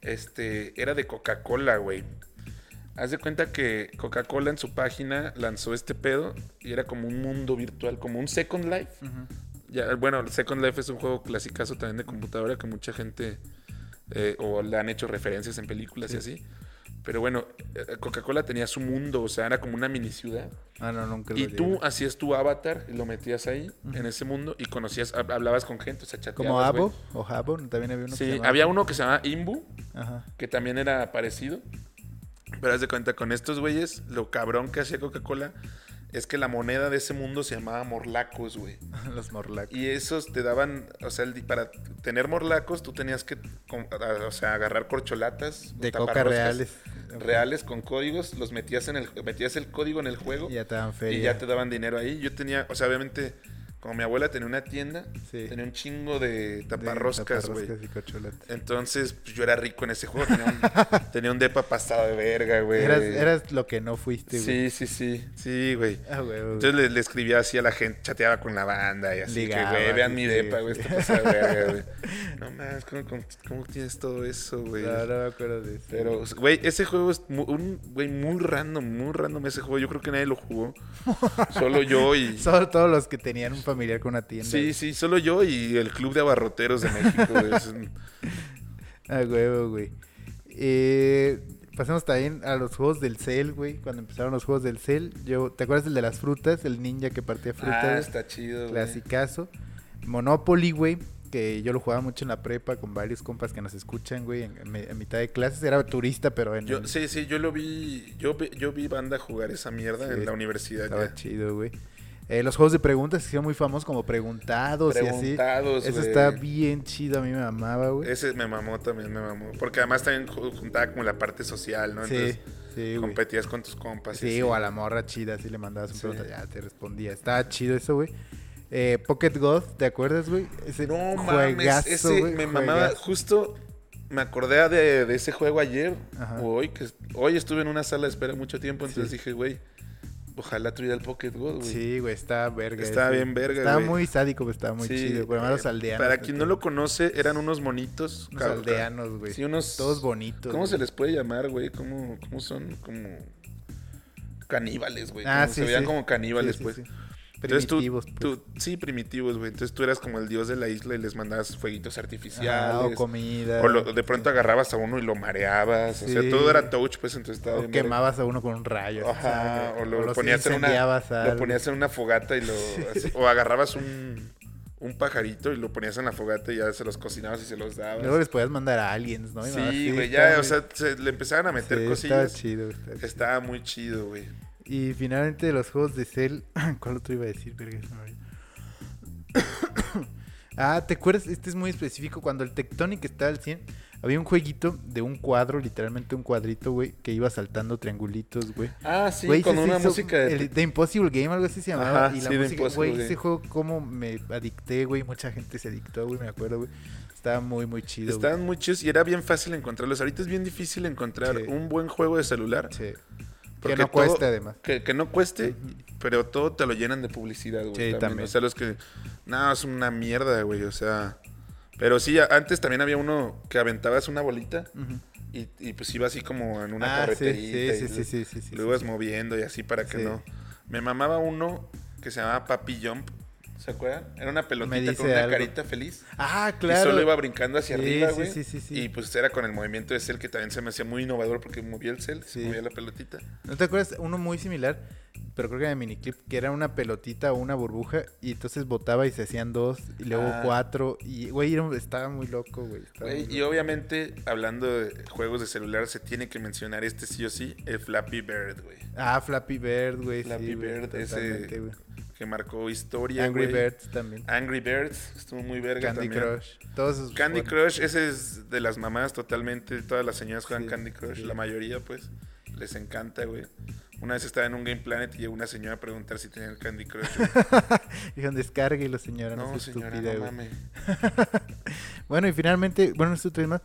S2: Este, era de Coca-Cola, güey. Haz de cuenta que Coca-Cola en su página lanzó este pedo y era como un mundo virtual, como un Second Life.
S1: Ujú.
S2: Ya, bueno, Second Life es un juego clasicazo también de computadora que mucha gente eh, o le han hecho referencias en películas y así. Pero bueno, eh, Coca-Cola tenía su mundo, o sea, era como una mini ciudad.
S1: Ah, no, nunca lo
S2: Y
S1: llegué.
S2: tú hacías tu avatar y lo metías ahí, en ese mundo, y conocías, hab- hablabas con gente, o sea, chateabas.
S1: Como Abo
S2: güey.
S1: o Jabo, también había uno que se
S2: Sí,
S1: llamaba-
S2: había uno que se llamaba Imbu,
S1: Ajá.
S2: que también era parecido. Pero haz de cuenta, con estos güeyes, lo cabrón que hacía Coca-Cola es que la moneda de ese mundo se llamaba morlacos, güey.
S1: Los morlacos.
S2: Y esos te daban, o sea, el di- para tener morlacos tú tenías que, com- a- o sea, agarrar corcholatas.
S1: De coca
S2: taparroscas
S1: reales.
S2: Reales con códigos, los metías en el, metías el código en el juego
S1: Y ya te dan feria.
S2: y ya te daban dinero ahí. Yo tenía, o sea, obviamente, como mi abuela tenía una tienda,
S1: Sí.
S2: tenía un chingo de
S1: De
S2: taparroscas, güey.
S1: taparroscas y corcholatas.
S2: Entonces, pues, yo era rico en ese juego. Tenía un, tenía un depa pasado de verga, güey.
S1: Eras, eras lo que no fuiste, güey.
S2: Sí, sí, sí. Sí, güey.
S1: Ah, güey, güey.
S2: Entonces le, le escribía así a la gente, chateaba con la banda y así.
S1: Ligaba,
S2: que, güey, vean
S1: sí,
S2: mi
S1: sí.
S2: depa, güey. Está pasado de verga, güey. No más, ¿cómo, cómo, cómo tienes todo eso, güey?
S1: No, no me acuerdo de eso.
S2: Pero, pues, güey, ese juego es mu- un, güey, muy random, muy random ese juego. Yo creo que nadie lo jugó. Solo yo y...
S1: Solo todos los que tenían un familiar con una tienda.
S2: Sí, sí, solo yo y el Club de Abarroteros de México. güey. Es un-
S1: A huevo, Ah, güey. Eh, pasemos también a los juegos del Cell, güey. Cuando empezaron los juegos del Cell, yo, ¿te acuerdas del de las frutas? El ninja que partía
S2: Ah,
S1: frutas.
S2: está chido, güey.
S1: clasicazo. Monopoly, güey. Que yo lo jugaba mucho en la prepa con varios compas que nos escuchan, güey. En, en me- en mitad de clases era turista, pero en.
S2: Yo, sí, sí, yo lo vi, yo, vi- yo vi banda jugar esa mierda
S1: Sí,
S2: en la universidad.
S1: Estaba
S2: ya.
S1: chido, güey. Eh, los juegos de preguntas que son muy famosos como preguntados, y así.
S2: Preguntados,
S1: Eso
S2: güey.
S1: está bien chido, a mí me amaba, güey.
S2: Ese me mamó también, me mamó. Porque además también ju- juntaba como la parte social, ¿no?
S1: sí,
S2: Entonces
S1: sí, güey.
S2: competías con tus compas. y
S1: Sí,
S2: así.
S1: o a la morra chida, si le mandabas un
S2: Sí.
S1: pregunta, ya te respondía. Estaba chido eso, güey. Eh, Pocket God, ¿te acuerdas, güey? Ese
S2: No mames, ese
S1: güey,
S2: me mamaba.
S1: juegazo.
S2: Justo me acordé de, de ese juego ayer
S1: Ajá.
S2: o hoy, que hoy estuve en una sala de espera mucho tiempo, entonces
S1: Sí.
S2: dije, güey, ojalá tuviera el Pocket God, güey.
S1: Sí, güey, estaba verga.
S2: Estaba
S1: ese.
S2: bien verga,
S1: Estaba
S2: güey.
S1: muy sádico, pero estaba muy
S2: Sí,
S1: chido. Pero además los
S2: eh,
S1: aldeanos.
S2: Para quien no lo conoce, eran unos monitos.
S1: Unos
S2: cab-
S1: aldeanos, güey.
S2: Sí, unos-
S1: Todos bonitos.
S2: ¿Cómo
S1: güey.
S2: se les puede llamar, güey? ¿Cómo, cómo son? Como caníbales, güey.
S1: Ah,
S2: Como
S1: sí,
S2: se veían
S1: sí.
S2: como caníbales,
S1: Sí, sí,
S2: pues.
S1: sí.
S2: Entonces tú-
S1: Primitivos, pues.
S2: tú- sí, primitivos, güey. Entonces tú eras como el dios de la isla y les mandabas fueguitos
S1: Ah,
S2: artificiales.
S1: o comida.
S2: O lo- de pronto agarrabas a uno y lo mareabas. O
S1: Sí.
S2: sea, todo era touch, pues entonces estaba
S1: O
S2: bien verga.
S1: quemabas a uno con un rayo.
S2: Ajá,
S1: ¿sabes?
S2: o lo,
S1: los
S2: ponías en una,
S1: incendiabas a
S2: lo
S1: algo.
S2: ponías en una fogata y lo... así- o agarrabas un, un pajarito y lo ponías en la fogata y ya se los cocinabas y se los dabas.
S1: Luego les podías mandar a aliens, ¿no? Y mamá,
S2: sí, güey,
S1: estaba
S2: ya, o
S1: muy-
S2: sea, se- le empezaban a meter
S1: sí, Estaba
S2: cosillas.
S1: chido, estaba chido.
S2: Estaba muy chido, güey.
S1: Y finalmente de los juegos de Cell, ¿cuál otro iba a decir? Verga, se me olvidó. ah, ¿te acuerdas? Este es muy específico. Cuando el Tectonic estaba al 100, había un jueguito de un cuadro, literalmente un cuadrito, güey, que iba saltando triangulitos, güey.
S2: Ah, sí,
S1: Güey,
S2: con
S1: ese se
S2: una
S1: hizo
S2: música de...
S1: el The Impossible Game, algo así se llamaba.
S2: Ajá,
S1: y la
S2: sí, The
S1: música,
S2: Impossible
S1: güey,
S2: Game.
S1: ese juego, cómo me adicté, güey. Mucha gente se adictó, güey, me acuerdo, güey. Estaba muy, muy chido.
S2: Estaban muy chidos y era bien fácil encontrarlos. Ahorita es bien difícil encontrar
S1: Sí.
S2: un buen juego de celular.
S1: güey. Sí. Que
S2: Porque
S1: no
S2: todo-
S1: cuesta, además.
S2: Que, que no cueste, pero todo te lo llenan de publicidad, güey.
S1: Sí,
S2: también.
S1: también.
S2: O sea, los que. No, es una mierda, güey. O sea. Pero sí, a- antes también había uno que aventabas una bolita
S1: Ujú.
S2: y, y pues iba así como en una
S1: Ah, sí,
S2: carreterita.
S1: sí, sí,
S2: y
S1: sí, sí, sí, sí,
S2: Lo
S1: sí.
S2: ibas moviendo y así para que
S1: Sí.
S2: no. Me mamaba uno que se llamaba Papi Jump. ¿Se acuerdan? Era una pelotita
S1: dice
S2: con una
S1: algo.
S2: carita feliz.
S1: Ah,
S2: Y
S1: claro.
S2: solo iba brincando hacia
S1: Sí,
S2: arriba,
S1: sí,
S2: güey.
S1: sí, sí, sí.
S2: Y pues era con el movimiento de cel que también se me hacía muy innovador porque movía el cel,
S1: Sí.
S2: se movía la pelotita.
S1: ¿No te acuerdas? Uno muy similar, pero creo que era de miniclip, que era una pelotita o una burbuja, y entonces botaba y se hacían dos, y luego
S2: Ah.
S1: cuatro, y güey, era- estaba muy loco, güey. estaba
S2: Güey,
S1: muy
S2: y
S1: loco.
S2: obviamente, hablando de juegos de celular, se tiene que mencionar este sí o sí, el Flappy Bird, güey.
S1: Ah, Flappy Bird, güey.
S2: Flappy
S1: sí, güey,
S2: Bird, ese-
S1: totalmente, güey.
S2: Que marcó historia,
S1: Angry
S2: güey.
S1: Birds también.
S2: Angry Birds, estuvo muy verga
S1: Candy
S2: también.
S1: Crush. Todos esos
S2: Candy
S1: juegos.
S2: Crush, ese es de las mamás totalmente. Todas las señoras juegan
S1: Sí,
S2: Candy Crush,
S1: sí.
S2: la mayoría, pues. Les encanta, güey. Una vez estaba en un Game Planet y llegó una señora a preguntar si tenía el Candy Crush. güey.
S1: Dijeron, descárguelo, señora. No,
S2: no,
S1: sea
S2: señora,
S1: estúpida,
S2: no
S1: güey".
S2: mames.
S1: Bueno, y finalmente, bueno, estos tres más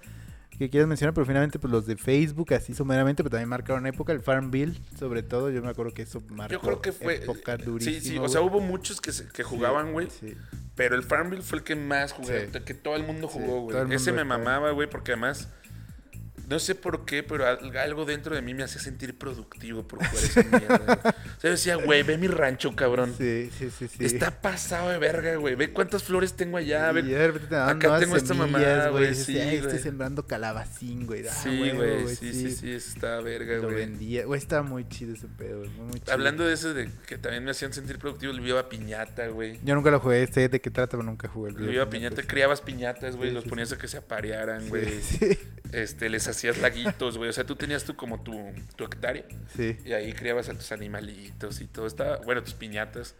S1: que quieras mencionar, pero finalmente, pues los de Facebook, así someramente, pero también marcaron época. El Farmville, sobre todo, yo me acuerdo que eso marcó
S2: Yo creo que fue.
S1: época
S2: sí,
S1: durísima.
S2: sí, o sea,
S1: güey.
S2: hubo muchos que, se- que jugaban, güey.
S1: Sí.
S2: Pero el Farmville fue el que más jugué,
S1: Sí.
S2: que todo el mundo
S1: Sí,
S2: jugó,
S1: todo el
S2: güey.
S1: mundo
S2: Ese me
S1: estaba.
S2: mamaba, güey, porque además, no sé por qué, pero al- algo dentro de mí me hacía sentir productivo por jugar esa mierda. güey. O sea, yo decía, güey, ve mi rancho, cabrón.
S1: Sí, sí, sí, sí.
S2: Está pasado de verga, güey. Ve cuántas flores tengo allá,
S1: Y
S2: ve.
S1: de repente te daban
S2: acá
S1: nuevas
S2: tengo esta
S1: semillas,
S2: mamada, güey,
S1: dices,
S2: sí,
S1: "Ay, estoy
S2: güey".
S1: sembrando calabacín, güey. Ah,
S2: Sí,
S1: huevo,
S2: güey, sí, sí, sí, eso está verga,
S1: Lo
S2: güey.
S1: vendía. Güey, estaba muy chido ese pedo, güey. Muy, muy chido.
S2: Hablando de eso, de que también me hacían sentir productivo, el Viva Piñata, güey.
S1: Yo nunca lo jugué, sé de qué trata, pero nunca jugué. el
S2: El
S1: video
S2: Viva Piñata,
S1: pues.
S2: criabas piñatas, güey,
S1: Sí,
S2: los
S1: sí,
S2: ponías a que se aparearan,
S1: Sí,
S2: güey.
S1: sí.
S2: este, les hacías laguitos, güey. O sea, tú tenías tu, como tu, tu hectárea
S1: Sí.
S2: y ahí criabas a tus animalitos y todo. Estaba, bueno, tus piñatas.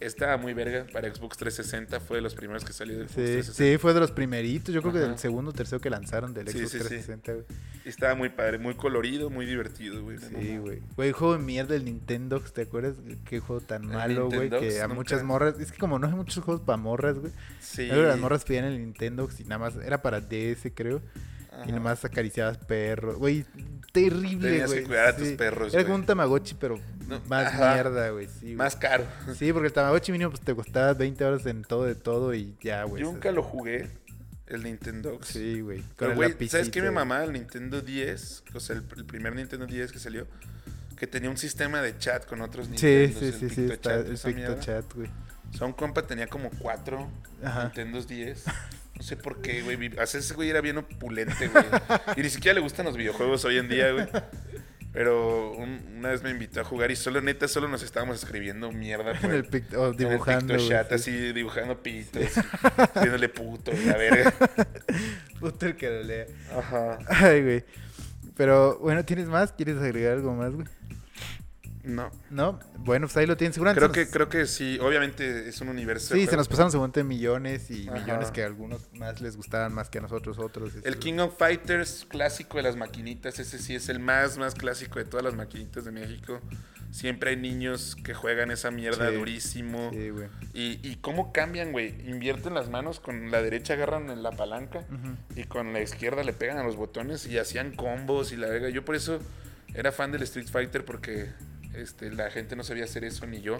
S2: Estaba muy verga para Xbox 360. Fue de los primeros que salió del Xbox
S1: Sí,
S2: 360.
S1: sí, fue de los primeritos. Yo creo que
S2: Ajá.
S1: del segundo o tercero que lanzaron del
S2: Sí,
S1: Xbox
S2: sí, sí.
S1: 360, güey.
S2: Y Estaba muy padre, muy colorido, muy divertido, güey. la
S1: Sí,
S2: mamá.
S1: güey. Güey, juego de mierda el Nintendo, ¿te acuerdas? Qué juego tan
S2: El
S1: malo, güey, que
S2: Nintendox,
S1: a
S2: nunca.
S1: muchas morras. Es que como no hay muchos juegos para morras, güey.
S2: Sí.
S1: luego Las morras pedían el Nintendo y nada más. Era para DS, creo.
S2: Ajá.
S1: Y nada más acariciabas perros. Güey, terrible, güey.
S2: Tenías que cuidar a tus
S1: sí.
S2: perros,
S1: Era
S2: güey.
S1: como un Tamagotchi, pero
S2: No,
S1: más
S2: ajá.
S1: mierda, güey. Sí, güey.
S2: Más caro.
S1: Sí, porque el Tamagotchi mínimo pues, te costaba 20 horas en todo de todo y ya, güey.
S2: Yo
S1: o sea,
S2: nunca lo jugué, el Nintendo.
S1: Sí, güey. Con
S2: Pero,
S1: el
S2: güey,
S1: lapicito,
S2: ¿sabes qué? Mi
S1: güey.
S2: mamá, el Nintendo 10, o sea, el, el primer Nintendo 10 que salió, que tenía un sistema de chat con otros
S1: Sí,
S2: Nintendos.
S1: sí,
S2: el
S1: sí, sí,
S2: PictoChat,
S1: está el
S2: esa mierda.
S1: Picto Chat, güey.
S2: O sea, un compa tenía como cuatro
S1: Ajá.
S2: Nintendos 10. No sé por qué, güey. vi- O sea, ese güey era bien opulente, güey. Y ni siquiera le gustan los videojuegos hoy en día, güey. Pero un- una vez me invitó a jugar y solo, neta, solo nos estábamos escribiendo mierda.
S1: En
S2: por-
S1: el Picto, oh, dibujando.
S2: en el
S1: güey,
S2: PictoChat,
S1: sí.
S2: así dibujando pitos, y viéndole puto, y la verga.
S1: Puto el que lo lea.
S2: Ajá.
S1: Ay, güey. Pero bueno, ¿tienes más? ¿Quieres agregar algo más, güey?
S2: No.
S1: ¿No? Bueno, pues ahí lo tienen. Seguramente.
S2: Creo
S1: se
S2: que,
S1: nos-
S2: creo que sí, obviamente es un universo. de
S1: Sí, se nos
S2: juegos.
S1: pasaron seguramente millones y
S2: Ajá.
S1: millones que a algunos más les gustaban más que a nosotros otros.
S2: El King of Fighters clásico de las maquinitas, ese sí es el más, más clásico de todas las maquinitas de México. Siempre hay niños que juegan esa mierda
S1: Sí,
S2: durísimo.
S1: Sí, güey.
S2: Y, y cómo cambian, güey. Invierten las manos, con la derecha agarran en la palanca
S1: Ujú.
S2: y con la izquierda le pegan a los botones y hacían combos y la verga. Yo por eso era fan del Street Fighter porque este, la gente no sabía hacer eso ni yo.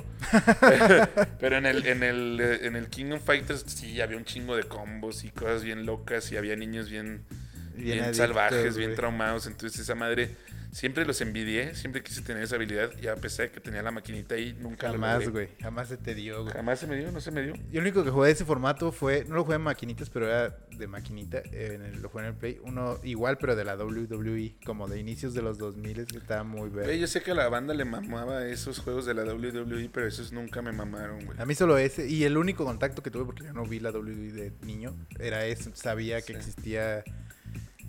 S2: Pero en el, en el, eh, en el Kingdom Fighters sí había un chingo de combos y cosas bien locas y había niños bien, bien,
S1: adictos,
S2: salvajes, bien
S1: güey.
S2: traumados. Entonces esa madre siempre los envidié, siempre quise tener esa habilidad y a pesar de que tenía la maquinita ahí, nunca lo
S1: Jamás,
S2: logré.
S1: güey. Jamás se te dio, güey.
S2: Jamás se me dio, no se me dio.
S1: Yo lo único que jugué de ese formato fue, no lo jugué en maquinitas, pero era de maquinita, eh, en el- lo jugué en el Play, uno igual, pero de la WWE, como de inicios de los 2000, que estaba muy
S2: Güey,
S1: verde.
S2: yo sé que a la banda le mamaba esos juegos de la WWE, pero esos nunca me mamaron, güey.
S1: A mí solo ese, y el único contacto que tuve, porque yo no vi la WWE de niño, era ese, sabía que
S2: Sí.
S1: existía,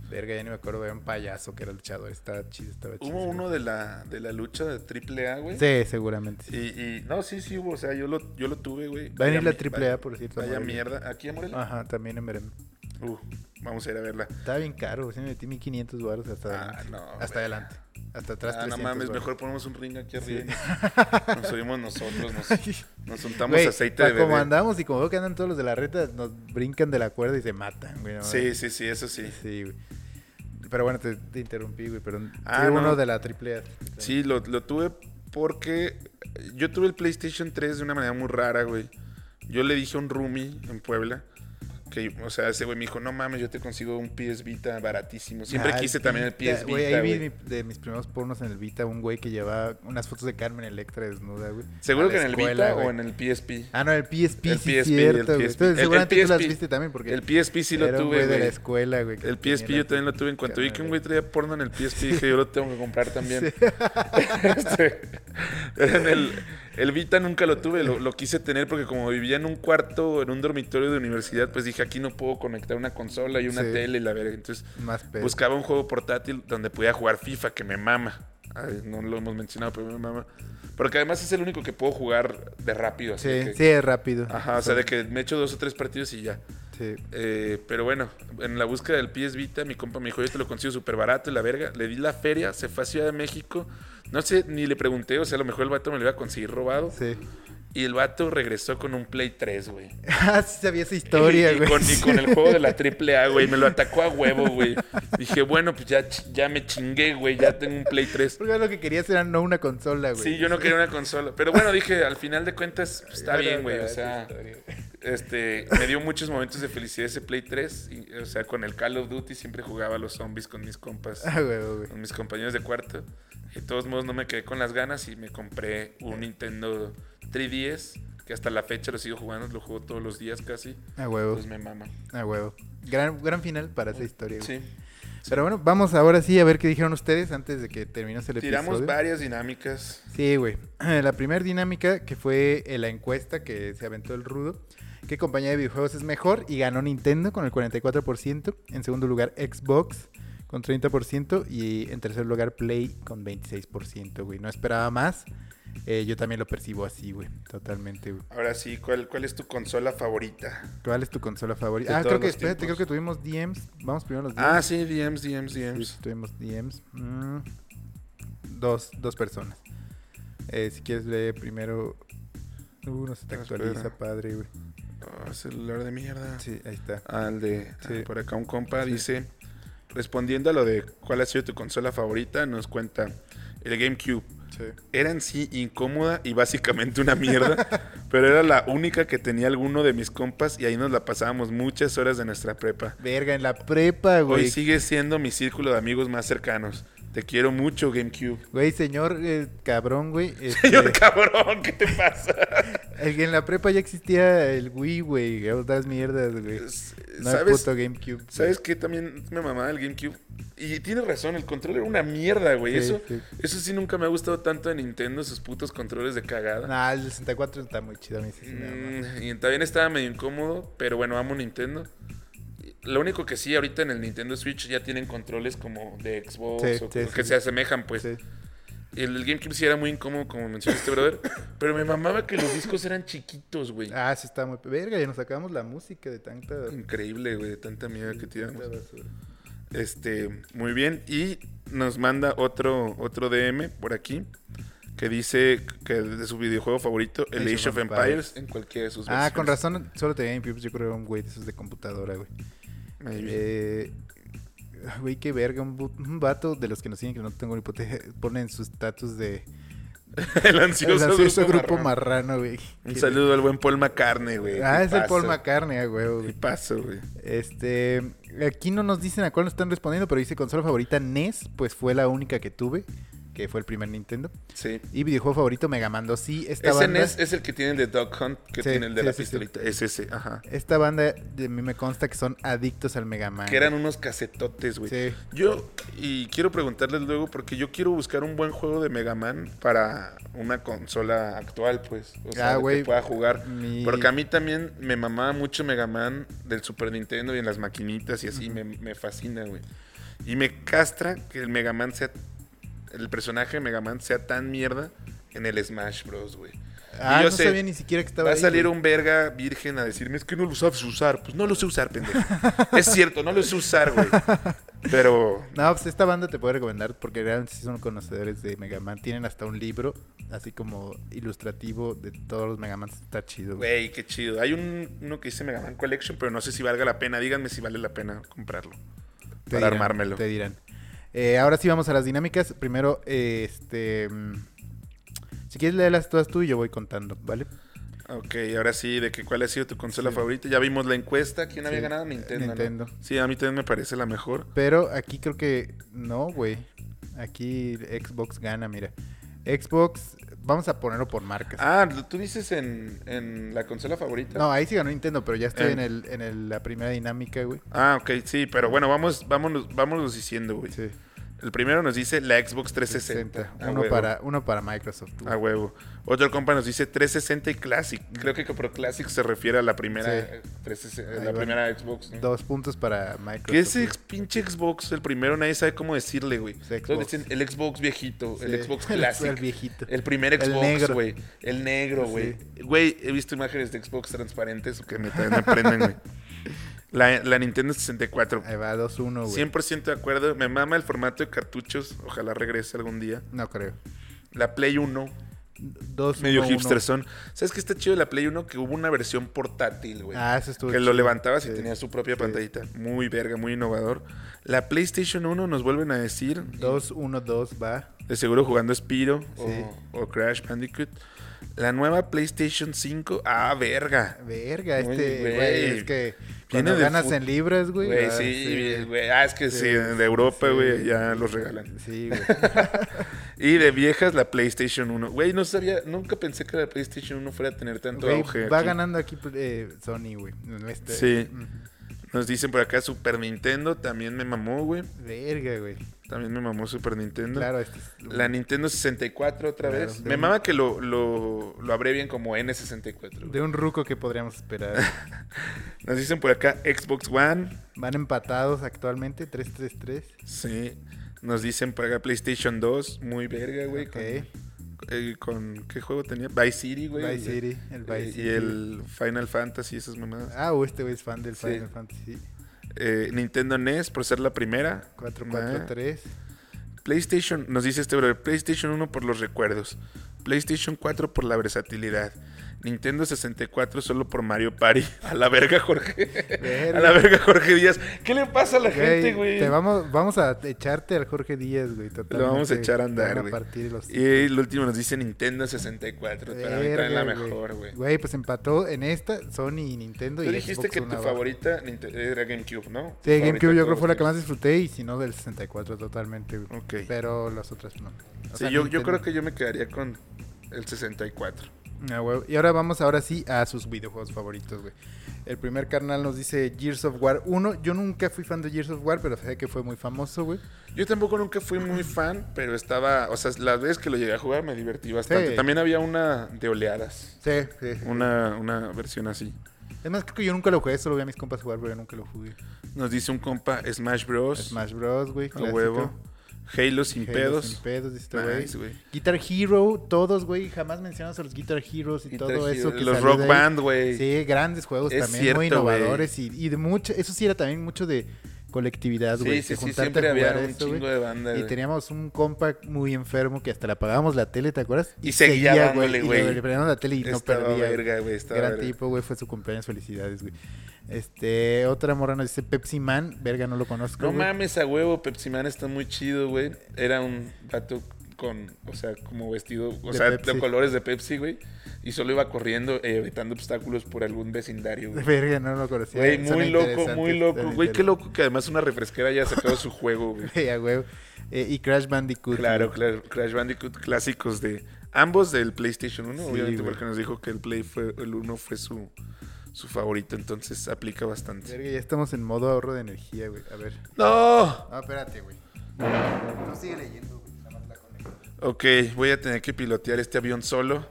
S1: verga, ya ni me acuerdo, era un payaso que era luchador, estaba chido, estaba chido.
S2: Hubo uno de la, de la lucha de AAA, güey.
S1: Sí, seguramente. sí.
S2: Y, y- no, sí, sí hubo. O sea, yo lo, yo lo tuve, güey.
S1: Va a venir
S2: Vaya
S1: la
S2: mi-
S1: AAA,
S2: va-
S1: por cierto. Ah.
S2: Vaya
S1: Morelia.
S2: mierda. ¿Aquí a Morelia?
S1: Ajá, también en verano.
S2: Uh, vamos a ir a verla.
S1: Estaba bien caro, sí me metí 1500 baros hasta
S2: Ah,
S1: adelante.
S2: no,
S1: hasta
S2: güey.
S1: adelante. Hasta atrás.
S2: Ah, no
S1: 300
S2: mames,
S1: varos.
S2: mejor ponemos un ring aquí arriba.
S1: Sí.
S2: y Nos, nos subimos nosotros, nos, nos juntamos
S1: Güey,
S2: aceite
S1: pa'
S2: de bebé.
S1: Como andamos y como veo que andan todos los de la reta, nos brincan de la cuerda y se matan, güey. no
S2: Sí, sí, sí, eso sí.
S1: mames. Sí, güey. Pero bueno, te, te interrumpí, güey. Pero
S2: Ah,
S1: sí,
S2: no.
S1: uno de la triple A.
S2: Sí, lo, lo tuve porque yo tuve el PlayStation 3 de una manera muy rara, güey. Yo le dije a un roomie en Puebla que, o sea, ese güey me dijo, no mames, yo te consigo un PS Vita baratísimo. Siempre
S1: Ah,
S2: quise también el
S1: Vita,
S2: PS
S1: Güey,
S2: Vita,
S1: ahí vi
S2: güey.
S1: mi- de mis primeros pornos en el Vita un güey que llevaba unas fotos de Carmen Electra desnuda, güey. a
S2: Seguro
S1: la
S2: que en el
S1: escuela,
S2: Vita
S1: güey.
S2: o en el PSP.
S1: Ah, no, el PSP,
S2: El
S1: sí,
S2: PSP, el
S1: cierto, güey.
S2: PSP.
S1: Entonces,
S2: El- el
S1: seguramente tú las
S2: PSP.
S1: viste también porque
S2: El PSP sí lo
S1: era un
S2: tuve,
S1: güey de la
S2: güey.
S1: escuela, güey. que
S2: El
S1: tenía
S2: PSP
S1: la-
S2: yo también lo tuve. En cuanto vi que un güey traía porno en el PSP,
S1: Sí.
S2: dije, yo lo tengo que comprar también. Este, pero en el, el Vita nunca lo tuve, lo, lo quise tener porque como vivía en un cuarto, en un dormitorio de universidad, pues dije, aquí no puedo conectar una consola y una
S1: Sí.
S2: tele y la verga. Entonces
S1: Más pedo.
S2: buscaba un juego portátil donde podía jugar FIFA, que me mama. Ay, no lo hemos mencionado, pero me mama. Porque además es el único que puedo jugar de rápido. Así de
S1: Sí,
S2: que-
S1: sí, es rápido.
S2: Ajá, o sea, de que me echo dos o tres partidos y ya.
S1: Sí.
S2: Eh, pero bueno, en la búsqueda del PS Vita, mi compa me dijo, yo te lo consigo súper barato y la verga. Le di la feria, se fue a Ciudad de México. No sé, ni le pregunté, o sea, a lo mejor el vato me lo iba a conseguir robado.
S1: Sí.
S2: Y el vato regresó con un Play 3, güey.
S1: Ah, sí sabía esa historia,
S2: Y- y,
S1: güey.
S2: con, y con el juego de la AAA, güey. Me lo atacó a huevo, güey. Dije, bueno, pues ya, ch- ya me chingué, güey. Ya tengo un Play 3.
S1: Porque lo que querías era no una consola, güey.
S2: Sí, yo no quería una consola. Pero bueno, dije, al final de cuentas, pues, está
S1: Era
S2: bien,
S1: una
S2: güey. O
S1: gran
S2: sea,
S1: historia.
S2: este, me dio muchos momentos de felicidad ese Play 3. y, o sea, con el Call of Duty siempre jugaba a los zombies con mis compas,
S1: Ah, güey, güey.
S2: con mis compañeros de cuarto. De todos modos, no me quedé con las ganas y me compré un Nintendo 3DS, que hasta la fecha lo sigo jugando, lo juego todos los días casi.
S1: Ah, huevo.
S2: Pues me mama.
S1: Ah, huevo. Gran, gran final para esa historia, güey.
S2: Sí.
S1: Pero bueno, vamos ahora sí a ver qué dijeron ustedes antes de que terminemos el
S2: Tiramos
S1: episodio.
S2: varias dinámicas.
S1: Sí, güey. La primera dinámica que fue eh, la encuesta que se aventó el rudo. ¿Qué compañía de videojuegos es mejor? Y ganó Nintendo con el 44%. En segundo lugar, Xbox con 30% y en tercer lugar Play con 26%, güey. No esperaba más. Eh, yo también lo percibo así, güey. Totalmente, güey.
S2: Ahora sí, ¿cuál, cuál es tu consola favorita?
S1: ¿Cuál es tu consola favorita?
S2: De
S1: Ah, creo
S2: todos
S1: que,
S2: los
S1: espérate, creo
S2: tiempos.
S1: que tuvimos DMs. Vamos primero a los DMs.
S2: Ah, sí, DMs, DMs, DMs.
S1: Sí, tuvimos DMs. Mm, dos, dos personas. Eh, si quieres lee primero. Uh, no se te
S2: Ah,
S1: actualiza,
S2: espera.
S1: padre, güey.
S2: Ah, celular de mierda.
S1: Sí, ahí está.
S2: Al de.
S1: Sí.
S2: ah, por acá un compa
S1: Sí.
S2: dice. Respondiendo a lo de cuál ha sido tu consola favorita, nos cuenta el GameCube.
S1: Sí.
S2: Era en sí incómoda y básicamente una mierda, pero era la única que tenía alguno de mis compas y ahí nos la pasábamos muchas horas de nuestra prepa.
S1: Verga, en la prepa,
S2: Hoy
S1: güey.
S2: sigue siendo mi círculo de amigos más cercanos. Te quiero mucho, GameCube.
S1: Güey, señor eh, cabrón, güey. este,
S2: Señor cabrón, ¿qué te pasa?
S1: el que en la prepa ya existía el Wii, güey. Otras mierdas, güey. No el
S2: ¿Sabes,
S1: puto GameCube. güey.
S2: ¿Sabes qué? También me mamaba el GameCube. Y tienes razón, el control era una mierda, güey.
S1: Sí,
S2: eso,
S1: sí.
S2: eso sí nunca me ha gustado tanto de Nintendo, sus putos controles de cagada.
S1: Nah, el 64 está muy chido, a mí sí se me ama.
S2: Ah. Mm, y también estaba medio incómodo, pero bueno, amo Nintendo. Lo único que sí, ahorita en el Nintendo Switch ya tienen controles como de Xbox
S1: Sí,
S2: o
S1: sí,
S2: cosas que
S1: sí, sí.
S2: se asemejan, pues.
S1: Sí.
S2: El, el GameCube sí era muy incómodo, como mencionaste, brother. pero me mamaba que los discos eran chiquitos, güey.
S1: Ah, sí está muy... Verga, ya nos sacamos la música de tanta...
S2: Increíble, güey, de tanta mierda que tiramos.
S1: tanta basura.
S2: Este, muy bien. Y nos manda otro, otro DM por aquí que dice que de su videojuego favorito, el Age of Empires, en cualquiera de sus
S1: Ah, con
S2: versiones.
S1: razón, solo tenía GameCube, yo creo que era un güey de esos de computadora, güey.
S2: Muy bien.
S1: Eh, ah, güey, qué verga, un, bu- un vato de los que nos siguen, que no tengo ni puta idea, pone en su estatus de...
S2: el
S1: El
S2: ansioso,
S1: ansioso
S2: grupo,
S1: grupo
S2: marrón.
S1: marrano, güey.
S2: Un
S1: Qué-
S2: saludo al buen Paul McCartney, güey.
S1: Ah,
S2: ¿Qué
S1: es el Paul
S2: pasó?
S1: McCartney, ah, güey,
S2: ¿Qué
S1: güey.
S2: pasó, güey?
S1: Este, aquí no nos dicen a cuál nos están respondiendo, pero dice consola favorita NES, pues fue la única que tuve, que fue el primer Nintendo.
S2: Sí.
S1: Y videojuego favorito Mega Man 2. Sí, esta
S2: Ese
S1: banda,
S2: NES es el que tiene el de Dog Hunt, que
S1: Sí,
S2: tiene el de
S1: sí,
S2: la
S1: sí, sí.
S2: pistolita. Es ese, ajá.
S1: esta banda de mí me consta que son adictos al Mega Man.
S2: Que eran unos casetotes, güey.
S1: Sí.
S2: Yo, y quiero preguntarles luego, porque yo quiero buscar un buen juego de Mega Man para una consola actual, pues. O
S1: Ah,
S2: sea, de
S1: güey.
S2: que pueda jugar.
S1: Mi-
S2: Porque a mí también me mamaba mucho Mega Man del Super Nintendo y en las maquinitas y así. me, me fascina, güey. Y me castra que el Mega Man sea. El personaje de Mega Man sea tan mierda en el Smash Bros, güey.
S1: Ah,
S2: Y yo
S1: no
S2: sé,
S1: sabía ni siquiera que estaba
S2: Va a
S1: ahí,
S2: salir
S1: güey.
S2: un verga virgen a decirme, es que no lo sabes usar. Pues no lo sé usar, pendejo. es cierto, no lo sé usar, güey. Pero
S1: No, pues esta banda te puedo recomendar porque realmente sí son conocedores de Mega Man. Tienen hasta un libro, así como ilustrativo de todos los Mega Man. Está chido, güey.
S2: Güey, qué chido. Hay un, uno que dice Mega Man Collection, pero no sé si valga la pena. Díganme si vale la pena comprarlo.
S1: Te
S2: para
S1: dirán,
S2: armármelo.
S1: Te dirán. Eh, ahora sí vamos a las dinámicas. Primero, eh, este... mm, Si quieres leerlas todas tú y yo voy contando, ¿vale?
S2: Ok, ahora sí, de que cuál ha sido tu consola
S1: Sí.
S2: favorita. Ya vimos la encuesta. ¿Quién había
S1: Sí,
S2: ganado? Nintendo. ¿no?
S1: Nintendo.
S2: Sí, a mí también me parece la mejor.
S1: Pero aquí creo que no, güey. Aquí Xbox gana, mira. Xbox, vamos a ponerlo por marcas.
S2: Ah, tú dices en, en la consola favorita.
S1: No, ahí sí ganó Nintendo, pero ya estoy
S2: Eh.
S1: en, el, en el- la primera dinámica, güey.
S2: Ah, ok, sí, pero bueno, vamos, vámonos, vámonos diciendo, güey.
S1: Sí,
S2: El primero nos dice la Xbox 360.
S1: 60.
S2: A
S1: Uno,
S2: huevo.
S1: para, uno para Microsoft. güey.
S2: A huevo. Otro compa nos dice 360 y Classic. Creo que Pro Classic se refiere a la primera,
S1: Sí.
S2: eh, 360,
S1: Ahí
S2: la
S1: va.
S2: primera Xbox. ¿no?
S1: Dos puntos para Microsoft.
S2: Que ese
S1: güey.
S2: ex- pinche Xbox, el primero, nadie sabe cómo decirle, güey.
S1: Es Xbox.
S2: Todos dicen el Xbox viejito,
S1: Sí.
S2: el Xbox
S1: El-
S2: Classic.
S1: El
S2: El,
S1: viejito.
S2: primer
S1: El
S2: Xbox,
S1: negro.
S2: güey. El negro,
S1: Sí.
S2: güey. Güey, he visto imágenes de Xbox transparentes que me, me prenden, güey. La, la Nintendo 64.
S1: Ahí va, 2-1, güey.
S2: 100% de acuerdo. Me mama el formato de cartuchos. Ojalá regrese algún día.
S1: No creo.
S2: La Play 1.
S1: 2
S2: Medio hipster son. ¿Sabes qué está chido de la Play 1? Que hubo una versión portátil, güey.
S1: Ah, eso estuvo
S2: que lo
S1: chido.
S2: levantabas y
S1: Sí.
S2: tenía su propia
S1: Sí.
S2: pantallita. Muy verga, muy innovador. La PlayStation 1 nos vuelven a decir.
S1: 2-1-2 va.
S2: De seguro jugando Spiro
S1: Sí.
S2: o, o Crash Bandicoot. La nueva PlayStation 5. Ah, verga.
S1: Verga,
S2: Muy
S1: este,
S2: güey.
S1: güey. Es que
S2: Viene
S1: cuando
S2: de
S1: ganas
S2: fut-
S1: en libras, güey.
S2: Güey,
S1: ah,
S2: sí, güey. Ah, es que sí,
S1: Sí,
S2: de Europa,
S1: sí.
S2: güey, ya los regalan.
S1: Sí, güey.
S2: Y de viejas, la PlayStation 1. Güey, no sabía, nunca pensé que la PlayStation 1 fuera a tener tanto
S1: Güey,
S2: auge.
S1: va
S2: aquí.
S1: ganando aquí eh, Sony, güey. en este-
S2: Sí.
S1: Ujú.
S2: Nos dicen por acá Super Nintendo, también me mamó, güey.
S1: Verga, güey.
S2: También me mamó Super Nintendo.
S1: Claro, este es lo-
S2: La Nintendo 64 otra
S1: Claro,
S2: vez.
S1: de
S2: Me
S1: un-
S2: mama que lo, lo, lo abrevian como N64. güey.
S1: de un ruco que podríamos esperar.
S2: Nos dicen por acá Xbox One.
S1: Van empatados actualmente, 3-3-3.
S2: Sí. Nos dicen por acá PlayStation 2. Muy verga, Este güey.
S1: Ok.
S2: Con, eh, con- ¿Qué juego tenía? Vice City, güey.
S1: Vice City, el
S2: Eh,
S1: Vice City.
S2: Y el Final Fantasy, esas mamadas.
S1: Ah, oh, este güey es fan del
S2: Sí.
S1: Final Fantasy.
S2: Eh, Nintendo NES por ser la primera. Nah.
S1: 4-4-3.
S2: PlayStation, nos dice este brother, PlayStation 1 por los recuerdos, PlayStation 4 por la versatilidad, Nintendo 64 solo por Mario Party. A la verga, Jorge.
S1: Verga.
S2: A la verga, Jorge Díaz. ¿Qué le pasa a la
S1: Güey,
S2: gente, güey?
S1: Te vamos, vamos a echarte al Jorge Díaz, güey. Totalmente.
S2: Lo vamos a echar a
S1: Te van
S2: andar,
S1: a
S2: güey.
S1: partir los...
S2: Y el último nos dice Nintendo 64. Para mí también
S1: Verga,
S2: la mejor, güey.
S1: Güey, pues empató en esta Sony y Nintendo.
S2: Tú
S1: y
S2: dijiste
S1: Xbox
S2: que
S1: One
S2: tu
S1: abajo.
S2: favorita Ninte- era GameCube, ¿no?
S1: Sí, GameCube yo creo fue la que más disfruté y si no del 64 totalmente. güey.
S2: Ok.
S1: Pero las otras no. O sea,
S2: Sí, yo, yo
S1: Nintendo.
S2: creo que yo me quedaría con el 64.
S1: Ah, huevo. Y ahora vamos ahora sí a sus videojuegos favoritos, güey. El primer carnal nos dice Gears of War 1. Yo nunca fui fan de Gears of War, pero sé que fue muy famoso, güey.
S2: Yo tampoco nunca fui muy fan, pero estaba, o sea, las veces que lo llegué a jugar me divertí bastante.
S1: Sí.
S2: También había una de oleadas,
S1: Sí, sí. sí.
S2: una, una versión así.
S1: Es más, creo que yo nunca lo jugué, solo vi a mis compas jugar, pero yo nunca lo jugué.
S2: Nos dice un compa Smash Bros.
S1: Smash Bros, güey.
S2: Pues, a
S1: clásico.
S2: huevo. Halo sin
S1: Halo
S2: pedos.
S1: Sin pedos, dice este güey.
S2: Nice, güey.
S1: Guitar Hero, todos, güey. Jamás mencionas a los Guitar Heroes y
S2: Guitar
S1: todo eso.
S2: Hero,
S1: Que
S2: los
S1: salió
S2: Rock
S1: de ahí.
S2: Band, güey.
S1: Sí, grandes juegos
S2: Es
S1: también, muy
S2: cierto, güey.
S1: innovadores. Y, y de mucho, eso sí era también mucho de colectividad,
S2: Sí,
S1: güey.
S2: sí,
S1: de
S2: sí,
S1: juntarte
S2: siempre
S1: a
S2: había
S1: jugar
S2: un
S1: eso,
S2: chingo
S1: güey.
S2: de banda.
S1: Y
S2: güey.
S1: teníamos un compa muy enfermo que hasta le apagábamos la tele, ¿te acuerdas?
S2: Y seguía dándole,
S1: y le-
S2: güey.
S1: Le prendíamos la tele y no
S2: Estaba
S1: perdía. güey.
S2: verga, güey, estaba
S1: Gran
S2: verga.
S1: tipo, güey, fue su cumpleaños, felicidades, güey. Este, otra morra nos dice Pepsi Man, verga, no lo conozco.
S2: No
S1: güey.
S2: mames, a huevo, Pepsi Man está muy chido, güey. Era un vato con, o sea, como vestido, o
S1: De
S2: sea,
S1: Pepsi.
S2: de colores de Pepsi, güey. Y solo iba corriendo, eh, evitando obstáculos por algún vecindario, güey.
S1: Verga, no lo conocía.
S2: Güey,
S1: Suena
S2: muy loco,
S1: interesante,
S2: muy loco.
S1: suena
S2: Güey, qué
S1: interesante.
S2: loco que además una refresquera haya sacado su juego, güey.
S1: Güey, a huevo. Eh, y Crash Bandicoot.
S2: Claro,
S1: güey.
S2: claro, Crash Bandicoot clásicos de ambos del PlayStation 1,
S1: Sí,
S2: obviamente
S1: güey.
S2: porque nos dijo que el Play fue el 1 fue su su favorito, entonces aplica bastante.
S1: Verga, ya estamos en modo ahorro de energía, güey. A ver.
S2: No.
S1: Ah, espérate, güey. Tú sigue leyendo, güey. Nada más la conecto.
S2: Ok, voy a tener que pilotear este avión solo.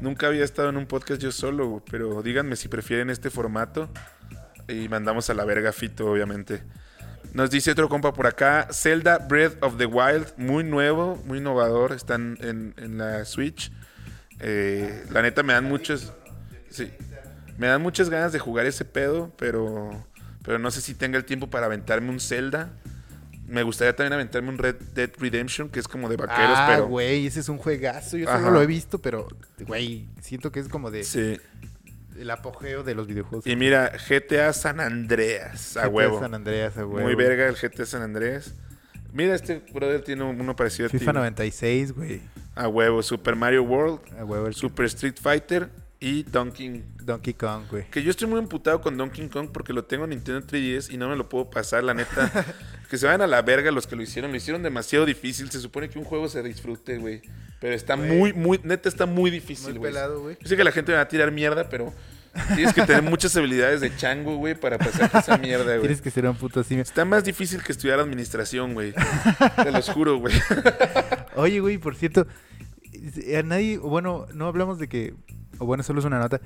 S2: Nunca había estado en un podcast yo solo, güey, pero díganme si prefieren este formato y mandamos a la verga a Fito, obviamente. Nos dice otro compa por acá, Zelda Breath of the Wild, muy nuevo, muy innovador, están en, en la Switch. Eh, la neta me dan muchos... Sí, me dan muchas ganas de jugar ese pedo, pero, pero no sé si tenga el tiempo para aventarme un Zelda. Me gustaría también aventarme un Red Dead Redemption, que es como de vaqueros,
S1: Ah,
S2: pero...
S1: güey, ese es un juegazo. Yo
S2: Ajá.
S1: solo lo he visto, pero, güey, siento que es como de
S2: Sí.
S1: el apogeo de los videojuegos.
S2: Y mira, GTA San Andreas, a
S1: GTA
S2: huevo.
S1: San Andreas, a huevo.
S2: Muy verga el GTA San Andrés. Mira, este brother tiene uno parecido a ti.
S1: FIFA 96, güey.
S2: A huevo, Super Mario World,
S1: A huevo el
S2: Super Street Fighter y Donkey
S1: Donkey Kong, güey.
S2: que yo estoy muy emputado con Donkey Kong porque lo tengo en Nintendo 3DS y no me lo puedo pasar, la neta. que se vayan a la verga los que lo hicieron. Lo hicieron demasiado difícil. Se supone que un juego se disfrute, güey. Pero está
S1: Güey.
S2: muy, muy, neta, está muy difícil,
S1: Muy
S2: güey.
S1: pelado, güey.
S2: Yo sé que la gente me va a tirar mierda, pero tienes que tener muchas habilidades de chango, güey, para pasar esa mierda, güey.
S1: Tienes que ser un puto simio.
S2: Está más difícil que estudiar administración, güey. Te los juro, güey.
S1: Oye, güey, por cierto, a nadie, o bueno, no hablamos de que, o bueno, solo es una nota.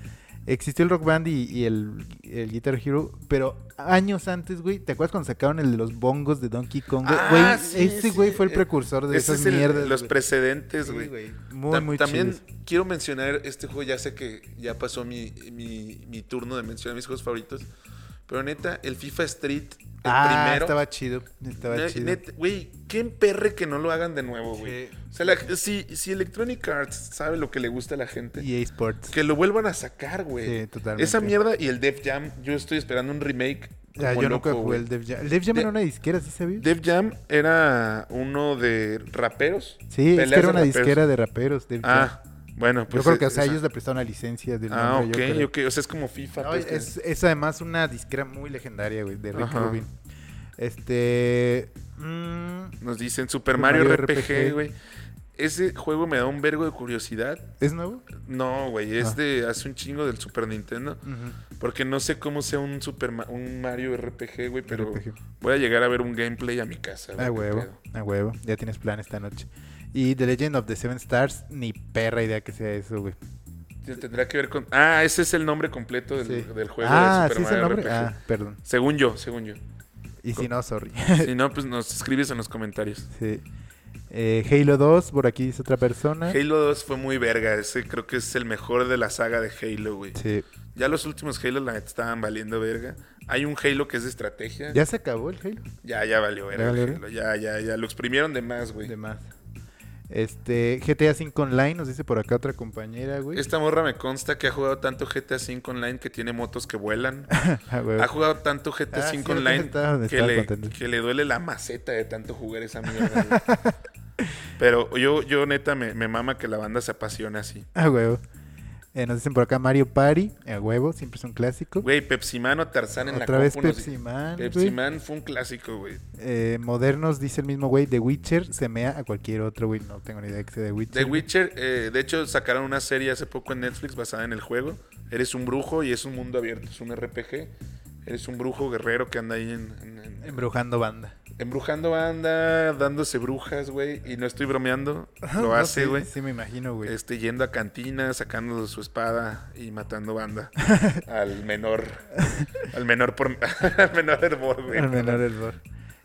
S1: Existió el Rock Band y, y el, el Guitar Hero, pero años antes, güey, ¿te acuerdas cuando sacaron el de los bongos de Donkey Kong? güey?
S2: Ah,
S1: Güey,
S2: sí,
S1: ese
S2: sí.
S1: güey fue el precursor de
S2: Ese
S1: esas
S2: es el-
S1: mierdas.
S2: Los
S1: güey.
S2: precedentes,
S1: Sí,
S2: güey.
S1: güey, Muy,
S2: Tam-
S1: muy
S2: También
S1: chidos.
S2: quiero mencionar este juego, ya sé que ya pasó mi, mi- mi turno de mencionar mis juegos favoritos, pero neta, el FIFA Street, el
S1: ah,
S2: primero.
S1: estaba chido, estaba
S2: ne-
S1: chido.
S2: neta, Güey, qué perre que no lo hagan de nuevo, güey.
S1: Sí.
S2: O sea, la- si, si Electronic Arts sabe lo que le gusta a la gente,
S1: EA Sports.
S2: que lo vuelvan a sacar, güey.
S1: Sí, totalmente.
S2: Esa mierda y el Def Jam, yo estoy esperando un remake.
S1: Ya,
S2: como
S1: Ah, yo nunca
S2: loco,
S1: jugué
S2: güey.
S1: el Def Jam. El Def Jam
S2: De-
S1: era una disquera, ¿sí sabías?
S2: Def Jam era uno de raperos.
S1: sí, es
S2: peleas
S1: que era
S2: de
S1: una
S2: raperos.
S1: disquera de raperos, Def Jam.
S2: Ah, bueno, pues.
S1: yo creo que, o
S2: eh,
S1: sea,
S2: esa-
S1: ellos le prestaron la licencia del
S2: Ah,
S1: nombre, yo
S2: ok,
S1: creo.
S2: ok. O sea, es como FIFA.
S1: No,
S2: pues, que-
S1: es, es además una disquera muy legendaria, güey, de Rick
S2: Ajá.
S1: Rubin. Este. mm,
S2: Nos dicen Super Mario,
S1: Mario
S2: RPG,
S1: RPG.
S2: güey. ese juego me da un vergo de curiosidad.
S1: ¿Es nuevo?
S2: No, güey, es
S1: Ah.
S2: de hace un chingo del Super Nintendo. Porque no sé cómo sea un Super Ma- un Mario RPG, güey, pero
S1: RPG.
S2: voy a llegar a ver un gameplay a mi casa. güey,
S1: A
S2: qué
S1: Ah, huevo,
S2: pedo.
S1: a huevo. Ya tienes plan esta noche. Y The Legend of the Seven Stars, ni perra idea que sea eso, güey.
S2: Te- Tendrá que ver con. Ah, ese es el nombre completo del,
S1: Sí.
S2: del juego
S1: ah,
S2: de Super
S1: ¿sí es el
S2: Mario
S1: nombre?
S2: RPG.
S1: Ah, perdón.
S2: Según yo, según yo.
S1: Y si no, sorry.
S2: si no, pues nos escribes en los comentarios.
S1: Sí. Eh, Halo 2, por aquí dice otra persona.
S2: Halo 2 fue muy verga. Ese creo que es el mejor de la saga de Halo, güey.
S1: Sí.
S2: Ya los últimos Halo, la neta, estaban valiendo verga. Hay un Halo que es de estrategia. Ya,
S1: ¿Ya se acabó el Halo?
S2: ya, valió verga.
S1: ¿Ya valió
S2: el Halo. Ya, ya, ya. Lo exprimieron de más, güey.
S1: De más. Este, GTA 5 Online, nos dice por acá otra compañera, güey.
S2: Esta morra me consta que ha jugado tanto GTA V Online que tiene motos que vuelan.
S1: Ah, güey.
S2: Ha jugado tanto GTA
S1: Ah,
S2: V
S1: sí, ahorita
S2: Online
S1: estaba-
S2: que,
S1: estaba
S2: le,
S1: contento.
S2: que le duele la maceta de tanto jugar esa mierda. güey. Pero yo, yo neta, me, me mama que la banda se apasiona así.
S1: Ah, huevo. Eh, nos dicen por acá Mario Party, a huevo, siempre es un clásico.
S2: Güey, Pepsi Man o Tarzán en la
S1: otra vez
S2: compu nos-
S1: Pepsi Man,
S2: Pepsi
S1: güey.
S2: Man fue un clásico, güey.
S1: Eh, modernos, dice el mismo güey, The Witcher se mea a cualquier otro, güey. No tengo ni idea que sea The Witcher.
S2: The
S1: güey.
S2: Witcher, eh, de hecho, sacaron una serie hace poco en Netflix basada en el juego. Eres un brujo y es un mundo abierto, es un RPG. Eres un brujo guerrero que anda ahí en- en- en-
S1: Embrujando banda.
S2: embrujando banda, dándose brujas, güey. Y no estoy bromeando, lo
S1: No,
S2: hace,
S1: sí,
S2: güey.
S1: Sí, me imagino, güey.
S2: Este, yendo a cantinas, sacando su espada y matando banda al menor, al menor por, al menor hervor, güey.
S1: Al menor error.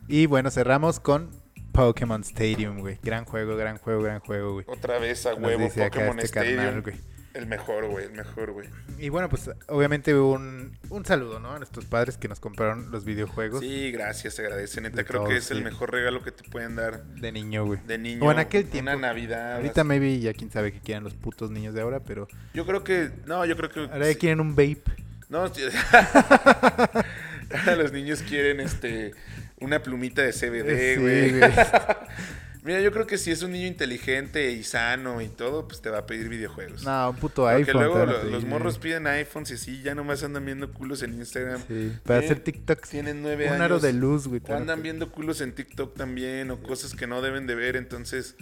S1: Y bueno, cerramos con Pokémon Stadium, güey. Gran juego, gran juego, gran juego, güey.
S2: Otra vez a
S1: Nos
S2: huevo
S1: dice acá
S2: Pokémon
S1: este
S2: Stadium.
S1: carnal, güey.
S2: el mejor, güey, el mejor, güey.
S1: Y bueno, pues obviamente un, un saludo, ¿no? A nuestros padres que nos compraron los videojuegos
S2: Sí, gracias, se agradece, neta.
S1: De
S2: Creo
S1: todo,
S2: que es el
S1: sí.
S2: mejor regalo que te pueden dar
S1: de niño, güey.
S2: de niño.
S1: O en aquel tiempo.
S2: Una Navidad.
S1: Ahorita
S2: así.
S1: maybe ya quién sabe qué quieran los putos niños de ahora, pero
S2: Yo creo que. No, yo creo que.
S1: ahora ya
S2: sí.
S1: quieren un vape.
S2: No, sí. los niños quieren este una plumita de
S1: Eh, Sí,
S2: CBD, güey.
S1: güey.
S2: Mira, yo creo que si es un niño inteligente y sano y todo, pues te va a pedir videojuegos.
S1: No, un puto
S2: Porque
S1: iPhone.
S2: luego
S1: te van a
S2: lo- los
S1: pedir,
S2: morros
S1: güey.
S2: piden iPhones y así, ya nomás andan viendo culos en Instagram.
S1: Sí, para hacer
S2: Tienen-
S1: TikToks.
S2: Tienen nueve
S1: Un
S2: años.
S1: aro de luz, güey. te
S2: O
S1: van a
S2: andan
S1: pedir.
S2: viendo culos en TikTok también o cosas que no deben de ver, entonces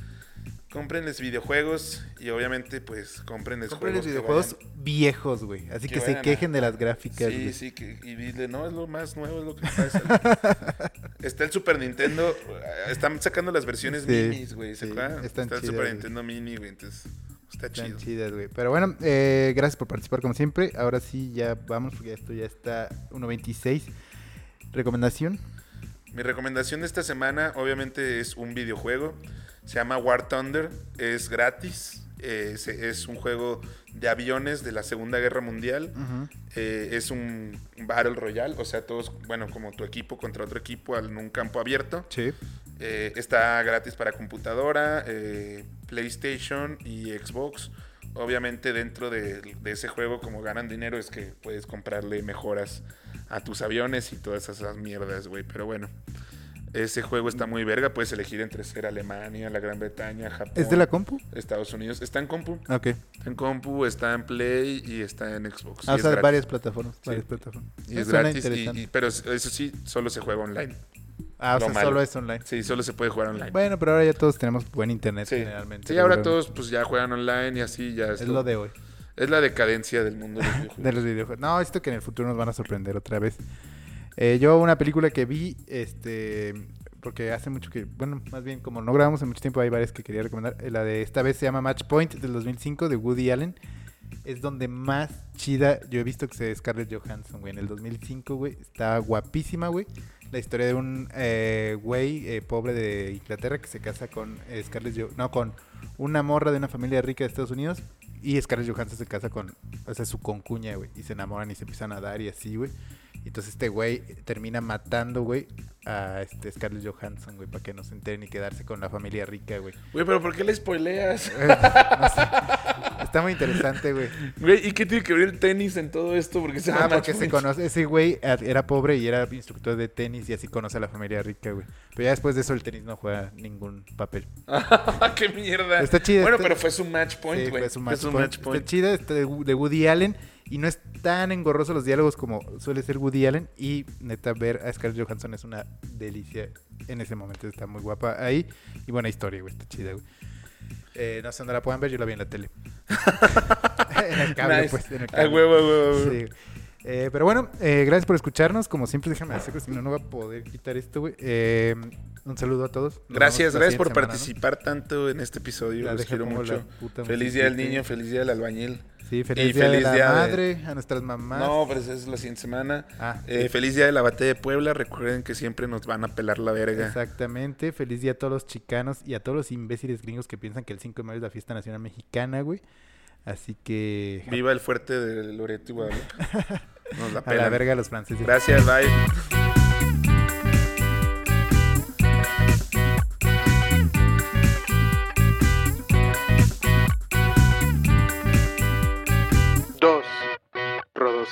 S2: cómprenles videojuegos y obviamente pues cómprenles
S1: Compren los
S2: juegos que
S1: videojuegos viejos, güey. Así
S2: que
S1: que, se
S2: vayan a-
S1: quejen de las gráficas,
S2: Sí,
S1: güey.
S2: sí, que- y dile, no, es lo más nuevo, es lo que pasa. está el Super Nintendo, eh, están sacando las versiones
S1: Sí,
S2: minis, güey, ¿se
S1: sí,
S2: acuerdan? Está
S1: están
S2: el
S1: chidas,
S2: Super
S1: güey.
S2: Nintendo mini, güey, entonces está
S1: Están
S2: chido.
S1: chidas, güey. Pero bueno, eh, gracias por participar como siempre. Ahora sí, ya vamos porque esto ya está 1.26. ¿Recomendación?
S2: Mi recomendación de esta semana, obviamente, es un videojuego. Se llama War Thunder. Es gratis. eh, se- es un juego de aviones de la Segunda Guerra Mundial. Eh, es un Battle Royale. O sea, todos, bueno, como tu equipo contra otro equipo en un campo abierto.
S1: Sí.
S2: Eh, está gratis para computadora, eh, PlayStation y Xbox. Obviamente dentro de, de ese juego como ganan dinero es que puedes comprarle mejoras a tus aviones y todas esas mierdas, güey. Pero bueno, ese juego está muy verga. Puedes elegir entre ser Alemania, la Gran Bretaña, Japón,
S1: ¿Es de la compu?
S2: Estados Unidos. Está en compu.
S1: Ok.
S2: Está en compu, está en Play y está en Xbox.
S1: Ah,
S2: Y
S1: o
S2: es
S1: sea,
S2: gratis.
S1: varias plataformas. Varias plataformas.
S2: Y es
S1: Suena
S2: gratis. y-
S1: interesante.
S2: y- pero eso sí, solo se juega online.
S1: ah, o
S2: lo
S1: sea,
S2: malo.
S1: solo es online.
S2: Sí, solo se puede jugar online.
S1: Bueno, pero ahora ya todos tenemos buen internet
S2: Sí,
S1: generalmente.
S2: Sí, ahora
S1: seguramente.
S2: todos pues ya juegan online y así ya.
S1: Es lo de hoy,
S2: es la decadencia del mundo de los
S1: de
S2: videojuegos.
S1: los videojuegos. No, esto que en el futuro nos van a sorprender otra vez. Eh, yo una película que vi, este, porque hace mucho que, bueno, más bien como no grabamos en mucho tiempo, hay varias que quería recomendar. Eh, La de esta vez se llama Match Point del 2005 de Woody Allen. Es donde más chida yo he visto que se ve Scarlett Johansson, güey. En el 2005, güey, está guapísima, güey. La historia de un eh, güey eh, pobre de Inglaterra que se casa con eh, Scarlett Jo- no, con una morra de una familia rica de Estados Unidos. Y Scarlett Johansson se casa con, o sea, su concuña, güey. Y se enamoran y se empiezan a dar y así, güey. Entonces este güey termina matando, güey, a este Scarlett Johansson, güey, para que no se enteren y quedarse con la familia rica, güey.
S2: Güey, pero ¿por qué le spoileas?
S1: Eh, no sé. Está muy interesante, güey.
S2: Güey, ¿y qué tiene que ver el tenis en todo esto? Porque se
S1: Ah,
S2: llama
S1: porque se
S2: Matchpoint.
S1: conoce. Ese güey eh, era pobre y era instructor de tenis y así conoce a la familia rica, güey. Pero ya después de eso el tenis no juega ningún papel.
S2: ¡Qué mierda!
S1: Está chido,
S2: Bueno,
S1: está-
S2: pero fue su match point,
S1: Sí,
S2: güey.
S1: fue su match point.
S2: match point.
S1: Está chida, está de Wo- de Woody Allen y no es tan engorroso los diálogos como suele ser Woody Allen y neta ver a Scarlett Johansson es una delicia en ese momento, está muy guapa ahí y buena historia, güey, está chida, güey. Eh, no sé dónde la puedan ver, yo la vi en la tele. en el cable,
S2: Nice.
S1: pues. En el
S2: A
S1: cable.
S2: huevo, a huevo, a huevo.
S1: Sí. Eh, pero bueno, eh, gracias por escucharnos. Como siempre, déjame hacer, si no, no va a poder quitar esto, güey. Eh, un saludo a todos. Nos vemos
S2: Gracias,
S1: la
S2: gracias por
S1: siguiente semana, ¿no?
S2: participar tanto en este episodio.
S1: Ya
S2: Los
S1: deja
S2: quiero
S1: pongo la
S2: mucho.
S1: puta
S2: Feliz día del
S1: musiquita.
S2: niño, feliz día del albañil.
S1: Sí,
S2: Y
S1: feliz día
S2: feliz
S1: de la
S2: día de-
S1: madre, a nuestras mamás.
S2: No, pero esa es la siguiente semana.
S1: Ah,
S2: Eh, feliz día de la batalla de Puebla. Recuerden que siempre nos van a pelar la verga.
S1: Exactamente. Feliz día a todos los chicanos y a todos los imbéciles gringos que piensan que el 5 de mayo es la fiesta nacional mexicana, güey. Así que...
S2: Viva el fuerte de Loreto y Guadalupe. Nos la
S1: A la
S2: pelan.
S1: verga a los franceses.
S2: Gracias, bye.
S3: Dos rodos.